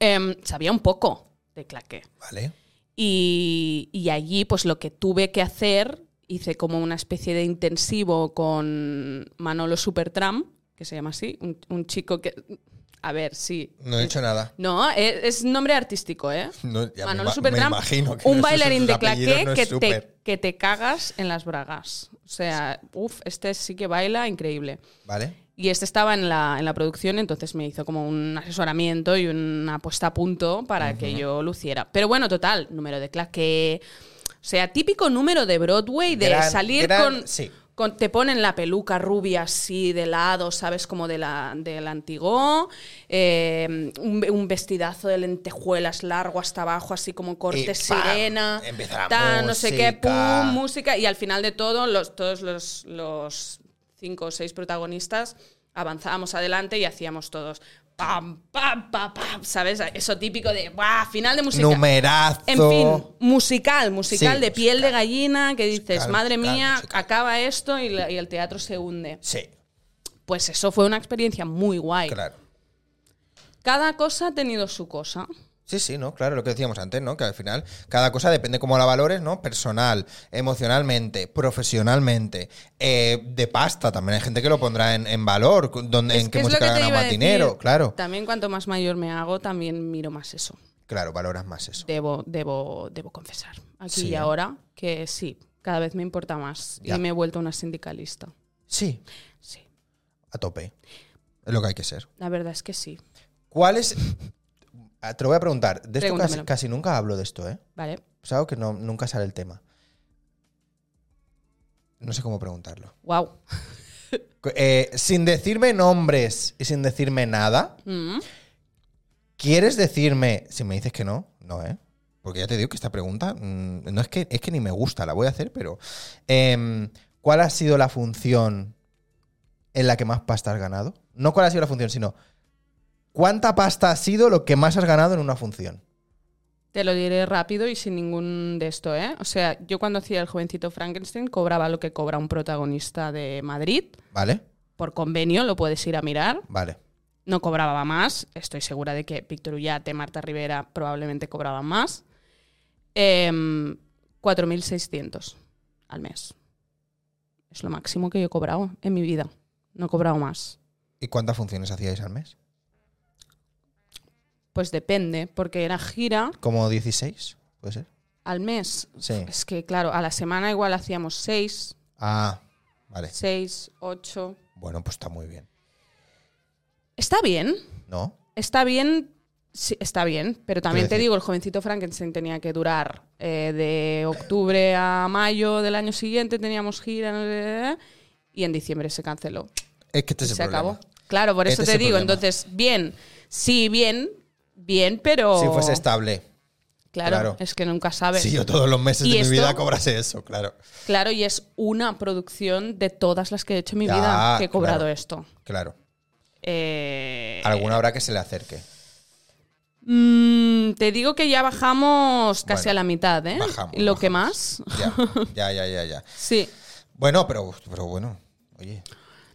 Speaker 2: Em, sabía un poco de claqué.
Speaker 1: Vale.
Speaker 2: Y, y allí, pues lo que tuve que hacer, hice como una especie de intensivo con Manolo Supertram, que se llama así, un, un chico que. A ver, sí.
Speaker 1: No he hecho nada.
Speaker 2: No, es, es nombre artístico, ¿eh?
Speaker 1: No, ya me
Speaker 2: Manolo
Speaker 1: ima- me
Speaker 2: Supertram,
Speaker 1: imagino que
Speaker 2: un
Speaker 1: no sé si
Speaker 2: bailarín
Speaker 1: sus
Speaker 2: de
Speaker 1: apellidos
Speaker 2: claqué
Speaker 1: no es
Speaker 2: que, te,
Speaker 1: súper.
Speaker 2: que te cagas en las bragas. O sea, uff, este sí que baila increíble.
Speaker 1: Vale.
Speaker 2: Y este estaba en la, en la producción, entonces me hizo como un asesoramiento y una puesta a punto para que yo luciera. Pero bueno, total, número de claqué. O sea, típico número de Broadway de
Speaker 1: Gran-
Speaker 2: salir
Speaker 1: gran-
Speaker 2: con,
Speaker 1: sí.
Speaker 2: con- Te ponen la peluca rubia así de lado, ¿sabes? Como de la, del antiguo. eh, un, un vestidazo de lentejuelas largo hasta abajo, así como
Speaker 1: Y
Speaker 2: corte
Speaker 1: ¡pam!
Speaker 2: sirena.
Speaker 1: Empieza la
Speaker 2: tal, no sé qué,
Speaker 1: música.
Speaker 2: pum, música. Y al final de todo, los, todos los, los cinco o seis protagonistas avanzábamos adelante y hacíamos todos. ¡Pam, pam, pam, pam! ¿Sabes? Eso típico de. ¡Buah! Final de música.
Speaker 1: Numerazo.
Speaker 2: En fin, musical, musical
Speaker 1: Sí,
Speaker 2: de piel
Speaker 1: musical.
Speaker 2: de gallina, que dices,
Speaker 1: Musical,
Speaker 2: madre
Speaker 1: musical,
Speaker 2: mía,
Speaker 1: musical".
Speaker 2: acaba esto y, la- y el teatro se hunde.
Speaker 1: Sí,
Speaker 2: Pues eso fue una experiencia muy guay.
Speaker 1: claro.
Speaker 2: Cada cosa ha tenido su cosa.
Speaker 1: Sí, sí, ¿no? Claro, lo que decíamos antes, ¿no? Que al final cada cosa depende cómo la valores, ¿no? Personal, emocionalmente, profesionalmente, eh, de pasta. También hay gente que lo pondrá en, en valor, cu- donde, en qué
Speaker 2: es lo
Speaker 1: música
Speaker 2: que te
Speaker 1: gana
Speaker 2: iba a
Speaker 1: más
Speaker 2: decir.
Speaker 1: dinero. Claro,
Speaker 2: También cuanto más mayor me hago, también miro más eso.
Speaker 1: claro, valoras más eso.
Speaker 2: Debo, debo, debo confesar, aquí
Speaker 1: Sí,
Speaker 2: y
Speaker 1: ¿eh?
Speaker 2: ahora, que sí, cada vez me importa más
Speaker 1: Ya.
Speaker 2: y me he vuelto una sindicalista.
Speaker 1: Sí,
Speaker 2: Sí,
Speaker 1: a tope. Es lo que hay que ser.
Speaker 2: la verdad es que sí.
Speaker 1: ¿Cuál es...? Ah, Te lo voy a preguntar. De esto casi,
Speaker 2: Pregúntamelo.
Speaker 1: casi nunca hablo de esto, ¿eh?
Speaker 2: Vale.
Speaker 1: Es algo que no, nunca sale el tema. No sé cómo preguntarlo.
Speaker 2: Wow.
Speaker 1: Eh, sin decirme nombres y sin decirme nada,
Speaker 2: Mm.
Speaker 1: ¿Quieres decirme, si me dices que no, no, ¿eh? Porque ya te digo que esta pregunta, mm, no es que, es que ni me gusta, la voy a hacer, pero... em, ¿Cuál ha sido la función en la que más pasta has ganado? No cuál ha sido la función, sino cuánta pasta ha sido lo que más has ganado en una función.
Speaker 2: Te lo diré rápido y sin ningún de esto, ¿eh? O sea, yo cuando hacía el jovencito Frankenstein cobraba lo que cobra un protagonista de Madrid.
Speaker 1: ¿Vale?
Speaker 2: Por convenio lo puedes ir a mirar.
Speaker 1: Vale.
Speaker 2: No cobraba más. Estoy segura de que Víctor Ullate, Marta Rivera probablemente cobraban más. Em, 4.600 al mes. Es lo máximo que yo he cobrado en mi vida. No he cobrado más.
Speaker 1: ¿Y cuántas funciones hacíais al mes?
Speaker 2: Pues depende, porque era gira
Speaker 1: ¿Como 16? ¿Puede ser?
Speaker 2: al mes.
Speaker 1: Sí.
Speaker 2: Es que, claro, a la semana igual hacíamos seis.
Speaker 1: Ah, Vale.
Speaker 2: seis, ocho.
Speaker 1: Bueno, pues está muy bien.
Speaker 2: Está bien,
Speaker 1: ¿No?
Speaker 2: está bien, sí, está bien, pero también te
Speaker 1: decir-
Speaker 2: digo, el jovencito Frankenstein tenía que durar eh, de octubre a mayo del año siguiente, teníamos gira no sé, eh, y en diciembre se canceló.
Speaker 1: Es que este es
Speaker 2: se
Speaker 1: el problema.
Speaker 2: acabó. Claro, por
Speaker 1: Este
Speaker 2: eso
Speaker 1: es
Speaker 2: te
Speaker 1: el
Speaker 2: digo,
Speaker 1: problema.
Speaker 2: entonces, bien, sí, bien, bien, pero...
Speaker 1: Si fuese estable.
Speaker 2: Claro,
Speaker 1: claro.
Speaker 2: es que nunca sabes.
Speaker 1: Si yo todos los meses
Speaker 2: ¿Y
Speaker 1: de
Speaker 2: esto?
Speaker 1: mi vida cobrase eso, claro.
Speaker 2: Claro, y es una producción de todas las que he hecho en mi
Speaker 1: Ya,
Speaker 2: vida que he cobrado
Speaker 1: claro.
Speaker 2: esto.
Speaker 1: Claro.
Speaker 2: Eh,
Speaker 1: Alguna habrá que se le acerque.
Speaker 2: mm, te digo que ya bajamos casi
Speaker 1: Bueno,
Speaker 2: a la mitad, ¿eh?
Speaker 1: bajamos,
Speaker 2: Lo que
Speaker 1: bajamos.
Speaker 2: más.
Speaker 1: Ya, ya, ya, ya, ya.
Speaker 2: Sí.
Speaker 1: Bueno, pero, pero bueno, oye.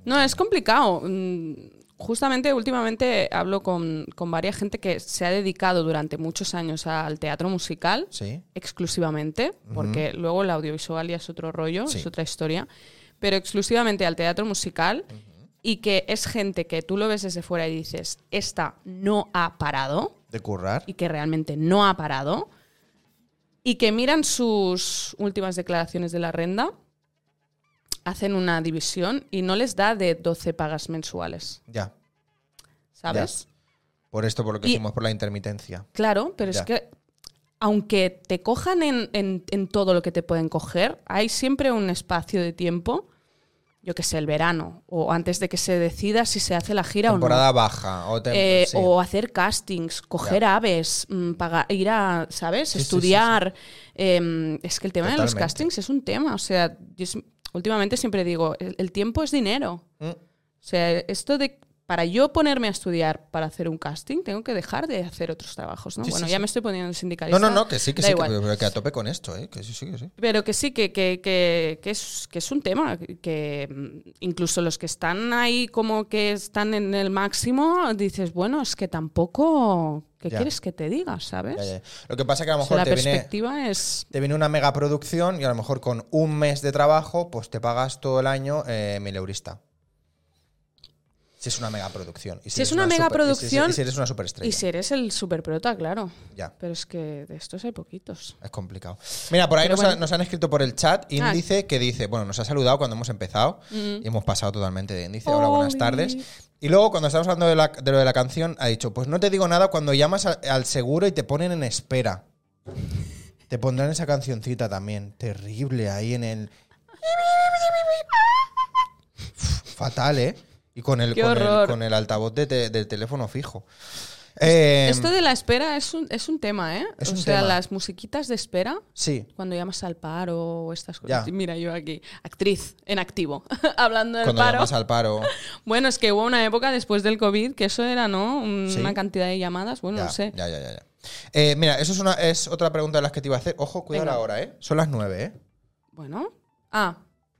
Speaker 2: No, es complicado. Mm, Justamente últimamente hablo con, con varias gente que se ha dedicado durante muchos años al teatro musical.
Speaker 1: Sí.
Speaker 2: exclusivamente, porque luego el audiovisual ya es otro rollo,
Speaker 1: Sí.
Speaker 2: es otra historia, pero exclusivamente al teatro musical y que es gente que tú lo ves desde fuera y dices, esta no ha parado
Speaker 1: De currar.
Speaker 2: y que realmente no ha parado y que miran sus últimas declaraciones de la renda, hacen una división y no les da de 12 pagas mensuales,
Speaker 1: Ya.
Speaker 2: ¿sabes?
Speaker 1: Por esto, por lo que
Speaker 2: Y-
Speaker 1: hicimos por la intermitencia.
Speaker 2: Claro, pero
Speaker 1: Ya.
Speaker 2: es que aunque te cojan en, en- en todo lo que te pueden coger, hay siempre un espacio de tiempo, yo que sé, el verano, o antes de que se decida si se hace la gira
Speaker 1: Temporada
Speaker 2: o no.
Speaker 1: baja. O, tem-
Speaker 2: Eh,
Speaker 1: sí.
Speaker 2: O hacer castings, coger aves, mm, pagar- ir a, ¿sabes?
Speaker 1: Sí, sí, sí, sí.
Speaker 2: Estudiar. Em, es que el tema de los
Speaker 1: Totalmente.
Speaker 2: castings es un tema. O sea, yo si- últimamente siempre digo, el- el tiempo es dinero.
Speaker 1: Mm,
Speaker 2: O sea, esto de para yo ponerme a estudiar para hacer un casting, tengo que dejar de hacer otros trabajos, ¿no?
Speaker 1: Sí,
Speaker 2: bueno,
Speaker 1: sí,
Speaker 2: ya
Speaker 1: sí.
Speaker 2: me estoy poniendo sindicalista.
Speaker 1: No, no, no, que sí, que
Speaker 2: da
Speaker 1: sí,
Speaker 2: igual.
Speaker 1: que, pero que a tope con esto, ¿eh? Que sí, sí, que sí.
Speaker 2: Pero que sí, que, que, que, que es, que es un tema que mm, incluso los que están ahí como que están en el máximo, dices, bueno, es que tampoco, ¿qué
Speaker 1: Ya.
Speaker 2: quieres que te diga, sabes?
Speaker 1: Ya, ya. Lo que pasa es que a lo
Speaker 2: O sea,
Speaker 1: mejor te
Speaker 2: la
Speaker 1: viene,
Speaker 2: perspectiva es...
Speaker 1: te viene una megaproducción y a lo mejor con un mes de trabajo, pues te pagas todo el año eh, mil eurista. Si es una megaproducción. Y
Speaker 2: Si es
Speaker 1: eres
Speaker 2: una
Speaker 1: super-
Speaker 2: megaproducción-
Speaker 1: y si, si eres una superestrella.
Speaker 2: Y si eres el superprota, claro.
Speaker 1: Ya.
Speaker 2: Pero es que de estos hay poquitos.
Speaker 1: Es complicado. Mira, por ahí
Speaker 2: Pero
Speaker 1: nos, ha-
Speaker 2: bueno.
Speaker 1: nos han escrito por el chat
Speaker 2: Ah. Mm.
Speaker 1: índice que dice, bueno, nos ha saludado cuando hemos empezado y hemos pasado totalmente de índice. Hola, buenas
Speaker 2: Oli.
Speaker 1: tardes. Y luego cuando estábamos hablando de, la- de lo de la canción, ha dicho, pues no te digo nada cuando llamas a- al seguro y te ponen en espera. Te pondrán esa cancioncita también, terrible, ahí en el... Fatal, ¿eh? Y con el,
Speaker 2: Qué
Speaker 1: con el,
Speaker 2: horror.
Speaker 1: con el altavoz de te- del teléfono fijo. Eh,
Speaker 2: Esto de la espera es un, es un tema, ¿eh?
Speaker 1: Es
Speaker 2: o
Speaker 1: un
Speaker 2: sea,
Speaker 1: tema.
Speaker 2: las musiquitas de espera,
Speaker 1: Sí,
Speaker 2: cuando llamas al paro o estas cosas.
Speaker 1: Ya.
Speaker 2: Mira, yo aquí, actriz en activo, hablando del
Speaker 1: cuando
Speaker 2: paro.
Speaker 1: llamas al paro.
Speaker 2: Bueno, es que hubo una época después del COVID que eso era, ¿no? Un-
Speaker 1: Sí.
Speaker 2: Una cantidad de llamadas, bueno,
Speaker 1: ya,
Speaker 2: no sé.
Speaker 1: Ya, ya, ya. ya. Eh, mira, eso es, una, es otra pregunta de las que te iba a hacer. Ojo, cuidado
Speaker 2: Venga.
Speaker 1: ahora, ¿eh? Son las nueve, ¿eh?
Speaker 2: Bueno. Ah,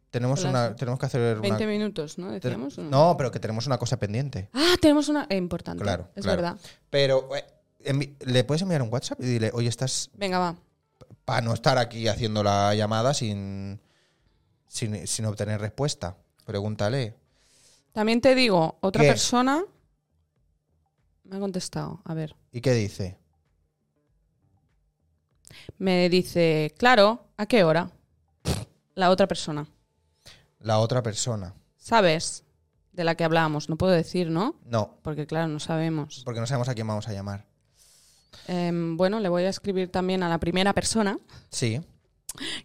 Speaker 1: Tenemos,
Speaker 2: Son
Speaker 1: una,
Speaker 2: las
Speaker 1: tenemos que hacer
Speaker 2: 20
Speaker 1: una...
Speaker 2: minutos, ¿no?
Speaker 1: te-
Speaker 2: Decíamos. ¿o no?
Speaker 1: No, pero que tenemos una cosa pendiente.
Speaker 2: Ah, tenemos una... eh, importante.
Speaker 1: Claro,
Speaker 2: Es
Speaker 1: claro.
Speaker 2: verdad.
Speaker 1: Pero eh, envi- le puedes enviar un WhatsApp y dile, oye, estás
Speaker 2: Venga, va.
Speaker 1: para no estar aquí haciendo la llamada sin, sin, sin obtener respuesta. Pregúntale.
Speaker 2: También te digo, otra
Speaker 1: ¿Qué?
Speaker 2: persona me ha contestado. A ver.
Speaker 1: ¿Y qué dice?
Speaker 2: Me dice, claro, ¿a qué hora? La otra persona.
Speaker 1: La otra persona.
Speaker 2: ¿Sabes? De la que hablábamos, no puedo decir, ¿no?
Speaker 1: No,
Speaker 2: Porque claro, no sabemos.
Speaker 1: porque no sabemos a quién vamos a llamar.
Speaker 2: Em, bueno, le voy a escribir también a la primera persona.
Speaker 1: Sí.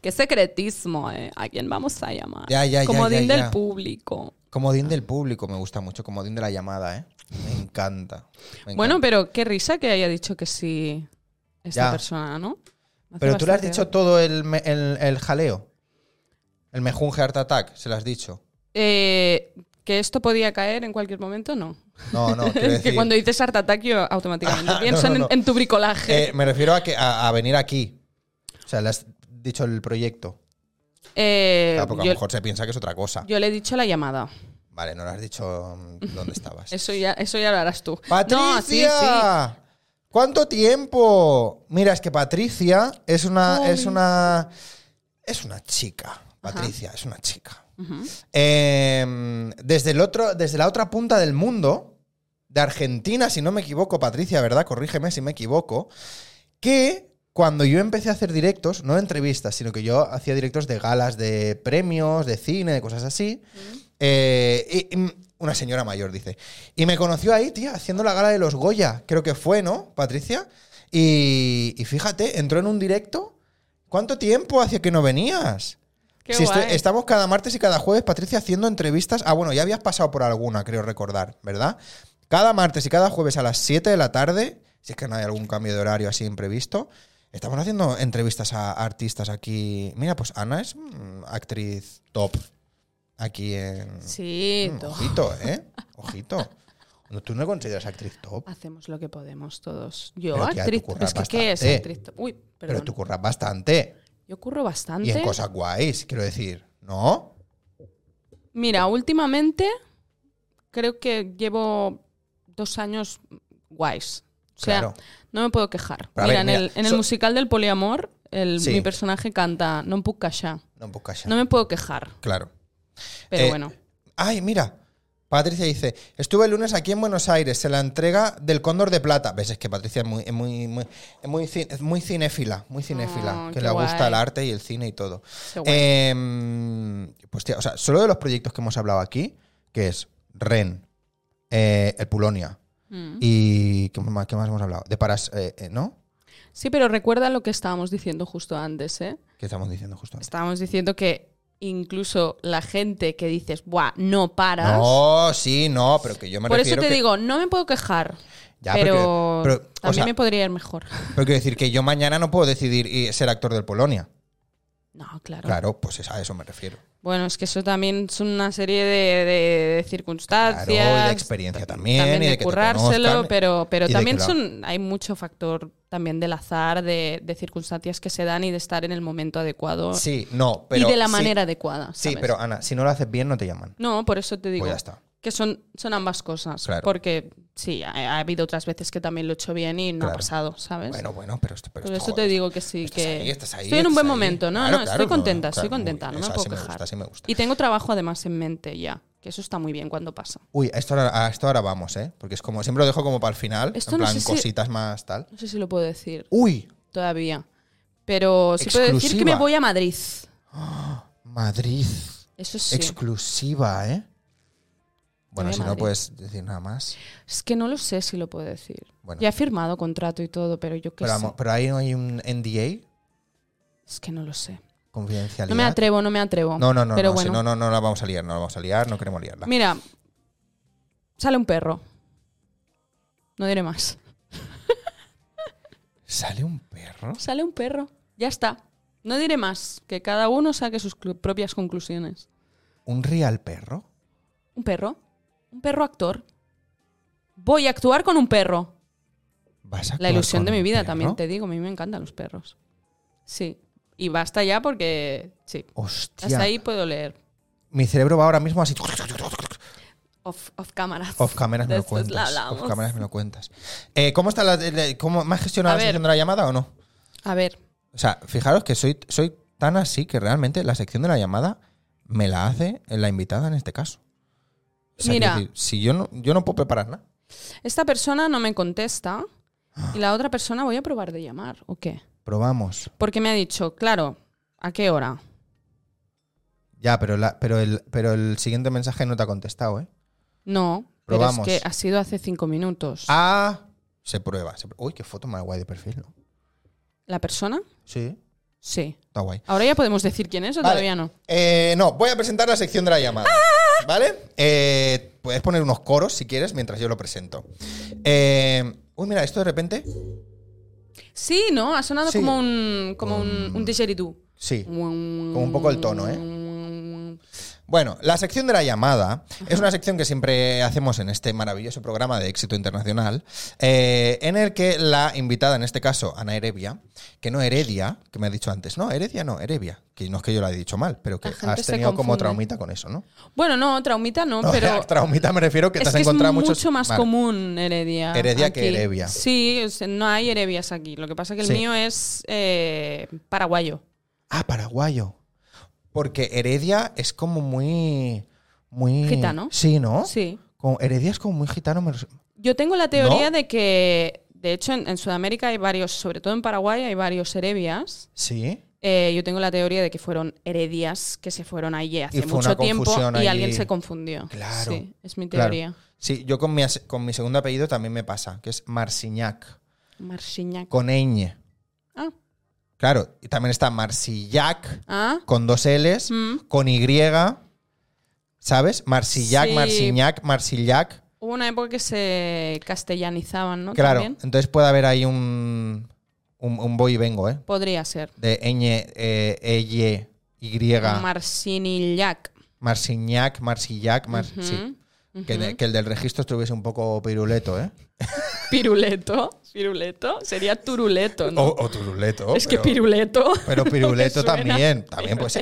Speaker 2: Qué secretismo, ¿eh? ¿A quién vamos a llamar?
Speaker 1: Ya, ya, ya,
Speaker 2: Como
Speaker 1: ya,
Speaker 2: din
Speaker 1: ya.
Speaker 2: del público.
Speaker 1: Comodín del público me gusta mucho. Comodín de la llamada, ¿eh? Me encanta. me
Speaker 2: Bueno,
Speaker 1: encanta.
Speaker 2: pero qué risa que haya dicho que sí esta
Speaker 1: Ya.
Speaker 2: persona, ¿no? Me hace
Speaker 1: Pero tú le has
Speaker 2: bastante-
Speaker 1: dicho todo el, me- el, el jaleo. El mejunje Heart Attack, se lo has dicho.
Speaker 2: Eh, que esto podía caer en cualquier momento, no.
Speaker 1: No, no, quiero
Speaker 2: Es
Speaker 1: decir.
Speaker 2: que cuando dices Art Attack, yo automáticamente
Speaker 1: No,
Speaker 2: pienso
Speaker 1: no,
Speaker 2: en-
Speaker 1: no.
Speaker 2: En, tu bricolaje.
Speaker 1: Eh, me refiero a, que, a, a venir aquí. O sea, le has dicho el proyecto.
Speaker 2: Eh,
Speaker 1: Claro, porque a
Speaker 2: yo,
Speaker 1: lo mejor se piensa que es otra cosa.
Speaker 2: yo le he dicho la llamada.
Speaker 1: Vale, no le has dicho mm, dónde estabas.
Speaker 2: Eso ya, eso ya lo harás tú.
Speaker 1: ¡Patricia!
Speaker 2: No, sí, sí.
Speaker 1: ¿Cuánto tiempo? Mira, es que Patricia es una. Es
Speaker 2: Jolín.
Speaker 1: una. Es una chica. Patricia, es una chica. Eh, desde, el otro, desde la otra punta del mundo, de Argentina, si no me equivoco, Patricia, ¿verdad? Corrígeme si me equivoco, que cuando yo empecé a hacer directos, no entrevistas, sino que yo hacía directos de galas de premios, de cine, de cosas así. eh, y- y una señora mayor dice. Y me conoció ahí, tía, haciendo la gala de los Goya, creo que fue, ¿no, Patricia? Y, y fíjate, entró en un directo. ¿Cuánto tiempo hacía que no venías?
Speaker 2: Qué
Speaker 1: Si estu-
Speaker 2: guay.
Speaker 1: estamos cada martes y cada jueves, Patricia, haciendo entrevistas. Ah, bueno, ya habías pasado por alguna, creo recordar, ¿verdad? Cada martes y cada jueves a las 7 de la tarde, si es que no hay algún cambio de horario así imprevisto, estamos haciendo entrevistas a artistas aquí. Mira, pues Ana es mm, actriz top aquí en...
Speaker 2: Sí,
Speaker 1: Mm,
Speaker 2: todo.
Speaker 1: ojito, ¿eh? Ojito. No, ¿Tú no consideras actriz top?
Speaker 2: Hacemos lo que podemos todos. Yo,
Speaker 1: Pero, tía,
Speaker 2: actriz.
Speaker 1: tú curras
Speaker 2: Es que, ¿qué es
Speaker 1: bastante.
Speaker 2: actriz? Uy,
Speaker 1: Pero
Speaker 2: perdón.
Speaker 1: tú curras bastante.
Speaker 2: Yo curro bastante.
Speaker 1: Y en cosas guays, quiero decir. ¿No?
Speaker 2: Mira, últimamente creo que llevo dos años guays. O sea,
Speaker 1: Claro.
Speaker 2: no me puedo quejar.
Speaker 1: Pero a ver,
Speaker 2: mira, en
Speaker 1: mira,
Speaker 2: el, en el
Speaker 1: so-
Speaker 2: musical del poliamor, el-
Speaker 1: Sí.
Speaker 2: mi personaje canta No em puc queixar".
Speaker 1: No buscas
Speaker 2: No me puedo quejar,
Speaker 1: Claro.
Speaker 2: pero
Speaker 1: Eh,
Speaker 2: bueno.
Speaker 1: Ay, mira. Patricia dice, estuve el lunes aquí en Buenos Aires, se la entrega del Cóndor de Plata. Ves, es que Patricia es muy, es muy, muy- es muy, cin- es muy cinéfila, muy cinéfila,
Speaker 2: Oh,
Speaker 1: que
Speaker 2: qué
Speaker 1: le gusta
Speaker 2: guay.
Speaker 1: el arte y el cine y todo.
Speaker 2: Qué guay.
Speaker 1: eh, Em, pues tía, o sea, solo de los proyectos que hemos hablado aquí, que es Ren, eh, el Pulonia
Speaker 2: Mm.
Speaker 1: y... ¿qué más, qué más hemos hablado? De Paras... eh, eh, ¿No?
Speaker 2: Sí, pero recuerda lo que estábamos diciendo justo antes, ¿eh?
Speaker 1: ¿Qué estamos diciendo justo antes?
Speaker 2: Estábamos diciendo que incluso la gente que dices, buah, no paras.
Speaker 1: No, sí, no, pero que yo me
Speaker 2: por eso
Speaker 1: refiero
Speaker 2: te
Speaker 1: que-
Speaker 2: digo, no me puedo quejar.
Speaker 1: Ya,
Speaker 2: pero
Speaker 1: pero que- pero, o
Speaker 2: también
Speaker 1: sea-
Speaker 2: me podría ir mejor.
Speaker 1: Pero quiero decir que yo mañana no puedo decidir y ser actor del Polonia.
Speaker 2: No, claro.
Speaker 1: Claro, pues es- a eso me refiero.
Speaker 2: Bueno, es que eso también es una serie de, de- de circunstancias.
Speaker 1: Claro, y de experiencia también, y
Speaker 2: de,
Speaker 1: de que te
Speaker 2: currárselo,
Speaker 1: conozcan,
Speaker 2: pero, pero
Speaker 1: y de
Speaker 2: también
Speaker 1: que lo-
Speaker 2: son, hay mucho factor también del azar, de, de circunstancias que se dan y de estar en el momento adecuado
Speaker 1: Sí, no, pero.
Speaker 2: y de la
Speaker 1: sí,
Speaker 2: manera adecuada.
Speaker 1: Sí,
Speaker 2: ¿sabes?
Speaker 1: pero Ana, si no lo haces bien, no te llaman.
Speaker 2: No, por eso te digo.
Speaker 1: Pues ya está.
Speaker 2: Que son, son ambas cosas.
Speaker 1: Claro.
Speaker 2: Porque sí, ha, ha habido otras veces que también lo he hecho bien y no ha
Speaker 1: Claro.
Speaker 2: pasado, ¿sabes?
Speaker 1: Bueno, bueno, pero. esto- pero
Speaker 2: Por
Speaker 1: esto,
Speaker 2: eso te
Speaker 1: joder,
Speaker 2: digo que sí,
Speaker 1: estás
Speaker 2: que
Speaker 1: ahí, estás ahí,
Speaker 2: estoy en un buen
Speaker 1: estás ahí.
Speaker 2: momento, no,
Speaker 1: Claro,
Speaker 2: no,
Speaker 1: claro,
Speaker 2: estoy
Speaker 1: claro,
Speaker 2: contenta, estoy
Speaker 1: muy
Speaker 2: contenta, no
Speaker 1: bien,
Speaker 2: me
Speaker 1: eso
Speaker 2: puedo
Speaker 1: así me
Speaker 2: quejar.
Speaker 1: gusta, así me gusta.
Speaker 2: Y tengo trabajo además en mente ya, que eso está muy bien cuando pasa.
Speaker 1: Uy, a esto, ahora, a esto ahora vamos, ¿eh? Porque es como. Siempre lo dejo como para el final.
Speaker 2: Esto
Speaker 1: en
Speaker 2: no
Speaker 1: plan,
Speaker 2: sé si-
Speaker 1: cositas más tal.
Speaker 2: No sé si lo puedo decir
Speaker 1: Uy,
Speaker 2: todavía, pero sí puedo decir que
Speaker 1: Exclusiva.
Speaker 2: me voy a Madrid.
Speaker 1: Madrid.
Speaker 2: Eso sí.
Speaker 1: Exclusiva, ¿eh? Bueno,
Speaker 2: Voy a
Speaker 1: si no
Speaker 2: Madrid.
Speaker 1: puedes decir nada más.
Speaker 2: es que no lo sé si lo puedo decir.
Speaker 1: Bueno.
Speaker 2: Ya he firmado contrato y todo, pero yo qué
Speaker 1: Pero,
Speaker 2: sé.
Speaker 1: amo- pero ahí no hay un NDA,
Speaker 2: Es que no lo sé.
Speaker 1: confidencialidad.
Speaker 2: No me atrevo, no me atrevo.
Speaker 1: No, no, no,
Speaker 2: pero
Speaker 1: no, si
Speaker 2: bueno.
Speaker 1: no, no, no la vamos a liar, no la vamos a liar, no queremos liarla.
Speaker 2: Mira, sale un perro. No diré más.
Speaker 1: ¿Sale un perro?
Speaker 2: Sale un perro. Ya está. No diré más. Que cada uno saque sus clu- propias conclusiones.
Speaker 1: ¿Un real perro?
Speaker 2: Un perro. Un perro actor. Voy a actuar con un perro.
Speaker 1: ¿Vas a
Speaker 2: La
Speaker 1: actuar
Speaker 2: ilusión
Speaker 1: con
Speaker 2: de mi
Speaker 1: un
Speaker 2: vida
Speaker 1: perro?
Speaker 2: también, te digo. A mí me encantan los perros. Sí. Y basta ya porque. Sí.
Speaker 1: Hostia.
Speaker 2: Hasta ahí puedo leer.
Speaker 1: Mi cerebro va ahora mismo así.
Speaker 2: Off, off cámaras.
Speaker 1: Off cámaras me
Speaker 2: De
Speaker 1: lo
Speaker 2: esto
Speaker 1: cuentas.
Speaker 2: hablamos.
Speaker 1: Off cámaras me lo cuentas. Eh, ¿Cómo está la, la- cómo, ¿Me has gestionado la
Speaker 2: A ver.
Speaker 1: sección de la llamada o no?
Speaker 2: A ver.
Speaker 1: O sea, fijaros que soy, soy tan así que realmente la sección de la llamada me la hace la invitada en este caso. O sea,
Speaker 2: Mira.
Speaker 1: quiero decir, si yo no, yo no puedo preparar nada.
Speaker 2: Esta persona no me contesta. Y la otra persona voy a probar de llamar. ¿O qué?
Speaker 1: Probamos.
Speaker 2: Porque me ha dicho, claro, ¿a qué hora?
Speaker 1: Ya, pero, la, pero, el, pero el siguiente mensaje no te ha contestado, ¿eh?
Speaker 2: No, pero
Speaker 1: Probamos.
Speaker 2: es que ha sido hace cinco minutos.
Speaker 1: Ah, se prueba. se pr- Uy, qué foto más guay de perfil, ¿no?
Speaker 2: ¿La persona?
Speaker 1: Sí.
Speaker 2: Sí.
Speaker 1: Está guay.
Speaker 2: Ahora ya podemos decir quién es o
Speaker 1: Vale.
Speaker 2: todavía no.
Speaker 1: Eh, no, voy a presentar la sección de la llamada. ¿Vale? Eh, puedes poner unos coros si quieres mientras yo lo presento. Eh, uy, mira, esto de repente.
Speaker 2: Sí, ¿no? Ha sonado
Speaker 1: Sí.
Speaker 2: como un como un,
Speaker 1: Mm.
Speaker 2: un didgeridoo.
Speaker 1: Sí.
Speaker 2: Como
Speaker 1: un poco el tono, ¿eh? Bueno, la sección de la llamada es una sección que siempre hacemos en este maravilloso programa de éxito internacional, eh, en el que la invitada, en este caso, Ana Heredia, que no Heredia, que me ha dicho antes, no, Heredia no, Heredia, que no es que yo la he dicho mal, pero que
Speaker 2: La gente
Speaker 1: has
Speaker 2: se
Speaker 1: tenido como
Speaker 2: confunde.
Speaker 1: traumita con eso, ¿no?
Speaker 2: Bueno, no, traumita no,
Speaker 1: No,
Speaker 2: pero
Speaker 1: traumita me refiero que te
Speaker 2: es
Speaker 1: has
Speaker 2: que es
Speaker 1: encontrado muchos-
Speaker 2: mucho más
Speaker 1: Vale.
Speaker 2: común Heredia.
Speaker 1: Heredia que Heredia.
Speaker 2: Sí, o sea, no hay Heredias aquí. Lo que pasa es que el
Speaker 1: Sí.
Speaker 2: mío es eh, paraguayo.
Speaker 1: Ah, paraguayo. Porque Heredia es como muy. muy
Speaker 2: Gitano.
Speaker 1: Sí, ¿no?
Speaker 2: Sí.
Speaker 1: Como- Heredia es como muy gitano. me lo-
Speaker 2: Yo tengo la teoría
Speaker 1: ¿No?
Speaker 2: de que De hecho, en, en Sudamérica hay varios, sobre todo en Paraguay, hay varios herevias.
Speaker 1: Sí.
Speaker 2: Eh, yo tengo la teoría de que fueron heredias que se fueron allí hace
Speaker 1: fue una
Speaker 2: mucho tiempo
Speaker 1: confusión
Speaker 2: y
Speaker 1: allí.
Speaker 2: alguien se confundió.
Speaker 1: Claro,
Speaker 2: Sí, es mi
Speaker 1: claro.
Speaker 2: teoría.
Speaker 1: Sí, yo con mi, as- con mi segundo apellido también me pasa, que es Marciñac,
Speaker 2: Marchiñac.
Speaker 1: con ñ.
Speaker 2: Ah,
Speaker 1: Claro, y también está Marcillac,
Speaker 2: ah,
Speaker 1: con dos L's,
Speaker 2: Mm.
Speaker 1: con Y, ¿sabes? Marcillac,
Speaker 2: Sí.
Speaker 1: Marciñac, Marcillac.
Speaker 2: Hubo una época que se castellanizaban, ¿no?
Speaker 1: Claro,
Speaker 2: También.
Speaker 1: entonces puede haber ahí un, un, un voy y vengo, ¿eh?
Speaker 2: Podría ser.
Speaker 1: De ñ, eh, ey, y,
Speaker 2: Marcinillac.
Speaker 1: Marciñac, Marcillac, Mar- sí.
Speaker 2: Ujú,
Speaker 1: Que, de-
Speaker 2: ujú.
Speaker 1: que el del registro estuviese un poco piruleto, ¿eh?
Speaker 2: Piruleto. Piruleto. Sería turuleto, ¿no?
Speaker 1: O, o turuleto.
Speaker 2: es que
Speaker 1: pero-
Speaker 2: piruleto.
Speaker 1: Pero piruleto
Speaker 2: suena.
Speaker 1: también, también pues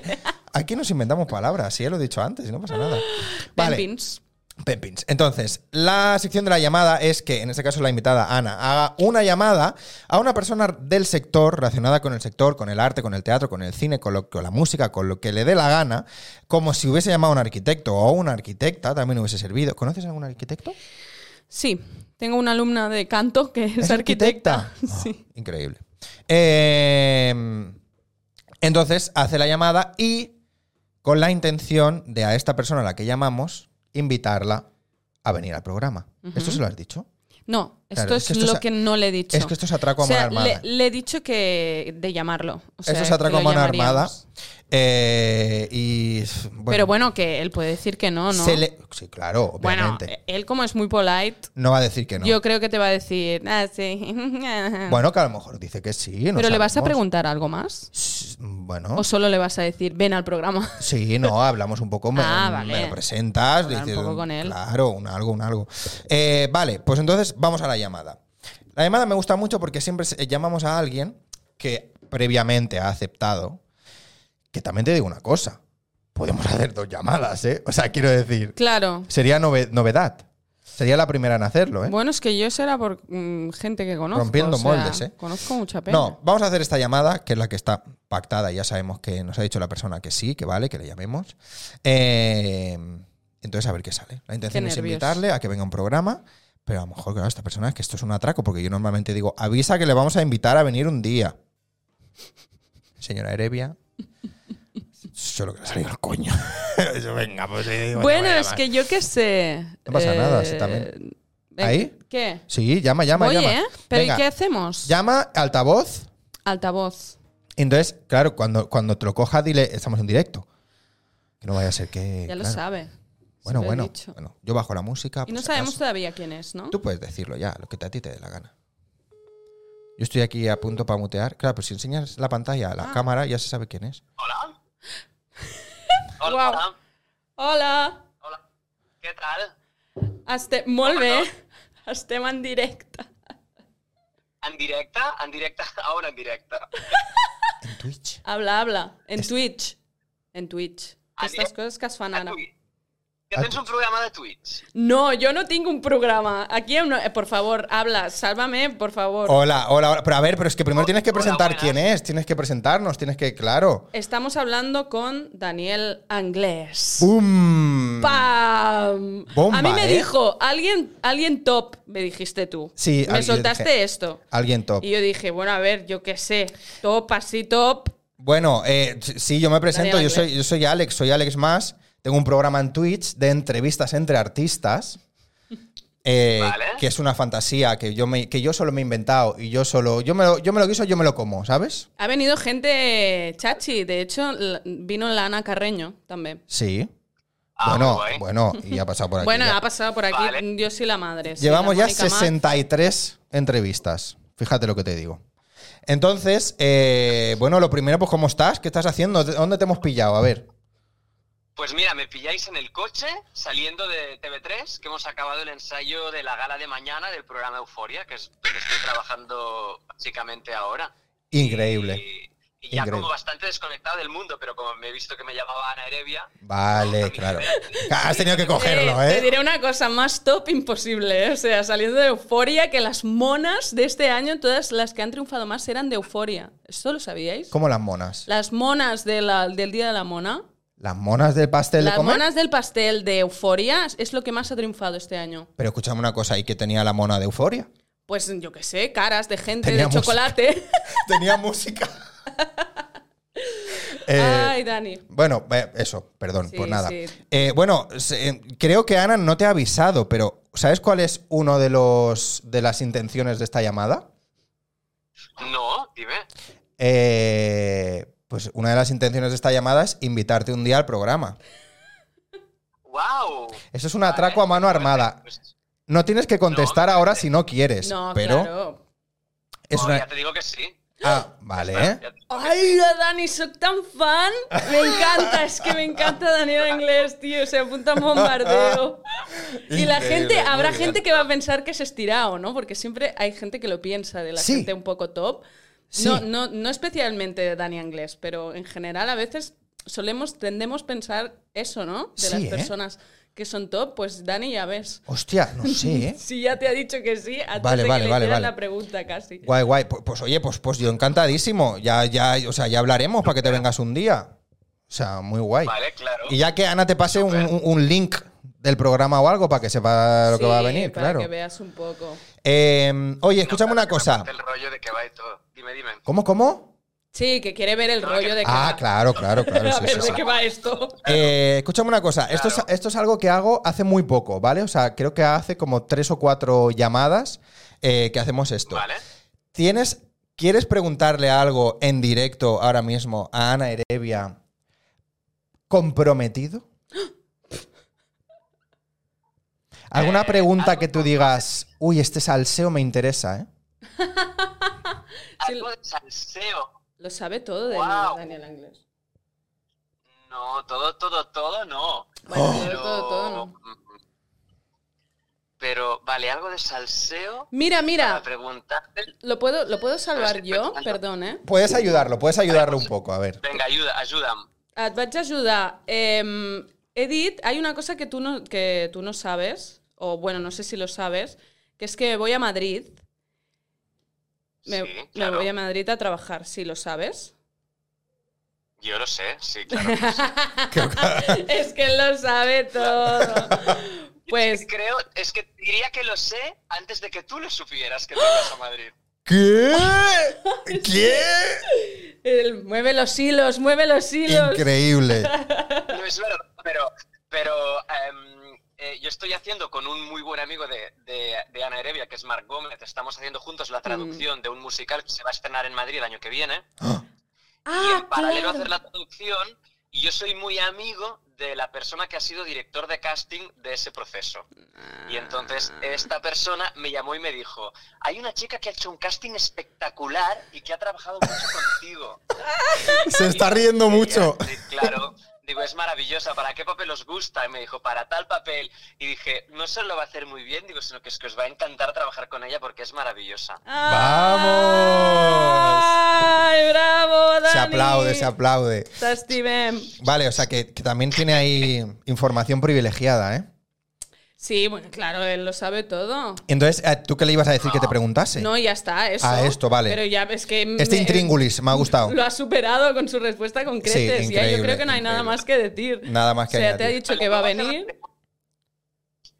Speaker 1: Aquí nos inventamos palabras, sí, ya lo he dicho antes, y no pasa nada. Vale,
Speaker 2: Pempins.
Speaker 1: Pempins. Entonces, la sección de la llamada es que, en este caso, la invitada Ana haga una llamada a una persona del sector, relacionada con el sector, con el arte, con el teatro, con el cine, con, lo- con la música, con lo que le dé la gana, como si hubiese llamado a un arquitecto o una arquitecta, también hubiese servido. ¿Conoces a algún arquitecto?
Speaker 2: Sí, tengo una alumna de canto que es, arquitecta.
Speaker 1: Ah,
Speaker 2: Sí.
Speaker 1: Increíble. Eh, entonces hace la llamada y con la intención de a esta persona a la que llamamos invitarla a venir al programa. ¿Esto se lo has dicho?
Speaker 2: No, esto
Speaker 1: Claro,
Speaker 2: es,
Speaker 1: es que esto
Speaker 2: lo
Speaker 1: es a-
Speaker 2: que no le he dicho.
Speaker 1: Es que esto es atraco a
Speaker 2: O sea,
Speaker 1: mano
Speaker 2: le,
Speaker 1: armada.
Speaker 2: le he dicho que de llamarlo. O sea,
Speaker 1: esto es
Speaker 2: que
Speaker 1: atraco a
Speaker 2: lo
Speaker 1: mano
Speaker 2: llamaríamos.
Speaker 1: armada. Eh, y. Bueno,
Speaker 2: Pero bueno, que él puede decir que no, ¿no?
Speaker 1: se le- sí, claro,
Speaker 2: bueno,
Speaker 1: obviamente.
Speaker 2: él como es muy polite,
Speaker 1: no va a decir que no.
Speaker 2: yo creo que te va a decir, ah, sí.
Speaker 1: bueno, que a lo mejor dice que sí. no
Speaker 2: Pero le vas a
Speaker 1: sabemos.
Speaker 2: preguntar algo más.
Speaker 1: S- Bueno.
Speaker 2: ¿O solo le vas a decir, ven al programa?
Speaker 1: Sí, no, hablamos un poco, me,
Speaker 2: Ah,
Speaker 1: me
Speaker 2: vale.
Speaker 1: lo presentas,
Speaker 2: Hablar un
Speaker 1: dices,
Speaker 2: poco con él.
Speaker 1: Claro, un algo, un algo. Eh, vale, pues entonces vamos a la llamada. La llamada me gusta mucho porque siempre se- eh, llamamos a alguien que previamente ha aceptado. Que también te digo una cosa, podemos hacer dos llamadas, ¿eh? O sea, quiero decir,
Speaker 2: Claro.
Speaker 1: sería nove- novedad. Sería la primera en hacerlo, ¿eh?
Speaker 2: Bueno, es que yo será por mm, gente que conozco.
Speaker 1: Rompiendo
Speaker 2: o sea,
Speaker 1: moldes, ¿eh?
Speaker 2: Conozco mucha pena.
Speaker 1: No, vamos a hacer esta llamada, que es la que está pactada. Ya sabemos que nos ha dicho la persona que sí, que vale, que le llamemos. Eh, entonces, a ver qué sale. La intención
Speaker 2: Qué
Speaker 1: es
Speaker 2: nervios.
Speaker 1: invitarle a que venga a un programa, pero a lo mejor, claro, esta persona es que esto es un atraco, porque yo normalmente digo, avisa que le vamos a invitar a venir un día. Señora Erevia. Solo que le ha salido el coño. Eso, venga, pues sí, bueno,
Speaker 2: Bueno,
Speaker 1: voy a
Speaker 2: es
Speaker 1: llamar.
Speaker 2: que yo qué sé.
Speaker 1: No pasa nada, sí, también.
Speaker 2: venga,
Speaker 1: ¿Ahí?
Speaker 2: ¿Qué?
Speaker 1: Sí, llama, llama,
Speaker 2: Oye,
Speaker 1: llama.
Speaker 2: ¿eh? ¿Pero
Speaker 1: Venga,
Speaker 2: y qué hacemos?
Speaker 1: Llama, altavoz.
Speaker 2: Altavoz.
Speaker 1: Entonces, claro, cuando, cuando te lo coja, dile, estamos en directo. Que no vaya a ser que.
Speaker 2: Ya lo
Speaker 1: Eh, claro.
Speaker 2: sabe.
Speaker 1: Bueno,
Speaker 2: Se lo he
Speaker 1: bueno,
Speaker 2: dicho.
Speaker 1: bueno. Yo bajo la música.
Speaker 2: Y
Speaker 1: por
Speaker 2: no
Speaker 1: si
Speaker 2: sabemos
Speaker 1: acaso.
Speaker 2: todavía quién es, ¿no?
Speaker 1: Tú puedes decirlo ya, lo que te- a ti te dé la gana. Yo estoy aquí a punto para mutear. Claro, pero si enseñas la pantalla a la
Speaker 2: Ah.
Speaker 1: cámara, ya se sabe quién es.
Speaker 3: Hola. Hola.
Speaker 2: Guau.
Speaker 3: hola,
Speaker 2: Hola.
Speaker 3: Hola. ¿Qué tal?
Speaker 2: Este, molt
Speaker 3: Ah,
Speaker 2: bé. Estem en directe.
Speaker 3: En directe? En directe? A on en directe?
Speaker 1: En Twitch.
Speaker 2: Habla, habla. En
Speaker 1: Es-
Speaker 2: Twitch. En Twitch.
Speaker 3: Ah,
Speaker 2: Aquestes
Speaker 3: eh?
Speaker 2: coses que es fan
Speaker 3: A
Speaker 2: ara.
Speaker 3: Twitch. Que
Speaker 1: A
Speaker 3: tens un programa de Twitch.
Speaker 2: No, yo no tengo un programa. Aquí, em- eh, por favor, habla. Sálvame, por favor.
Speaker 1: Hola, hola, hola. Pero a ver, pero es que primero
Speaker 3: Hola,
Speaker 1: tienes que
Speaker 3: hola,
Speaker 1: presentar
Speaker 3: buenas.
Speaker 1: quién es. Tienes que presentarnos, tienes que, claro.
Speaker 2: Estamos hablando con Daniel Anglés.
Speaker 1: ¡Bum!
Speaker 2: ¡Pam!
Speaker 1: Bomba,
Speaker 2: a mí me
Speaker 1: ¿eh?
Speaker 2: dijo, alguien, alguien top, me dijiste tú.
Speaker 1: Sí,
Speaker 2: Me
Speaker 1: alguien-
Speaker 2: soltaste
Speaker 1: dije-
Speaker 2: esto.
Speaker 1: Alguien top.
Speaker 2: Y yo dije, bueno, a ver, yo qué sé, top, así top.
Speaker 1: Bueno, eh, sí, yo me presento,
Speaker 2: Daniel
Speaker 1: yo
Speaker 2: Anglés.
Speaker 1: soy, yo soy Alex, soy Alex Más, tengo un programa en Twitch de entrevistas entre artistas, eh,
Speaker 3: Vale.
Speaker 1: que es una fantasía que yo, me, que yo solo me he inventado y yo solo, yo me, lo, yo me lo guiso, yo me lo como, ¿sabes?
Speaker 2: Ha venido gente chachi, de hecho l- vino la Ana Carreño también.
Speaker 1: Sí.
Speaker 3: Ah,
Speaker 1: bueno,
Speaker 3: guai.
Speaker 1: bueno, y ha pasado por aquí.
Speaker 2: bueno,
Speaker 1: ya.
Speaker 2: ha pasado por aquí,
Speaker 3: Vale.
Speaker 2: yo soy la madre. sí,
Speaker 1: Llevamos
Speaker 2: la
Speaker 1: ya
Speaker 2: Mónica Mar.
Speaker 1: 63 entrevistas, fíjate lo que te digo. Entonces, eh, bueno, lo primero, pues ¿cómo estás? ¿Qué estás haciendo? ¿Dónde te hemos pillado? A ver.
Speaker 3: Pues mira, me pilláis en el coche saliendo de TV3, que hemos acabado el ensayo de la gala de mañana del programa Euforia, que es donde estoy trabajando básicamente ahora.
Speaker 1: Increíble.
Speaker 3: Y, y ya
Speaker 1: Increíble.
Speaker 3: como bastante desconectado del mundo, pero como me he visto que me llamaba Ana Erevia,
Speaker 1: Vale, claro. Has tenido que cogerlo,
Speaker 2: Eh,
Speaker 1: ¿eh?
Speaker 2: Te diré una cosa, más top imposible. ¿eh? O sea, saliendo de Euforia, que las monas de este año, todas las que han triunfado más eran de Euforia. ¿Esto lo sabíais?
Speaker 1: ¿Cómo las monas?
Speaker 2: Las monas de la- del Día de la Mona.
Speaker 1: ¿Las monas del pastel de
Speaker 2: Las
Speaker 1: comer?
Speaker 2: monas del pastel de Euforia es lo que más ha triunfado este año.
Speaker 1: Pero escúchame una cosa, ¿y qué tenía la mona de euforia?
Speaker 2: pues yo qué sé, caras de gente,
Speaker 1: Tenía
Speaker 2: de
Speaker 1: música.
Speaker 2: chocolate.
Speaker 1: Tenía música. Eh,
Speaker 2: Ay, Dani.
Speaker 1: Bueno, eh, eso, perdón,
Speaker 2: Sí,
Speaker 1: pues nada.
Speaker 2: sí.
Speaker 1: Eh, bueno, se- eh, creo que Ana no te ha avisado, pero ¿sabes cuál es uno de los de las intenciones de esta llamada?
Speaker 3: No, dime.
Speaker 1: Eh, pues una de las intenciones de esta llamada es invitarte un día al programa.
Speaker 3: ¡Wow!
Speaker 1: Eso es un atraco a mano
Speaker 3: Pues
Speaker 1: armada. No tienes que contestar
Speaker 3: No,
Speaker 1: ahora si no quieres,
Speaker 2: No,
Speaker 1: pero
Speaker 2: claro.
Speaker 1: es
Speaker 3: Oh, ya
Speaker 1: una...
Speaker 3: te digo que sí.
Speaker 1: Ah, vale, ¿eh?
Speaker 3: Ya te-
Speaker 2: Ay, la Dani, soy tan fan. Me encanta, es que me encanta Daniela Inglés, tío. Se apunta a un bombardeo. Y la
Speaker 1: Increíble,
Speaker 2: gente,
Speaker 1: muy
Speaker 2: habrá
Speaker 1: bien.
Speaker 2: gente que va a pensar que es estirado, ¿no? Porque siempre hay gente que lo piensa de la
Speaker 1: Sí.
Speaker 2: gente un poco top.
Speaker 1: Sí.
Speaker 2: No, no, no especialmente de Dani Inglés, pero en general a veces solemos, tendemos a pensar eso, ¿no? De
Speaker 1: Sí,
Speaker 2: las
Speaker 1: ¿eh?
Speaker 2: personas que son top, pues Dani ya ves.
Speaker 1: Hostia, no sé, ¿eh?
Speaker 2: Si ya te ha dicho que sí, antes
Speaker 1: Vale,
Speaker 2: de
Speaker 1: vale,
Speaker 2: que le
Speaker 1: vale,
Speaker 2: hicieras
Speaker 1: vale.
Speaker 2: la pregunta casi.
Speaker 1: Guay, guay. Pues, pues, oye, pues, pues yo encantadísimo. Ya, ya, o sea, ya hablaremos para que te vengas un día. O sea, muy guay.
Speaker 3: Vale, claro.
Speaker 1: Y ya que Ana te pase un, un- un link del programa o algo para que sepa lo que
Speaker 2: Sí,
Speaker 1: va a venir,
Speaker 2: para
Speaker 1: claro.
Speaker 2: que veas un poco.
Speaker 1: Eh, oye, escúchame
Speaker 3: No,
Speaker 1: una
Speaker 3: claro, que
Speaker 1: cosa.
Speaker 3: me parte El rollo de que va y todo. Dime, dime.
Speaker 1: ¿Cómo, cómo?
Speaker 2: Sí, que quiere ver el
Speaker 3: No,
Speaker 2: rollo
Speaker 3: que-
Speaker 2: de que
Speaker 1: Ah,
Speaker 2: va.
Speaker 1: claro, claro, claro.
Speaker 2: a
Speaker 1: sí,
Speaker 2: ver
Speaker 1: sí,
Speaker 2: de
Speaker 1: sí.
Speaker 2: qué va esto.
Speaker 1: Eh, escúchame una cosa, esto, es,
Speaker 3: Claro.
Speaker 1: esto es algo que hago hace muy poco, ¿vale? O sea, creo que hace como tres o cuatro llamadas eh, que hacemos esto.
Speaker 3: Vale.
Speaker 1: ¿Tienes, ¿Quieres preguntarle algo en directo ahora mismo a Ana Erevia comprometido? ¿Alguna
Speaker 3: Eh,
Speaker 1: pregunta
Speaker 3: algo
Speaker 1: que tú digas, uy, este salseo me interesa, eh?
Speaker 2: Sí,
Speaker 3: Algo de salseo.
Speaker 2: Lo sabe todo de
Speaker 3: Guau.
Speaker 2: Daniel Anglés.
Speaker 3: No, todo, todo, todo no.
Speaker 2: Bueno,
Speaker 1: Oh.
Speaker 2: todo, todo, todo no.
Speaker 3: Pero, vale, algo de salseo.
Speaker 2: Mira,
Speaker 3: Para
Speaker 2: mira,
Speaker 3: preguntarte.
Speaker 2: lo puedo, lo puedo salvar
Speaker 3: Pero sí,
Speaker 2: yo,
Speaker 3: pues,
Speaker 2: perdón, eh?
Speaker 1: Puedes ayudarlo, puedes ayudarlo un poco, a ver.
Speaker 3: Venga, ayuda, ayuda.
Speaker 2: Et vaig ajudar. Eh, Edith, hay una cosa que tú, no, que tú no sabes, o bueno, no sé si lo sabes, que es que voy a Madrid. Me,
Speaker 3: Sí,
Speaker 2: me
Speaker 3: claro.
Speaker 2: voy a Madrid a trabajar, si lo sabes.
Speaker 3: Yo lo sé, sí, claro.
Speaker 2: es que lo sabe todo. Pues
Speaker 3: Creo, es que diría que lo sé antes de que tú lo supieras que te ibas a Madrid.
Speaker 1: ¿Qué? ¿Qué?
Speaker 2: el- mueve los hilos, mueve los hilos.
Speaker 1: Increíble.
Speaker 3: No es verdad, pero, pero em, eh, yo estoy haciendo con un muy buen amigo de, de- de Ana Erevia, que es Marc Gómez, estamos haciendo juntos
Speaker 2: Mm.
Speaker 3: la traducción de un musical que se va a estrenar en Madrid el año que viene. y
Speaker 2: Ah,
Speaker 3: en paralelo
Speaker 2: claro.
Speaker 3: a hacer la traducción, y yo soy muy amigo de la persona que ha sido director de casting de ese proceso. Y entonces
Speaker 2: Ah.
Speaker 3: esta persona me llamó y me dijo, hay una chica que ha hecho un casting espectacular y que ha trabajado mucho contigo.
Speaker 1: Se está riendo mucho.
Speaker 2: eh,
Speaker 3: Sí, claro. Digo, es maravillosa, ¿para qué papel os gusta? Y me dijo, para tal papel. Y dije, no solo lo va a hacer muy bien, digo, sino que es que os va a encantar trabajar con ella porque es maravillosa.
Speaker 1: ¡Vamos!
Speaker 2: Ah. ¡Ay, bravo, Dani!
Speaker 1: Se aplaude, se aplaude.
Speaker 2: T'estimem.
Speaker 1: Vale, o sea que, que también tiene ahí información privilegiada, ¿eh?
Speaker 2: Sí, bueno, claro, él lo sabe todo.
Speaker 1: Entonces, eh, ¿tú qué le ibas a decir que te preguntase?
Speaker 2: No, ya está, eso.
Speaker 1: Ah, esto, vale.
Speaker 2: Pero ya ves que...
Speaker 1: este
Speaker 2: me-
Speaker 1: intríngulis me ha gustado.
Speaker 2: Lo ha superado con su respuesta con creces. ya yo
Speaker 1: increíble,
Speaker 2: creo que no hay nada
Speaker 1: increíble.
Speaker 2: más que decir.
Speaker 1: Nada más que
Speaker 2: O sea, te ha
Speaker 1: añadir.
Speaker 2: dicho que va a
Speaker 3: ¿Le puedo hacer
Speaker 2: venir.
Speaker 3: una-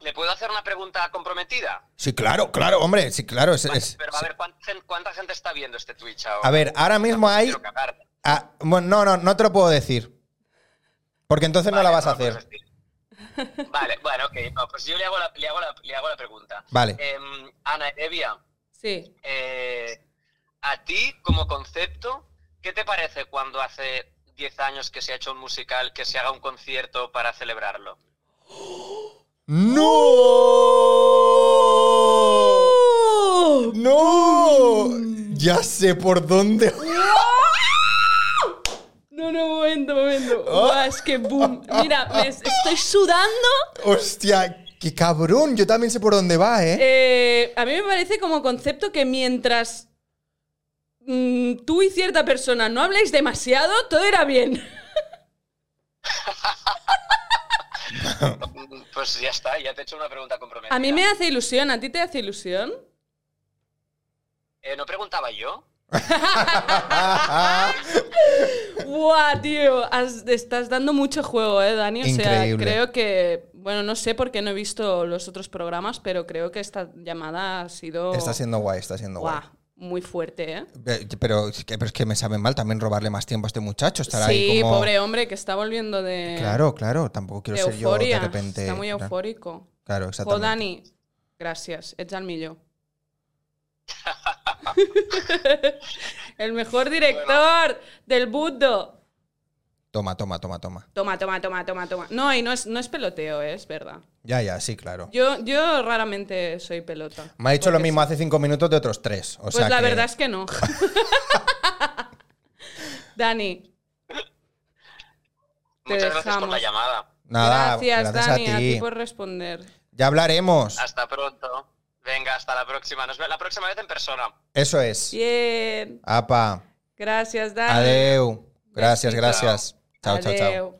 Speaker 3: ¿Le puedo hacer una pregunta comprometida?
Speaker 1: Sí, claro, claro, hombre, Pues, sí, claro. es-
Speaker 3: Vale,
Speaker 1: es-
Speaker 3: pero a ver, ¿cuánta, gen- cuánta gente está viendo este Twitch ahora?
Speaker 1: a ver, ahora mismo hay.
Speaker 3: Quiero cagar.
Speaker 1: ah, bueno, no, no, no te lo puedo decir. Porque entonces no
Speaker 3: Vale, pues
Speaker 1: la vas a
Speaker 3: lo puedes
Speaker 1: hacer.
Speaker 3: decir. Vale, bueno, ok. no, pues yo le hago la, le hago la- le hago la pregunta.
Speaker 1: Vale.
Speaker 3: Em, Ana Evia,
Speaker 2: Sí.
Speaker 3: eh, a ti como concepto, ¿qué te parece cuando hace 10 años que se ha hecho un musical, que se haga un concierto para celebrarlo?
Speaker 1: ¡No! ¡No! Ya sé por dónde.
Speaker 2: No, no, momento, momento.
Speaker 1: Oh.
Speaker 2: Buah, es que boom. Mira, me es- estoy sudando.
Speaker 1: ¡Hostia! ¡Qué cabrón! Yo también sé por dónde va, ¿eh?
Speaker 2: Eh, a mí me parece como concepto que mientras mm, tú y cierta persona no habléis demasiado, todo era bien.
Speaker 3: Mm, Pues ya está, ya te he hecho una pregunta comprometida.
Speaker 2: A mí me hace ilusión, ¿a ti te hace ilusión?
Speaker 3: Eh, ¿No preguntaba yo?
Speaker 2: ¡Buah, tío! Has- estás dando mucho juego, ¿eh, Dani? O sea,
Speaker 1: Increíble.
Speaker 2: creo que, Bueno, no sé por qué no he visto los otros programas, pero creo que esta llamada ha sido.
Speaker 1: Está siendo guay, está siendo guay.
Speaker 2: Guau, muy fuerte, ¿eh?
Speaker 1: Pe- Pero, es que- pero es que me sabe mal también robarle más tiempo a este muchacho. Estar ahí
Speaker 2: sí,
Speaker 1: como...
Speaker 2: pobre hombre que está volviendo de,
Speaker 1: Claro, claro, tampoco
Speaker 2: de
Speaker 1: quiero ser yo
Speaker 2: euforia.
Speaker 1: de repente.
Speaker 2: Está muy
Speaker 1: Claro,
Speaker 2: eufórico.
Speaker 1: Claro,
Speaker 2: O
Speaker 1: exactamente.
Speaker 2: Dani, gracias, echa al millo. el mejor director del mundo.
Speaker 1: Toma, toma, toma, toma.
Speaker 2: Toma, toma, toma, toma, toma. No, y no es, no es peloteo, ¿eh? es verdad.
Speaker 1: Ya, ya, sí, claro.
Speaker 2: Yo, yo raramente soy pelota.
Speaker 1: Me ha dicho lo
Speaker 2: Porque
Speaker 1: mismo hace cinco minutos de otros tres. O
Speaker 2: Pues
Speaker 1: sea
Speaker 2: la
Speaker 1: que-
Speaker 2: verdad es que no. Dani, Te
Speaker 3: Muchas gracias por la
Speaker 2: dejamos.
Speaker 3: llamada.
Speaker 1: Nada,
Speaker 2: gracias,
Speaker 1: gracias,
Speaker 2: Dani,
Speaker 1: a, ti.
Speaker 2: por responder.
Speaker 1: Ya hablaremos.
Speaker 3: Hasta pronto. Venga, hasta la próxima. Nos vemos la próxima vez en persona.
Speaker 1: Eso es.
Speaker 2: Bien,
Speaker 1: Apa.
Speaker 2: gracias, Dani.
Speaker 1: Adeu. Gracias,
Speaker 2: Besito.
Speaker 1: gracias. Chao, chao, chao.
Speaker 2: Adeu.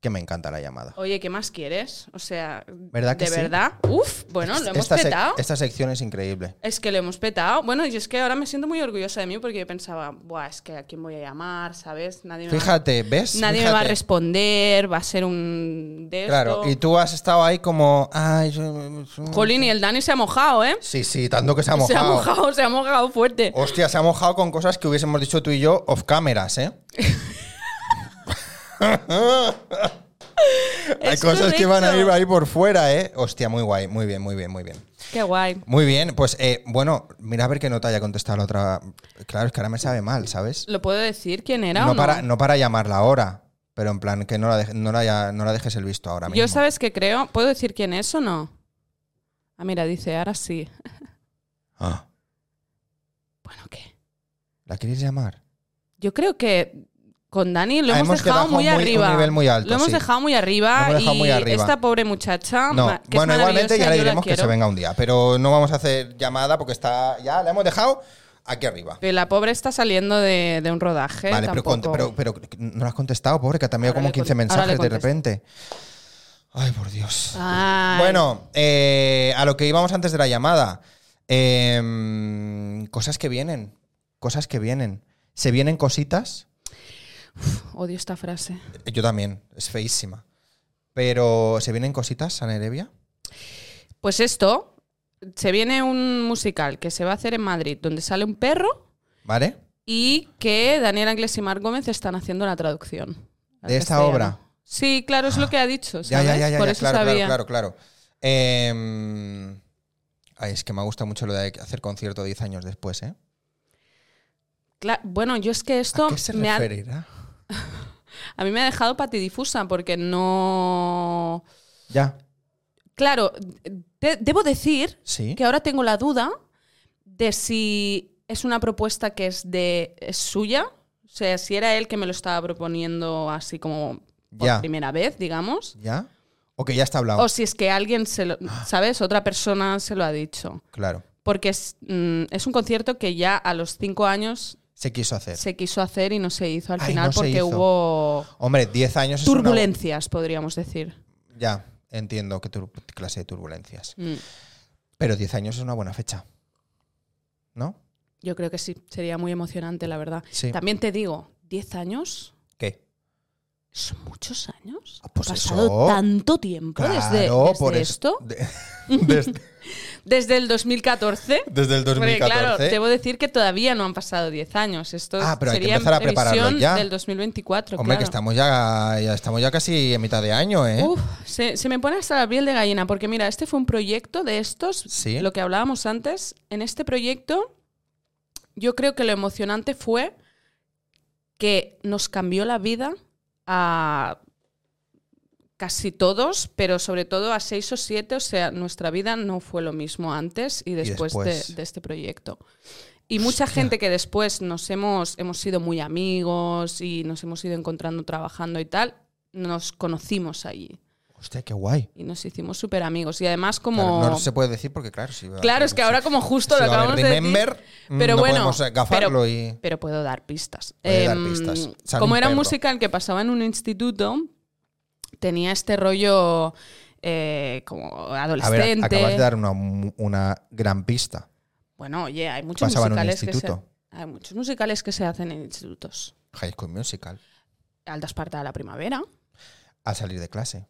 Speaker 1: Que me encanta la llamada.
Speaker 2: Oye, ¿qué más quieres? O sea,
Speaker 1: ¿Verdad que
Speaker 2: de
Speaker 1: sí? e-
Speaker 2: verdad. Uf, bueno, lo hemos
Speaker 1: esta, sec-
Speaker 2: petado.
Speaker 1: esta sección es increíble.
Speaker 2: Es que lo hemos petado. Bueno, y es que ahora me siento muy orgullosa de mí porque yo pensaba, Buah, es que a quién voy a llamar, ¿sabes? Nadie me, va,
Speaker 1: Fíjate, ¿ves?
Speaker 2: nadie me va a
Speaker 1: Fíjate.
Speaker 2: responder, va a ser un de
Speaker 1: Claro,
Speaker 2: esto.
Speaker 1: y tú has estado ahí como. Ay, yo-
Speaker 2: Jolín, y el Dani se ha mojado, ¿eh?
Speaker 1: Sí, sí, tanto que se ha
Speaker 2: Se ha
Speaker 1: mojado. Oh,
Speaker 2: mojado, se ha mojado fuerte.
Speaker 1: Hostia, se ha mojado con cosas que hubiésemos dicho tú y yo off cameras, ¿eh? Hay
Speaker 2: Es
Speaker 1: cosas que van a ir
Speaker 2: correcto.
Speaker 1: ahí por fuera, ¿eh? Hostia, muy guay, muy bien, muy bien, muy bien.
Speaker 2: Qué guay.
Speaker 1: Muy bien, pues eh, bueno, mira a ver que no te haya contestado la otra. Claro, es que ahora me sabe mal, ¿sabes?
Speaker 2: ¿Lo puedo decir quién era
Speaker 1: No,
Speaker 2: o no?
Speaker 1: para, no para llamarla ahora, pero en plan que no la, deje- no la, haya- no la dejes el visto ahora mismo.
Speaker 2: Yo sabes que creo, ¿puedo decir quién es o no? Ah, mira, dice, ahora sí.
Speaker 1: Ah,
Speaker 2: Bueno, ¿qué?
Speaker 1: ¿La quieres llamar?
Speaker 2: Yo creo que con Dani lo hemos,
Speaker 1: Ah, Hemos
Speaker 2: dejado
Speaker 1: dejado
Speaker 2: muy,
Speaker 1: muy-
Speaker 2: arriba.
Speaker 1: un nivel muy alto,
Speaker 2: Lo hemos
Speaker 1: sí.
Speaker 2: dejado muy arriba
Speaker 1: Lo hemos dejado
Speaker 2: y
Speaker 1: muy arriba.
Speaker 2: esta pobre muchacha,
Speaker 1: No,
Speaker 2: ma- que es
Speaker 1: bueno, igualmente ya le
Speaker 2: maravillosa, yo la
Speaker 1: diremos que se
Speaker 2: quiero.
Speaker 1: venga un día, pero no vamos a hacer llamada porque está ya la hemos dejado aquí arriba.
Speaker 2: Pero la pobre está saliendo de, de un rodaje.
Speaker 1: Vale, pero,
Speaker 2: tampoco.
Speaker 1: conte- pero, pero no la has contestado, pobre, que te ha enviado
Speaker 2: Ahora
Speaker 1: como
Speaker 2: le
Speaker 1: 15
Speaker 2: con- ahora le
Speaker 1: mensajes de
Speaker 2: contesto.
Speaker 1: repente. Ay, por Dios.
Speaker 2: Ay.
Speaker 1: Bueno, eh, a lo que íbamos antes de la llamada. Em, cosas que vienen. Cosas que vienen. Se vienen cositas.
Speaker 2: Odio esta frase.
Speaker 1: Yo también, es feísima. Pero se vienen cositas, San Erevia.
Speaker 2: Pues esto, se viene un musical que se va a hacer en Madrid, donde sale un perro
Speaker 1: ¿Vale?
Speaker 2: y que Daniel Anglés y Marc Gómez están haciendo la traducción. al
Speaker 1: ¿De esta
Speaker 2: castellano.
Speaker 1: obra?
Speaker 2: Sí, claro, es lo que ha dicho.
Speaker 1: Ya,
Speaker 2: ¿sabes?
Speaker 1: ya, ya, ya,
Speaker 2: Por
Speaker 1: ya,
Speaker 2: eso
Speaker 1: claro,
Speaker 2: sabía.
Speaker 1: claro, claro, claro. Em, ay, es que me gusta mucho lo de hacer concierto 10 años después, ¿eh?
Speaker 2: Cla- bueno, yo es que esto
Speaker 1: ¿A qué se
Speaker 2: me ha-
Speaker 1: referirá?
Speaker 2: a mí me ha dejado patidifusa porque no.
Speaker 1: Ya,
Speaker 2: Claro, de- debo decir
Speaker 1: sí.
Speaker 2: que ahora tengo la duda de si es una propuesta que es de es suya, o sea, si era él que me lo estaba proponiendo así como por
Speaker 1: Ya. Ah.
Speaker 2: primera vez, digamos,
Speaker 1: ¿Ya? O que ya está hablado.
Speaker 2: o si es que alguien se lo,
Speaker 1: Ah.
Speaker 2: ¿sabes? Otra persona se lo ha dicho.
Speaker 1: claro.
Speaker 2: Porque es, mm, es un concierto que ya a los cinco años
Speaker 1: Se quiso hacer.
Speaker 2: se quiso hacer y no se hizo al
Speaker 1: Ay,
Speaker 2: final
Speaker 1: no se
Speaker 2: porque
Speaker 1: hizo.
Speaker 2: hubo
Speaker 1: Hombre, 10 años es una-
Speaker 2: turbulencias, podríamos decir.
Speaker 1: Ya, entiendo qué tur- clase de turbulencias.
Speaker 2: Mm,
Speaker 1: Pero 10 años es una buena fecha. ¿No?
Speaker 2: Yo creo que sí, sería muy emocionante, la verdad.
Speaker 1: Sí.
Speaker 2: También te digo, 10 años
Speaker 1: ¿Qué?
Speaker 2: Son muchos años.
Speaker 1: Ah, pues
Speaker 2: ha pasado
Speaker 1: eso.
Speaker 2: tanto tiempo desde, desde
Speaker 1: es-
Speaker 2: esto.
Speaker 1: de- desde,
Speaker 2: Desde el 2014.
Speaker 1: desde el
Speaker 2: Porque
Speaker 1: 2014.
Speaker 2: claro, debo decir que todavía no han pasado 10 años. Esto
Speaker 1: Ah, pero hay que
Speaker 2: sería en
Speaker 1: empezar a prepararlo
Speaker 2: previsión
Speaker 1: ya.
Speaker 2: del 2024.
Speaker 1: Hombre, que
Speaker 2: claro.
Speaker 1: estamos ya, ya estamos ya casi en mitad de año, ¿eh?
Speaker 2: Uf, se, se me pone hasta la piel de gallina, porque mira, este fue un proyecto de estos,
Speaker 1: Sí.
Speaker 2: lo que hablábamos antes. En este proyecto, yo creo que lo emocionante fue que nos cambió la vida a casi todos, pero sobre todo a seis o siete. O sea, nuestra vida no fue lo mismo antes y después, de-
Speaker 1: después.
Speaker 2: De, este proyecto. Y mucha gente que después nos hemos, hemos sido muy amigos y nos hemos ido encontrando trabajando y tal, nos conocimos allí
Speaker 1: Hostia, qué guay.
Speaker 2: y nos hicimos súper amigos. Y además como...
Speaker 1: Claro,
Speaker 2: Claro,
Speaker 1: no se puede decir porque, claro, sí.
Speaker 2: es que ahora como justo lo
Speaker 1: si va a haber
Speaker 2: acabamos de decir,
Speaker 1: remember, mm,
Speaker 2: pero
Speaker 1: no
Speaker 2: bueno,
Speaker 1: podemos, eh, gafarlo
Speaker 2: pero-
Speaker 1: y-
Speaker 2: pero puedo dar pistas.
Speaker 1: Puede
Speaker 2: Eh,
Speaker 1: dar pistas. Sale
Speaker 2: Como
Speaker 1: un
Speaker 2: era un
Speaker 1: perro.
Speaker 2: musical que pasaba en un instituto, tenía este rollo eh, como
Speaker 1: A ver,
Speaker 2: adolescente.
Speaker 1: acabas de dar una, mu- una gran pista.
Speaker 2: Bueno, oye, hay muchos
Speaker 1: Pasaba en un
Speaker 2: musicales que se...
Speaker 1: instituto.
Speaker 2: Hay muchos musicales que se hacen en institutos.
Speaker 1: High School Musical.
Speaker 2: Alta Esparta de la Primavera.
Speaker 1: Al salir de clase.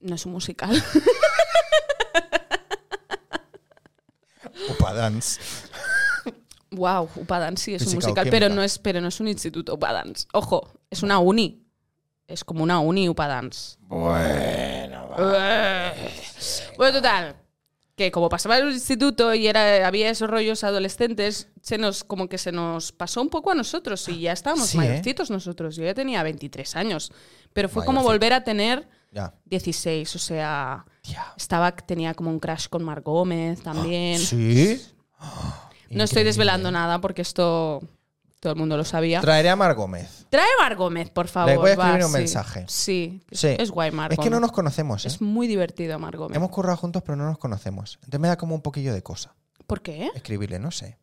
Speaker 2: No es un musical.
Speaker 1: Upadance.
Speaker 2: wow, Upadance sí es
Speaker 1: Física o
Speaker 2: un musical,
Speaker 1: química.
Speaker 2: pero no es, pero no es un instituto Upadance. Ojo, es una uni. Es como una uni Upadance.
Speaker 1: Bueno, va.
Speaker 2: Bueno, total. Que como pasaba en el instituto y era, había esos rollos adolescentes, se nos, como que se nos pasó un poco a nosotros y ya estábamos
Speaker 1: Sí, ¿eh?
Speaker 2: mayorcitos nosotros. Yo ya tenía 23 años. Pero fue como
Speaker 1: Mayorcito.
Speaker 2: volver a tener
Speaker 1: Ya.
Speaker 2: 16. O sea,
Speaker 1: Tía.
Speaker 2: estaba, tenía como un crash con Marc Gómez también.
Speaker 1: Ah, Sí.
Speaker 2: no estoy desvelando nada porque esto todo el mundo lo sabía.
Speaker 1: Traeré a Mar Gómez.
Speaker 2: Trae Mar Gómez, por favor.
Speaker 1: voy a
Speaker 2: va,
Speaker 1: escribir un
Speaker 2: sí.
Speaker 1: mensaje.
Speaker 2: Sí,
Speaker 1: Sí.
Speaker 2: es guay Mar
Speaker 1: Es que no
Speaker 2: Gómez.
Speaker 1: nos conocemos, ¿eh?
Speaker 2: Es muy divertido Mar Gómez.
Speaker 1: Hemos currado juntos, pero no nos conocemos. Entonces me da como un poquillo de cosa.
Speaker 2: ¿Por qué?
Speaker 1: Escribirle, no sé.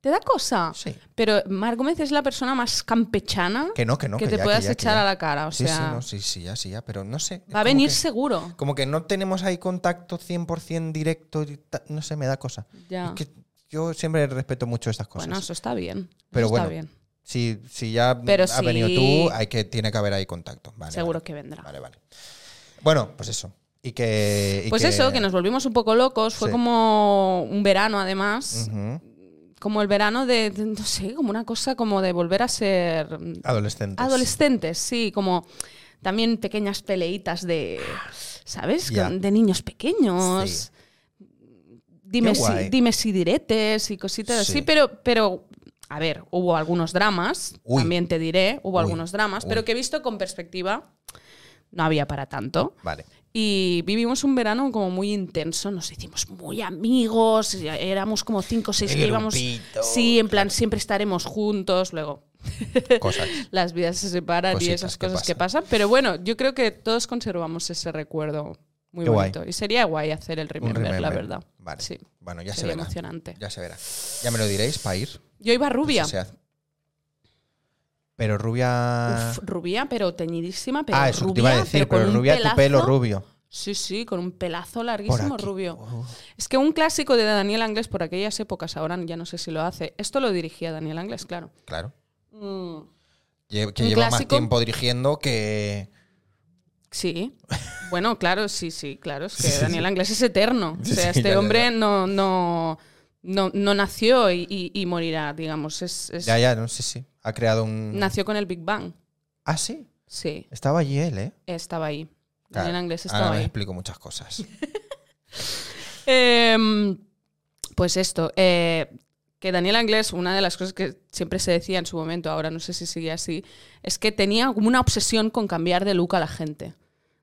Speaker 2: ¿Te da cosa?
Speaker 1: Sí.
Speaker 2: Pero Mar Gómez es la persona más campechana
Speaker 1: Que no, que no.
Speaker 2: que
Speaker 1: que
Speaker 2: te
Speaker 1: ya, que
Speaker 2: puedas
Speaker 1: ya, que
Speaker 2: echar
Speaker 1: ya.
Speaker 2: a la cara. O
Speaker 1: sí,
Speaker 2: sea,
Speaker 1: sí, no, sí, sí, ya, sí, ya. Pero no sé.
Speaker 2: va a
Speaker 1: Como
Speaker 2: venir
Speaker 1: que-
Speaker 2: seguro.
Speaker 1: Como que no tenemos ahí contacto 100% directo. y ta- No sé, me da cosa.
Speaker 2: Ya.
Speaker 1: Es que yo siempre respeto mucho estas cosas.
Speaker 2: bueno, eso está bien.
Speaker 1: Pero
Speaker 2: eso
Speaker 1: bueno,
Speaker 2: está bien.
Speaker 1: si, si ya
Speaker 2: Pero
Speaker 1: has
Speaker 2: sí.
Speaker 1: venido tú, hay que, tiene que haber ahí contacto. Vale,
Speaker 2: seguro
Speaker 1: vale.
Speaker 2: que vendrá.
Speaker 1: Vale, vale. Bueno, pues eso. Y que. y
Speaker 2: Pues eso, que nos volvimos un poco locos. Fue
Speaker 1: Sí.
Speaker 2: como un verano, además.
Speaker 1: Ujú.
Speaker 2: Como el verano de, de- no sé, como una cosa como de volver a ser mm,
Speaker 1: Adolescentes.
Speaker 2: adolescentes, sí, como también pequeñas peleitas de, ¿sabes?
Speaker 1: Ya.
Speaker 2: Con- De niños pequeños.
Speaker 1: Sí.
Speaker 2: Dime
Speaker 1: Qué
Speaker 2: si,
Speaker 1: guay.
Speaker 2: dime si diretes y cositas
Speaker 1: Sí.
Speaker 2: así, pero, pero, a ver, hubo algunos dramas,
Speaker 1: Uy.
Speaker 2: también te diré, hubo
Speaker 1: Uy,
Speaker 2: algunos dramas,
Speaker 1: uy.
Speaker 2: pero que he visto con perspectiva, no había para tanto.
Speaker 1: Vale.
Speaker 2: Y vivimos un verano como muy intenso, nos hicimos muy amigos, y éramos como cinco o seis que íbamos.
Speaker 1: Grupito.
Speaker 2: Sí, en plan, siempre estaremos juntos, luego
Speaker 1: Cosas.
Speaker 2: las vidas se separan y
Speaker 1: Cositas
Speaker 2: esas
Speaker 1: que
Speaker 2: cosas que
Speaker 1: pasan.
Speaker 2: pasan. Pero bueno, yo creo que todos conservamos ese recuerdo muy
Speaker 1: Qué guay.
Speaker 2: bonito. Y sería guay hacer el remember, la
Speaker 1: remember.
Speaker 2: verdad.
Speaker 1: Vale.
Speaker 2: Sí,
Speaker 1: Bueno, ya se
Speaker 2: sería
Speaker 1: verá.
Speaker 2: emocionante.
Speaker 1: Ya se verá. Ya me lo diréis para ir.
Speaker 2: Yo iba rubia.
Speaker 1: Eso se hace. Pero rubia.
Speaker 2: Uf, rubia, pero teñidísima, pero
Speaker 1: ah, eso
Speaker 2: rubia,
Speaker 1: te iba a decir,
Speaker 2: pero, con
Speaker 1: pero
Speaker 2: un
Speaker 1: rubia
Speaker 2: pelazo,
Speaker 1: tu pelo rubio.
Speaker 2: Sí, sí, con un pelazo
Speaker 1: Por
Speaker 2: larguísimo
Speaker 1: aquí.
Speaker 2: rubio.
Speaker 1: Uf.
Speaker 2: Es que un clásico de Daniel Anglés por aquellas épocas, ahora ya no sé si lo hace. Esto lo dirigía Daniel Anglés, claro.
Speaker 1: claro.
Speaker 2: Mm,
Speaker 1: Lle- Que
Speaker 2: Un
Speaker 1: lleva más
Speaker 2: clásico.
Speaker 1: tiempo dirigiendo que.
Speaker 2: Sí. Bueno, claro, sí, sí, claro. Es que
Speaker 1: Sí, sí,
Speaker 2: Daniel
Speaker 1: sí.
Speaker 2: Anglés es eterno. O
Speaker 1: Sí, sí,
Speaker 2: sea,
Speaker 1: ya,
Speaker 2: este
Speaker 1: ya,
Speaker 2: hombre
Speaker 1: ya.
Speaker 2: No, no, no, no nació y, y- y morirá, digamos. Es, es-
Speaker 1: Ya, ya, no sé si. Ha creado un.
Speaker 2: Nació con el Big Bang.
Speaker 1: Ah, sí.
Speaker 2: Sí,
Speaker 1: Estaba allí él, ¿eh?
Speaker 2: estaba ahí.
Speaker 1: Claro. Ah,
Speaker 2: Daniel Anglés
Speaker 1: Ahora
Speaker 2: estaba
Speaker 1: me
Speaker 2: ahí.
Speaker 1: explico muchas cosas.
Speaker 2: Em, pues esto, eh, que Daniel Anglés, una de las cosas que siempre se decía en su momento, ahora no sé si sigue así, es que tenía como una obsesión con cambiar de look a la gente.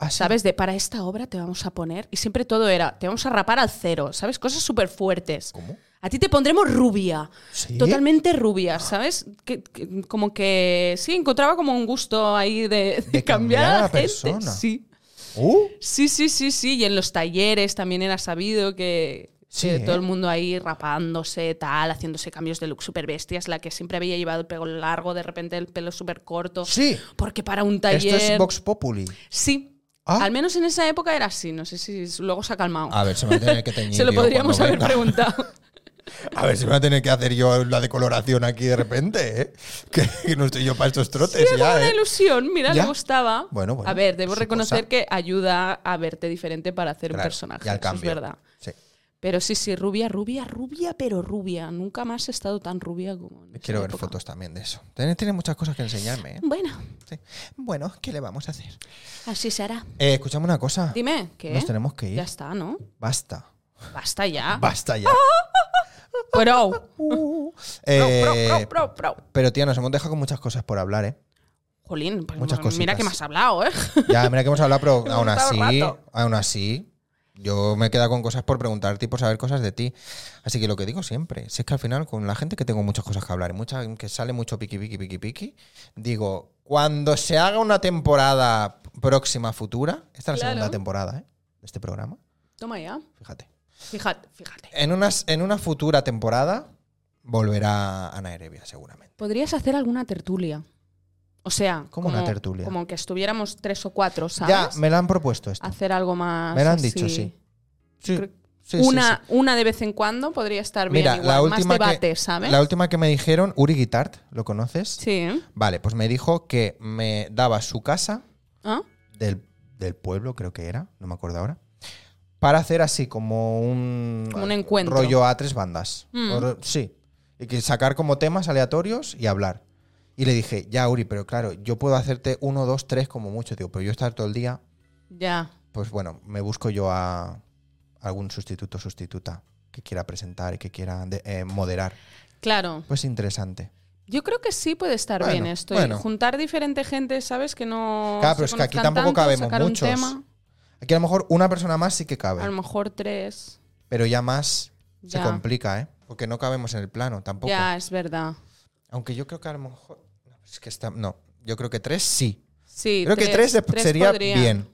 Speaker 1: Ah, sí.
Speaker 2: ¿Sabes? De para esta obra te vamos a poner. Y siempre todo era, te vamos a rapar al cero, ¿sabes? Cosas súper fuertes.
Speaker 1: ¿Cómo?
Speaker 2: A ti te pondremos rubia.
Speaker 1: Sí.
Speaker 2: Totalmente rubia, ¿sabes? Que, que- como que sí, encontraba como un gusto ahí de, de
Speaker 1: De
Speaker 2: cambiar a la,
Speaker 1: cambiar a la
Speaker 2: gente.
Speaker 1: persona.
Speaker 2: Sí.
Speaker 1: Uh,
Speaker 2: Sí, sí, sí, sí. Y en los talleres también era sabido que,
Speaker 1: Sí,
Speaker 2: que
Speaker 1: ¿eh?
Speaker 2: todo el mundo ahí rapándose, tal, haciéndose cambios de look súper bestias. La que siempre había llevado el pelo largo, de repente el pelo súper corto.
Speaker 1: sí.
Speaker 2: Porque para un taller.
Speaker 1: Esto es Vox Populi.
Speaker 2: Sí.
Speaker 1: Ah.
Speaker 2: Al menos en esa época era así. No sé si luego se ha calmado.
Speaker 1: A ver, se me va a tener que teñir.
Speaker 2: se lo
Speaker 1: yo
Speaker 2: podríamos
Speaker 1: cuando
Speaker 2: haber
Speaker 1: venga.
Speaker 2: preguntado.
Speaker 1: A ver, se me va a tener que hacer yo la decoloración aquí de repente, ¿eh? Que, que no estoy yo para estos trotes
Speaker 2: Era como
Speaker 1: ya,
Speaker 2: una
Speaker 1: ¿eh?
Speaker 2: ilusión, mira,
Speaker 1: Ya.
Speaker 2: le gustaba.
Speaker 1: Bueno, bueno,
Speaker 2: a ver, debo
Speaker 1: su
Speaker 2: reconocer
Speaker 1: cosa.
Speaker 2: que ayuda a verte diferente para hacer un
Speaker 1: Claro,
Speaker 2: personaje.
Speaker 1: y al
Speaker 2: eso
Speaker 1: cambio.
Speaker 2: es verdad.
Speaker 1: Sí.
Speaker 2: Pero sí, sí, rubia, rubia, rubia, pero rubia. Nunca más he estado tan rubia como. en esa
Speaker 1: Quiero ver
Speaker 2: época.
Speaker 1: fotos también de eso. Tiene, tiene muchas cosas que enseñarme, ¿eh?
Speaker 2: Bueno,
Speaker 1: Sí. Bueno, ¿qué le vamos a hacer?
Speaker 2: así será.
Speaker 1: Eh, escuchame una cosa.
Speaker 2: Dime, ¿qué?
Speaker 1: Nos tenemos que ir.
Speaker 2: Ya está, ¿no?
Speaker 1: Basta.
Speaker 2: Basta ya.
Speaker 1: Basta ya.
Speaker 2: Pero.
Speaker 1: Uh.
Speaker 2: Pro,
Speaker 1: Eh,
Speaker 2: pro, pro, pro, pro.
Speaker 1: Pero, tío, nos hemos dejado con muchas cosas por hablar, ¿eh?
Speaker 2: Jolín, pues
Speaker 1: muchas
Speaker 2: mira
Speaker 1: cositas.
Speaker 2: que me has hablado, ¿eh?
Speaker 1: Ya, mira que hemos hablado, pero
Speaker 2: Hemos
Speaker 1: aún
Speaker 2: estado
Speaker 1: así,
Speaker 2: rato.
Speaker 1: aún así, yo me he quedado con cosas por preguntarte y por saber cosas de ti. Así que lo que digo siempre, si es que al final con la gente que tengo muchas cosas que hablar, y mucha, que sale mucho piqui, piqui, piqui, piqui, digo, cuando se haga una temporada próxima, futura, esta es la
Speaker 2: Claro.
Speaker 1: segunda temporada ¿eh? de este programa,
Speaker 2: Toma ya.
Speaker 1: fíjate.
Speaker 2: Fíjate, fíjate.
Speaker 1: En, unas, en una futura temporada volverá Ana Erevia, seguramente.
Speaker 2: Podrías hacer alguna tertulia. O sea,
Speaker 1: ¿Cómo una tertulia?
Speaker 2: Como que estuviéramos tres o cuatro, ¿sabes?
Speaker 1: Ya, me la han propuesto esto.
Speaker 2: Hacer algo más.
Speaker 1: Me lo han
Speaker 2: así.
Speaker 1: dicho, sí. Sí.
Speaker 2: Creo-
Speaker 1: Sí, sí,
Speaker 2: una,
Speaker 1: sí.
Speaker 2: una de vez en cuando podría estar bien.
Speaker 1: Mira,
Speaker 2: igual.
Speaker 1: la última,
Speaker 2: Más debate,
Speaker 1: que,
Speaker 2: ¿sabes?
Speaker 1: la última que me dijeron, Uri Guitart, ¿lo conoces?
Speaker 2: Sí.
Speaker 1: Vale, pues me dijo que me daba su casa
Speaker 2: ¿Ah?
Speaker 1: del, del pueblo, creo que era, no me acuerdo ahora, para hacer así como un,
Speaker 2: Como un encuentro.
Speaker 1: rollo a tres bandas.
Speaker 2: Mm.
Speaker 1: O ro- sí. Y que sacar como temas aleatorios y hablar. Y le dije, ya, Uri, pero claro, yo puedo hacerte uno, dos, tres como mucho, tío, pero yo estar todo el día,
Speaker 2: Ya.
Speaker 1: pues bueno, me busco yo a algún sustituto, sustituta que quiera presentar y que quiera de- eh, moderar.
Speaker 2: Claro.
Speaker 1: Pues interesante.
Speaker 2: Yo creo que sí puede estar
Speaker 1: Bueno,
Speaker 2: bien esto. y
Speaker 1: bueno.
Speaker 2: Juntar diferente gente, ¿sabes? Que no.
Speaker 1: Claro,
Speaker 2: se
Speaker 1: pero es que aquí
Speaker 2: conozcan
Speaker 1: tampoco
Speaker 2: tanto,
Speaker 1: cabemos
Speaker 2: sacar un
Speaker 1: muchos.
Speaker 2: tema,
Speaker 1: Aquí a lo mejor una persona más sí que cabe,
Speaker 2: a lo mejor tres.
Speaker 1: pero ya más se
Speaker 2: Ya.
Speaker 1: complica, ¿eh? Porque no cabemos en el plano tampoco.
Speaker 2: Ya, es verdad.
Speaker 1: Aunque yo creo que a lo mejor. no, Es que está. No, yo creo que tres sí.
Speaker 2: Sí,
Speaker 1: creo que tres, de- sería
Speaker 2: podrían.
Speaker 1: bien.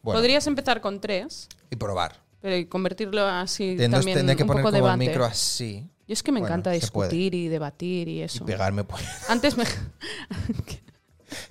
Speaker 1: Bueno,
Speaker 2: Podrías empezar con tres,
Speaker 1: y probar.
Speaker 2: pero y convertirlo así
Speaker 1: Entonces
Speaker 2: también
Speaker 1: tendré que
Speaker 2: un
Speaker 1: poner
Speaker 2: poco
Speaker 1: como
Speaker 2: debate.
Speaker 1: el micro así
Speaker 2: Yo es que me
Speaker 1: Bueno,
Speaker 2: encanta
Speaker 1: se puede.
Speaker 2: discutir y debatir y
Speaker 1: y
Speaker 2: eso.
Speaker 1: pegarme, por-
Speaker 2: Antes me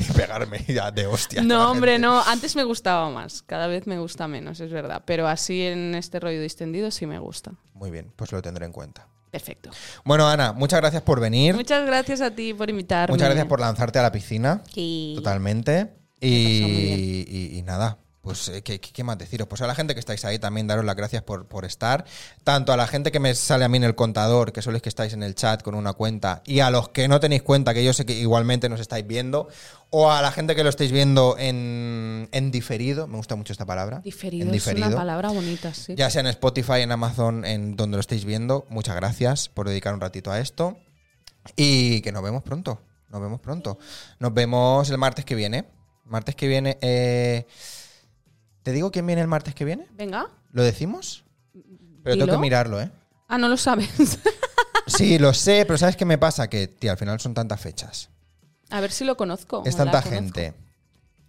Speaker 1: y pegarme ya de hostia.
Speaker 2: No, hombre, no, antes me gustaba más, cada vez me gusta menos, es verdad, pero así en este rollo distendido sí me gusta.
Speaker 1: Muy bien, pues lo tendré en cuenta.
Speaker 2: Perfecto.
Speaker 1: Bueno, Ana, muchas gracias por venir. Muchas,
Speaker 2: Muchas gracias a ti por invitarme.
Speaker 1: gracias por lanzarte a la piscina.
Speaker 2: Sí.
Speaker 1: Totalmente.
Speaker 2: pasó muy
Speaker 1: Y, y- y nada, pues eh, ¿qué, qué- qué más deciros. Pues a la gente que estáis ahí también daros las gracias por, por estar. Tanto a la gente que me sale a mí en el contador, que sois los que estáis en el chat con una cuenta, y a los que no tenéis cuenta, que yo sé que igualmente nos estáis viendo, o a la gente que lo estáis viendo en, en diferido, me gusta mucho esta palabra.
Speaker 2: Diferido,
Speaker 1: en
Speaker 2: es una palabra bonita, sí.
Speaker 1: Ya sea en Spotify, en Amazon, en donde lo estéis viendo, muchas gracias por dedicar un ratito a esto. Y que nos vemos pronto. Nos vemos pronto. Nos vemos el martes que viene. Martes que viene. eh, ¿Te digo quién viene el martes que viene?
Speaker 2: Venga.
Speaker 1: ¿Lo decimos? Pero
Speaker 2: dilo.
Speaker 1: tengo que mirarlo, ¿eh?
Speaker 2: Ah, no lo sabes.
Speaker 1: Sí, lo sé, pero ¿sabes qué me pasa? Que, tío, al final son tantas fechas.
Speaker 2: a ver si lo conozco.
Speaker 1: Es
Speaker 2: o la
Speaker 1: tanta
Speaker 2: conozco.
Speaker 1: gente.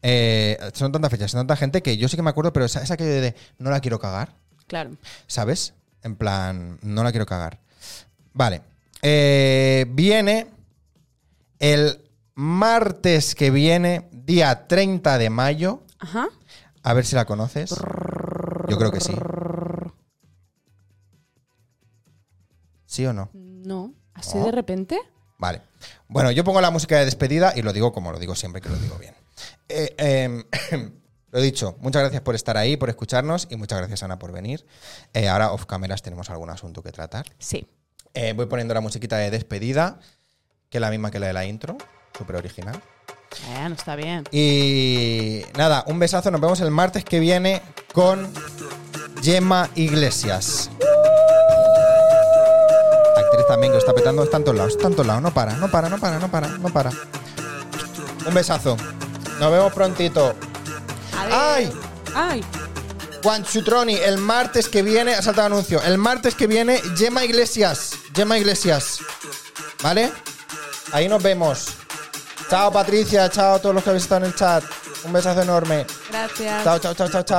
Speaker 1: Eh, son tantas fechas, son tanta gente que yo sí que me acuerdo, pero es aquello de no la quiero cagar.
Speaker 2: Claro.
Speaker 1: ¿Sabes? En plan, no la quiero cagar. Vale. Eh, viene el martes que viene, día 30 de mayo.
Speaker 2: Ajá.
Speaker 1: A ver si la conoces. Yo creo que sí. ¿Sí o no?
Speaker 2: No, así
Speaker 1: No.
Speaker 2: de repente.
Speaker 1: Vale. Bueno, yo pongo la música de despedida y lo digo como lo digo siempre, que lo digo bien. Eh, eh, lo dicho, muchas gracias por estar ahí, por escucharnos y muchas gracias, Ana, por venir. Eh, ahora, off cameras, tenemos algún asunto que tratar.
Speaker 2: Sí.
Speaker 1: Eh, voy poniendo la musiquita de despedida, que es la misma que la de la intro, súper original.
Speaker 2: Eh, no está bien.
Speaker 1: Y nada, un besazo, nos vemos el martes que viene con Gemma Iglesias. Actriz también que lo está petando, está en todos lados, está en todos lados, no para, no para, no para, no para, no para. Un besazo, nos vemos prontito. ¡Ay!
Speaker 2: Ay,
Speaker 1: Juan Chutroni, el martes que viene, ha saltado anuncio, el martes que viene, Gemma Iglesias, Gemma Iglesias, ¿vale? Ahí nos vemos. Chao Patricia, chao a todos los que habéis estado en el chat. Un besazo enorme.
Speaker 2: gracias.
Speaker 1: Chao, chao, chao, chao, chao.